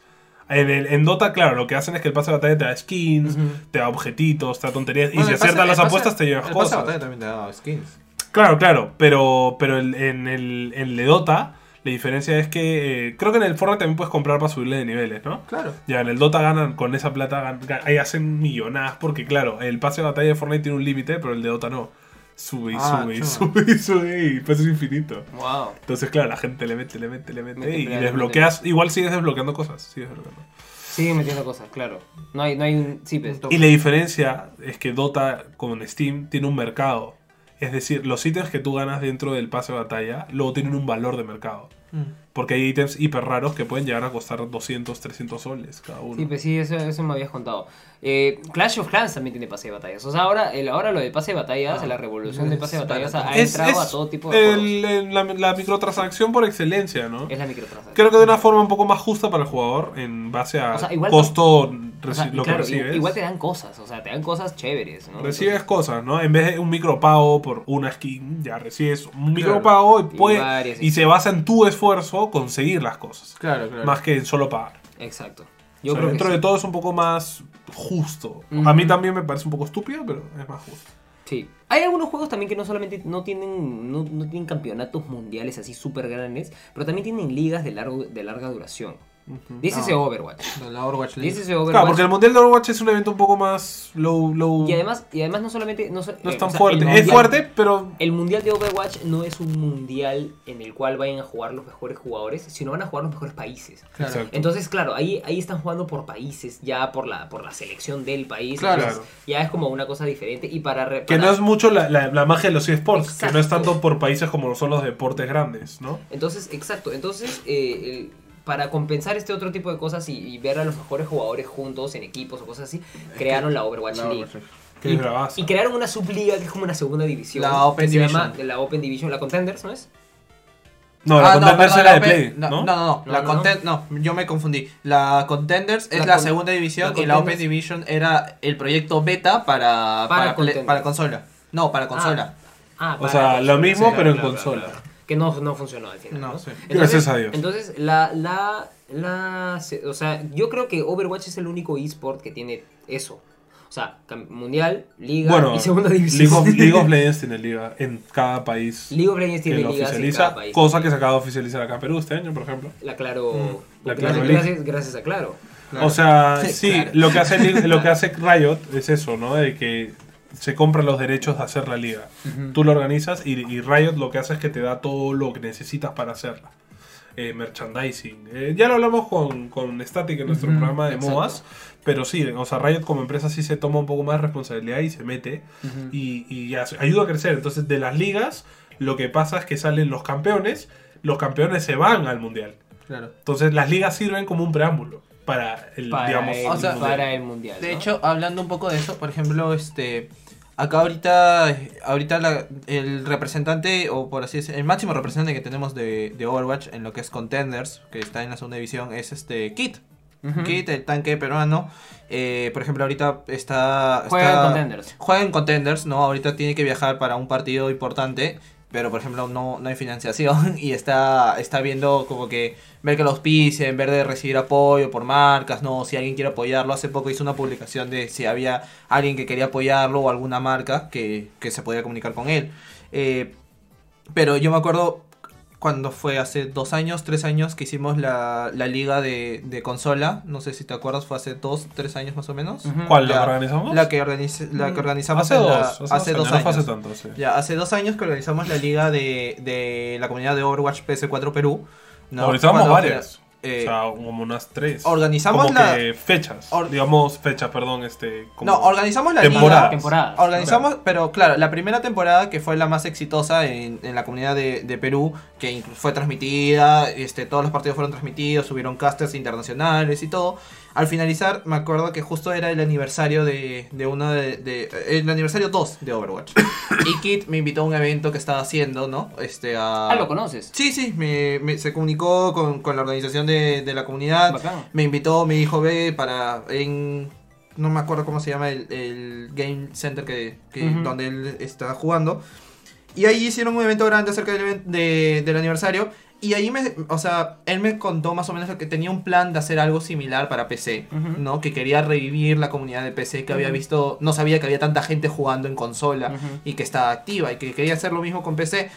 B: En, el- en Dota, claro, lo que hacen es que el pase de batalla te da skins, te da objetitos, te da tonterías.
D: Bueno,
B: y si
D: el pase-
B: aciertas las
D: el pase-
B: apuestas, te llevas
D: el pase de
B: cosas.
D: batalla también te da skins.
B: Claro, claro, pero, pero el- en el en el Dota la diferencia es que eh, creo que en el Fortnite también puedes comprar para subirle de niveles, ¿no?
D: Claro.
B: Ya, en el Dota ganan con esa plata, gan- gan- ahí hacen millonadas, porque claro, el pase de batalla de Fortnite tiene un límite, pero el de Dota no. Sube y
D: Ah,
B: sube y
D: chulo.
B: sube y sube y pues es infinito.
E: Wow.
B: Entonces, claro, la gente le mete, le mete, le mete,
E: Mete,
B: y
E: mete,
B: desbloqueas, igual sigues desbloqueando cosas, sigues desbloqueando.
E: Sigue metiendo cosas, claro. No hay, no hay un... Sí, pues.
B: Y la diferencia es que Dota con Steam tiene un mercado. Es decir, los ítems que tú ganas dentro del pase de batalla luego tienen un valor de mercado. Porque hay ítems hiper raros que pueden llegar a costar 200, 300 soles cada uno.
A: Sí, pues sí, eso, eso me habías contado. Eh, Clash of Clans también tiene pase de batallas. O sea, ahora, el, ahora lo de pase de batallas, la revolución de pase de batallas ha ha
B: Ah. Es-
A: entrado
B: es
A: a todo tipo de juegos.
B: el- el- la, la microtransacción por excelencia, ¿no?
A: Es la microtransacción.
B: Creo que de una forma un poco más justa para el jugador en base a
A: O sea, igual-
B: costo
A: O
B: reci-
A: sea, y
B: lo que
A: claro, i-
B: recibes.
A: igual te dan cosas, o sea, te dan cosas chéveres, ¿no?
B: Recibes cosas, ¿no? En vez de un micropago por una skin, ya recibes un micropago y,
A: Y
B: puede-
A: varias
B: y se basa en tu esfuerzo conseguir las cosas.
D: Claro, claro.
B: Más que en solo pagar.
A: Entonces- exacto.
B: O
A: Yo
B: sea,
A: creo que
B: dentro
A: sí.
B: de todo es un poco más justo.
A: Ujú.
B: A mí también me parece un poco estúpido, pero es más justo.
A: Sí. Hay algunos juegos también que no solamente no tienen, no, no tienen campeonatos mundiales así súper grandes, pero también tienen ligas de, largo, de larga duración. Dice ese Overwatch.
D: La Overwatch League.
A: Dice ese Overwatch.
B: Ah. Claro, porque el Mundial de Overwatch es un evento un poco más low, low.
A: Y además, y además no solamente... No, so-
B: no
A: eh,
B: es tan
A: o sea,
B: fuerte.
A: el
B: Es
A: mundial-
B: fuerte, pero
A: El mundial de Overwatch no es un mundial en el cual vayan a jugar los mejores jugadores, sino van a jugar los mejores países.
D: Claro.
B: Exacto.
A: Entonces, claro, ahí, ahí están jugando por países, ya por la, por la selección del país.
D: Claro.
A: entonces, ya es como una cosa diferente. Y para... re-
B: que
A: para-
B: no es mucho la, la- la magia de los eSports, que no es
A: Exacto.
B: tanto por países como son los deportes grandes, ¿no?
A: Entonces, exacto. Entonces, eh, el- para compensar este otro tipo de cosas y, y ver a los mejores jugadores juntos en equipos o cosas así, crearon la Overwatch
D: La
A: League.
D: Overwatch League.
B: Que
A: y,
B: es bravazo.
A: y crearon una subliga que es como una segunda división.
D: La Open
A: que se
D: Division.
A: llama la Open Division, la Contenders, ¿no es?
B: No, la
D: Ah,
B: Contenders
D: perdón,
B: era de
D: la Open-
B: Play, ¿no?
D: No, no, no.
A: No,
D: la
A: no,
D: Conten- no, yo me confundí. La Contenders es
A: La
D: la,
A: con-
D: segunda división
A: la
D: y la Open
A: Contenders.
D: Division era el proyecto beta para,
A: Para
D: para, ple-
A: Contenders.
D: para consola. No, para consola.
A: Ah,
B: O
A: para
B: sea,
A: consola,
B: lo mismo,
A: sí,
B: pero en
A: claro,
B: consola.
A: Que no, no funcionó al final. No,
D: No, sí.
B: Gracias a Dios.
A: Entonces, la, la, la, se- o sea, yo creo que Overwatch es el único esport que tiene eso. O sea, cam- mundial, liga
B: Bueno,
A: y segunda división.
B: League of, League of Legends tiene liga en cada país
A: League of Legends
B: que
A: tiene
B: lo
A: ligas en
B: oficializa,
A: cada país.
B: cosa que se acaba de oficializar acá en Perú este año, por ejemplo.
A: La Claro.
B: la
A: gracias,
B: Claro
A: gracias, gracias a Claro.
D: Claro.
B: O sea,
D: Sí,
B: sí,
D: claro.
B: lo, que hace, League- lo que hace Riot es eso, ¿no? De que se compran los derechos de hacer la liga. Tú lo organizas y, y Riot lo que hace es que te da todo lo que necesitas para hacerla. Eh, merchandising. Eh, ya lo hablamos con, con Static en nuestro programa de
A: exacto.
B: MOAS. Pero sí, o sea, Riot como empresa sí se toma un poco más de responsabilidad y se mete y, y hace- ayuda a crecer. Entonces, de las ligas, lo que pasa es que salen los campeones, los campeones se van al mundial.
D: Claro.
B: Entonces las ligas sirven como un preámbulo para el,
A: Para,
B: digamos,
A: el,
D: o sea,
B: mundial.
A: para el mundial.
D: De
A: ¿no?
D: hecho, hablando un poco de eso, por ejemplo, este acá ahorita ahorita la- el representante o por así decir, el máximo representante que tenemos de, de Overwatch en lo que es Contenders, que está en la segunda división es este Kit. Kit, el tanque peruano. Eh, por ejemplo, ahorita está
A: Juega en
D: está-
A: Contenders.
D: Juega en Contenders, no, ahorita tiene que viajar para un partido importante. Pero, por ejemplo, no, no hay financiación y está, está viendo como que ver que lo auspicien, ver de recibir apoyo por marcas, no, si alguien quiere apoyarlo. Hace poco hizo una publicación de si había alguien que quería apoyarlo o alguna marca que, que se podía comunicar con él. Eh, pero yo me acuerdo cuando fue hace dos años, tres años que hicimos la, la liga de, de consola. No sé si te acuerdas, fue hace dos, tres años más o menos.
A: Ujú.
B: ¿Cuál la organizamos?
D: La que, organiz- la que organizamos
B: hace
D: en
B: dos,
D: la-
B: hace, dos
D: hace
B: años,
D: dos
B: no fue
D: años.
B: hace tanto, sí.
D: Ya, hace dos años que organizamos la liga de, de la comunidad de Overwatch PS4 Perú. ¿no?
B: Organizamos
D: Cuando-
B: varias.
D: eh,
B: o sea, como unas tres.
D: organizamos
B: como
D: la-
B: que fechas.
D: or-
B: digamos, fechas, perdón, este. Como
D: no, organizamos la
B: temporadas.
D: liga.
A: Temporadas.
D: Organizamos, pero claro, la primera temporada que fue la más exitosa en, en la comunidad de, de Perú, que inclu- fue transmitida, este, todos los partidos fueron transmitidos, subieron casters internacionales y todo. Al finalizar, me acuerdo que justo era el aniversario de, de uno de, de- El aniversario 2 de Overwatch. y Kit me invitó a un evento que estaba haciendo, ¿no? Este, a...
A: Ah, lo conoces.
D: Sí, sí, me, me- se comunicó con, con la organización de, de la comunidad.
A: Bacán.
D: Me invitó, me dijo, ve para. En, no me acuerdo cómo se llama el, el Game Center que, que-
A: Ujú.
D: donde él está jugando. Y ahí hicieron un evento grande acerca del, event- de- del aniversario. Y ahí me. O sea, él me contó más o menos que tenía un plan de hacer algo similar para PC,
A: Ujú.
D: ¿no? Que quería revivir la comunidad de PC que había visto. No sabía que había tanta gente jugando en consola
A: Ujú.
D: y que estaba activa y que quería hacer lo mismo con PC.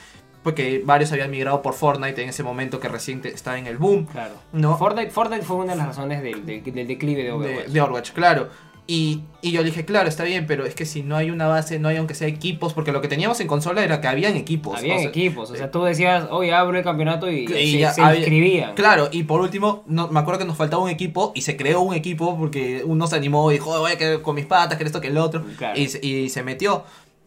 D: Porque varios habían migrado por Fortnite en ese momento que recién te- estaba en el boom.
A: Claro.
D: No.
A: Fortnite, Fortnite fue una de las razones del, del- del declive de Overwatch.
D: de, de Overwatch, claro. Y, y yo le dije, claro, está bien, pero es que si no hay una base, no hay aunque sea equipos, porque lo que teníamos en consola era que habían equipos.
A: Habían
D: o sea, eh.
A: equipos. O sea, tú decías, hoy abro el campeonato y,
D: Y
A: se,
D: ya
A: se
D: había-
A: inscribían.
D: Claro, y por último, no, me acuerdo que nos faltaba un equipo y se creó un equipo porque uno se animó y dijo, "Oh, voy a quedar con mis patas, que esto, que el otro,
A: Claro.
D: y, se- y se metió.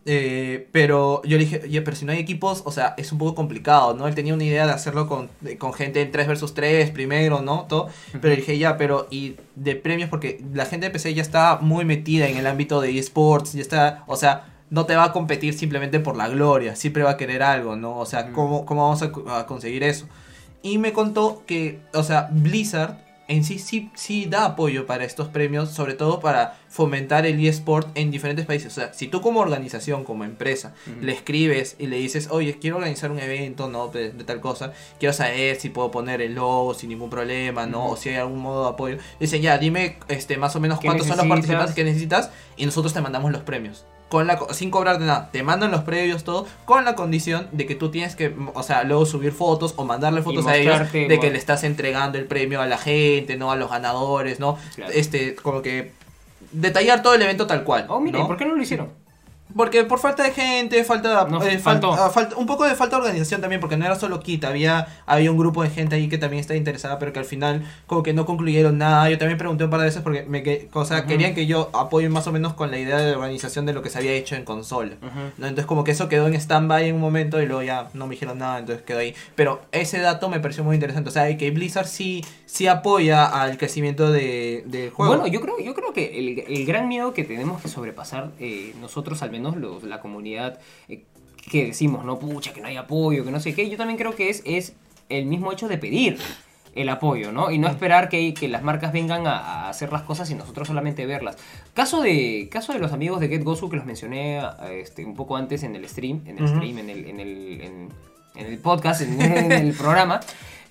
D: Eh, pero yo le dije, oye, pero si no hay equipos, o sea, es un poco complicado, ¿no? Él tenía una idea de hacerlo con, de- con gente en 3 versus 3 primero, ¿no? Todo. Pero le dije, ya, pero y de premios, porque la gente de PC ya está muy metida en el ámbito de esports, ya está, o sea, no te va a competir simplemente por la gloria, siempre va a querer algo, ¿no? O sea, ¿cómo, cómo vamos a co- a conseguir eso? Y me contó que, o sea, Blizzard en sí, sí sí da apoyo para estos premios, sobre todo para fomentar el eSport en diferentes países. O sea, si tú como organización, como empresa, le escribes y le dices, oye, quiero organizar un evento, ¿no? De, de tal cosa, quiero saber si puedo poner el logo sin ningún problema, ¿no? O si hay algún modo de apoyo. Dicen, ya, dime este, más o menos
A: ¿Qué
D: cuántos son los
A: necesitas?
D: participantes que necesitas y nosotros te mandamos los premios. Con la, co- sin cobrarte nada, te mandan los premios, todo, con la condición de que tú tienes que, mm, o sea, luego subir fotos o mandarle fotos a ellos
A: mostrarte,
D: de que
A: bueno.
D: le estás entregando el premio a la gente, ¿no? A los ganadores, ¿no?
A: Claro.
D: Este, como que detallar todo el evento tal cual.
A: Oh, mire,
D: ¿no?
A: ¿por qué no lo hicieron?
D: Porque por falta de gente, falta,
A: No,
D: eh, fal-
A: faltó.
D: ah, falta- un poco de falta de organización también, porque no era solo Kit, había, había un grupo de gente ahí que también estaba interesada, pero que al final como que no concluyeron nada. Yo también pregunté un par de veces porque me que- o sea, querían que yo apoye más o menos con la idea de organización de lo que se había hecho en consola. ¿no? Entonces como que eso quedó en stand-by en un momento y luego ya no me dijeron nada, entonces quedó ahí. Pero ese dato me pareció muy interesante, o sea, de que Blizzard sí, sí apoya al crecimiento de, del juego.
A: Bueno, yo creo, yo creo que el, el gran miedo que tenemos que sobrepasar eh, nosotros, al menos los- la comunidad eh, que decimos, no, pucha, que no hay apoyo, que no sé qué, yo también creo que es, es el mismo hecho de pedir el apoyo, ¿no? Y no esperar que, que las marcas vengan a, a hacer las cosas y nosotros solamente verlas. Caso de, caso de los amigos de Get Gozu que los mencioné a- este, un poco antes en el stream, en el stream, en el, en el, en- en el podcast, en- en el programa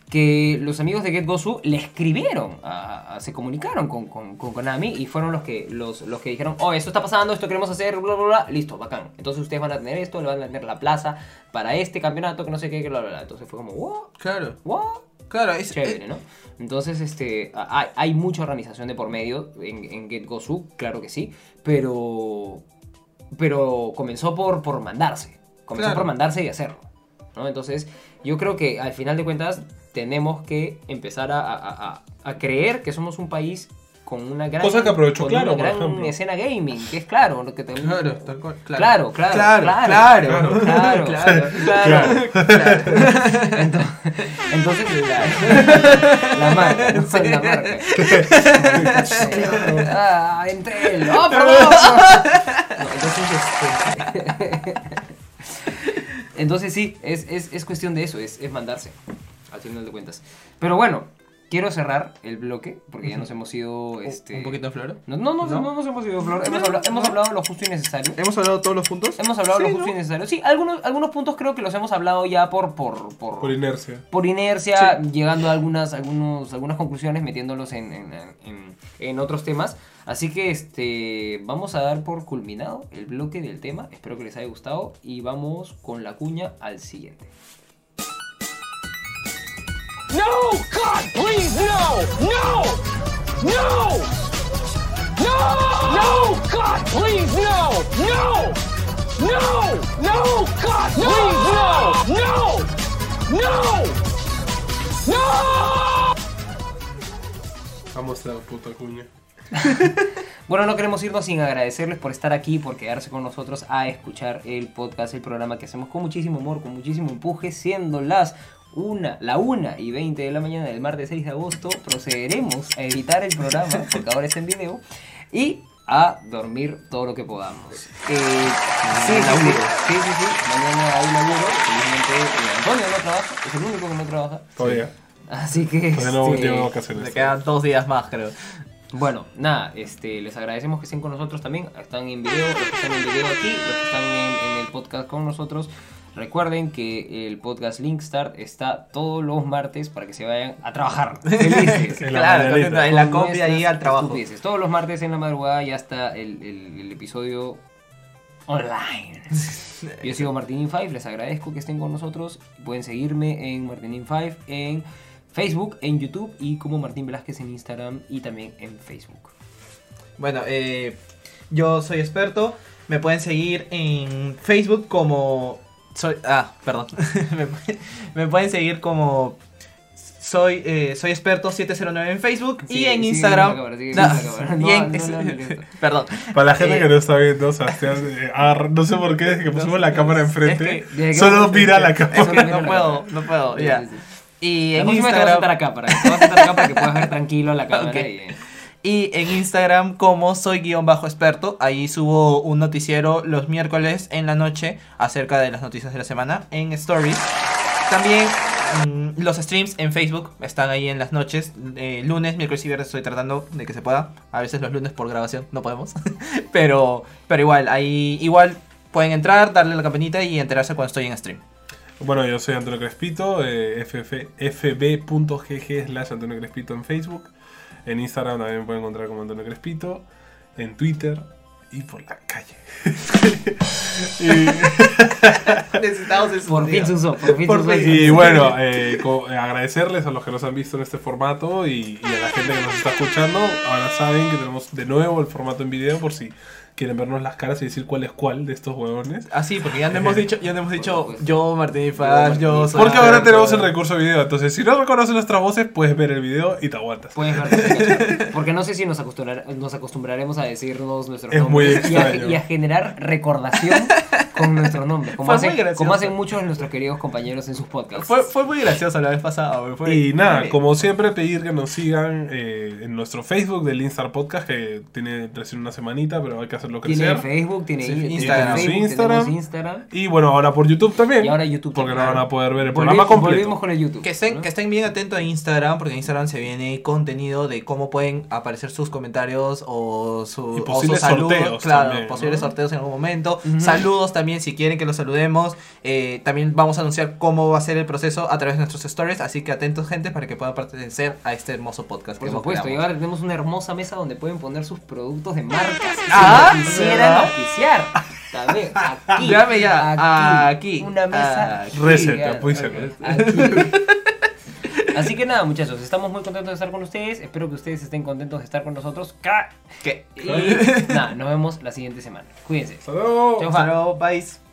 A: que los amigos de Get Gozu le escribieron, a- a- se comunicaron con, con- con Konami y fueron los que, los, los que dijeron, oh, esto está pasando, esto queremos hacer, bla, bla, bla, listo, bacán. Entonces ustedes van a tener esto, le van a tener la plaza para este campeonato, que no sé qué, que bla, bla, bla. Entonces fue como, wow,
D: Claro,
A: wow,
D: claro, es,
B: eh,
A: chévere, ¿no? Entonces, este, a- hay, hay mucha organización de por medio en, en Get Gozu, claro que sí, pero, pero comenzó por, por mandarse, comenzó
D: Claro.
A: por mandarse y hacerlo, ¿no? Entonces, yo creo que al final de cuentas tenemos que empezar a, a- a- a creer que somos un país con una gran,
B: Cosa que aprovechó
A: con
B: Claro,
A: una
B: por
A: gran
B: ejemplo.
A: escena gaming, que es claro, lo que te-
D: Claro, tal cual,
A: Claro, claro,
D: Claro,
A: claro,
D: claro.
A: claro, claro,
D: Claro.
A: claro. Entonces, entonces, la, la marca, no la marca. ah, entre él. ¡Oh, perdón! No, entonces, este, entonces sí, es, es, es cuestión de eso, es, es mandarse, al final de cuentas. Pero bueno, quiero cerrar el bloque, porque ya nos hemos ido... Este,
D: un poquito de flor.
A: No, no, no, no, nos hemos ido, Flor. Hemos hablado, hemos hablado lo justo y necesario.
D: ¿Hemos hablado todos los puntos?
A: Hemos hablado
D: Sí,
A: lo
D: ¿no?
A: justo y necesario. Sí, algunos, algunos puntos creo que los hemos hablado ya por por, por,
B: Por inercia.
A: por inercia, llegando a algunas, algunos, algunas conclusiones, metiéndolos en, en- en- en otros temas. Así que este vamos a dar por culminado el bloque del tema. Espero que les haya gustado y vamos con la cuña al siguiente.
F: No! God, please, no! No! No! No! No! God, please, no! No! No! No! God, please, no! No! No! No!
B: Vamos a la puta cuña.
A: Bueno, no queremos irnos sin agradecerles por estar aquí, por quedarse con nosotros a escuchar el podcast, el programa que hacemos con muchísimo amor, con muchísimo empuje, siendo las una, la 1 y 20 de la mañana del martes 6 de agosto, procederemos a editar el programa, porque ahora está en video, y a dormir todo lo que podamos. Eh, sí, sí, sí, sí, sí, sí, mañana hay laburo, felizmente eh, Antonio no trabaja, es el único que no trabaja,
B: Todavía.
A: así que...
B: Todavía no
A: este,
B: llevo vacaciones.
D: Le quedan dos días más, creo.
A: bueno, nada, este, les agradecemos que estén con nosotros también. Están en video, los que están en video aquí, los que están en, en el podcast con nosotros. Recuerden que el podcast Linkstart está todos los martes para que se vayan a trabajar. Felices.
B: En la
D: Claro,
B: mañanita.
D: entonces, en la
A: Con
D: copia y
A: nuestras
D: al trabajo.
A: estupideces. Todos los martes en la madrugada ya está el, el- el episodio online. Yo sigo Martinin5, les agradezco que estén con nosotros. Pueden seguirme en Martinin5 en Facebook, en YouTube y como Martín Velázquez en Instagram y también en Facebook.
D: Bueno, eh, yo soy experto. Me pueden seguir en Facebook como. Soy, ah, perdón. me, pueden- me pueden seguir como Soy, eh, soy experto 709 en Facebook
A: Sí,
D: y en
A: sigue
D: Instagram.
A: viendo la cámara, sigue
D: No,
A: viendo la cámara.
D: y en-
A: No, no, no, no, no.
D: Perdón.
B: Para la gente
D: Eh,
B: que no está viendo, Sebastián, eh, agarra- no sé por qué, desde que pusimos la cámara enfrente,
D: es
A: que-
B: solo mira la
D: Es
B: cámara.
D: que
A: Mira
D: no
A: la
D: puedo, no puedo,
A: Sí,
D: Oh, ya.
A: sí, sí.
D: Y
A: La
D: en
A: próxima te vas a sentar
D: Instagram, Ah,
A: acá para que te vas a sentar acá para que puedas ver tranquilo la cámara.
D: Ok.
A: y, eh,
D: y en Instagram como soy guión bajo experto, ahí subo un noticiero los miércoles en la noche acerca de las noticias de la semana en Stories. También mm, los streams en Facebook están ahí en las noches, eh, lunes, miércoles y viernes estoy tratando de que se pueda. A veces los lunes por grabación no podemos, pero pero igual ahí igual pueden entrar, darle a la campanita y enterarse cuando estoy en stream.
B: Bueno, yo soy Antonio Crespito, eh, FF fb.gg slash Antonio Crespito en Facebook. En Instagram también me pueden encontrar como Antonio Crespito. En Twitter y por la calle. y,
D: Necesitamos el
A: Por fin se usó, por fin
D: Por
A: se usó.
D: fin.
A: el-
B: y bueno, eh, co- eh, agradecerles a los que nos han visto en este formato y, y a la gente que nos está escuchando. Ahora saben que tenemos de nuevo el formato en video por si quieren vernos las caras y decir cuál es cuál de estos huevones.
D: Así, Ah, porque ya no hemos dicho, ya no hemos dicho
A: supuesto.
D: pues, yo, Martín y Faz, yo soy.
B: Porque ahora
D: Alberto.
B: tenemos el recurso video, entonces si no reconoces nuestras voces, puedes ver el video y te aguantas.
A: Puedes ver. Porque no sé si nos, acostumbrar- nos acostumbraremos a decirnos nuestros
B: Es muy
A: nombres y a,
B: extraño.
A: y a generar recordación con nuestros nombres, como,
D: Fue muy
A: hacen,
D: gracioso.
A: como hacen muchos de nuestros queridos compañeros en sus podcasts.
D: Fue, fue muy gracioso la vez pasada, güey,
A: Pues,
D: fue-
B: Y nada,
D: fue-
B: como
A: eh,
B: siempre, pedir que nos sigan eh, en nuestro Facebook del Instar Podcast, que tiene recién una semanita, pero hay que hacerlo
A: Tiene
B: crecer.
A: Facebook, tiene
D: Sí,
A: Instagram,
D: Instagram.
A: Facebook,
B: Su Instagram.
A: tenemos Instagram.
B: Y bueno, ahora por YouTube también.
A: Y ahora YouTube
B: Porque no
A: también.
B: van a poder ver el
A: Volvi-
B: programa completo.
A: Volvimos con el YouTube.
D: Que estén,
A: ¿no?
D: que estén bien atentos a Instagram, porque en Instagram se viene contenido de cómo pueden aparecer sus comentarios o, su,
B: Y
D: o
B: posibles
D: sus saludos.
B: sorteos
D: claro,
B: también, ¿no?
D: posibles sorteos en algún momento. Saludos también, si quieren que los saludemos. Eh, también vamos a anunciar cómo va a ser el proceso a través de nuestros stories. Así que atentos, gente, para que puedan pertenecer a este hermoso podcast.
A: Por
D: que hemos
A: supuesto, y
D: creado.
A: ahora tenemos una hermosa mesa donde pueden poner sus productos de marcas si
D: Ah,
A: lo quisieran
D: ¿verdad?
A: oficiar. También, aquí.
D: Llame ya,
A: Aquí.
D: aquí,
A: Una mesa.
D: aquí.
B: Ah, Receta,
A: ya,
B: pues,
A: ok,
B: ¿no?
A: aquí. Así que nada, muchachos, estamos muy contentos de estar con ustedes. Espero que ustedes estén contentos de estar con nosotros. Ca-
D: ¿Qué?
A: Y nada, nos vemos la siguiente semana. Cuídense.
B: Hasta luego.
A: Chao,
D: Hasta luego, bye.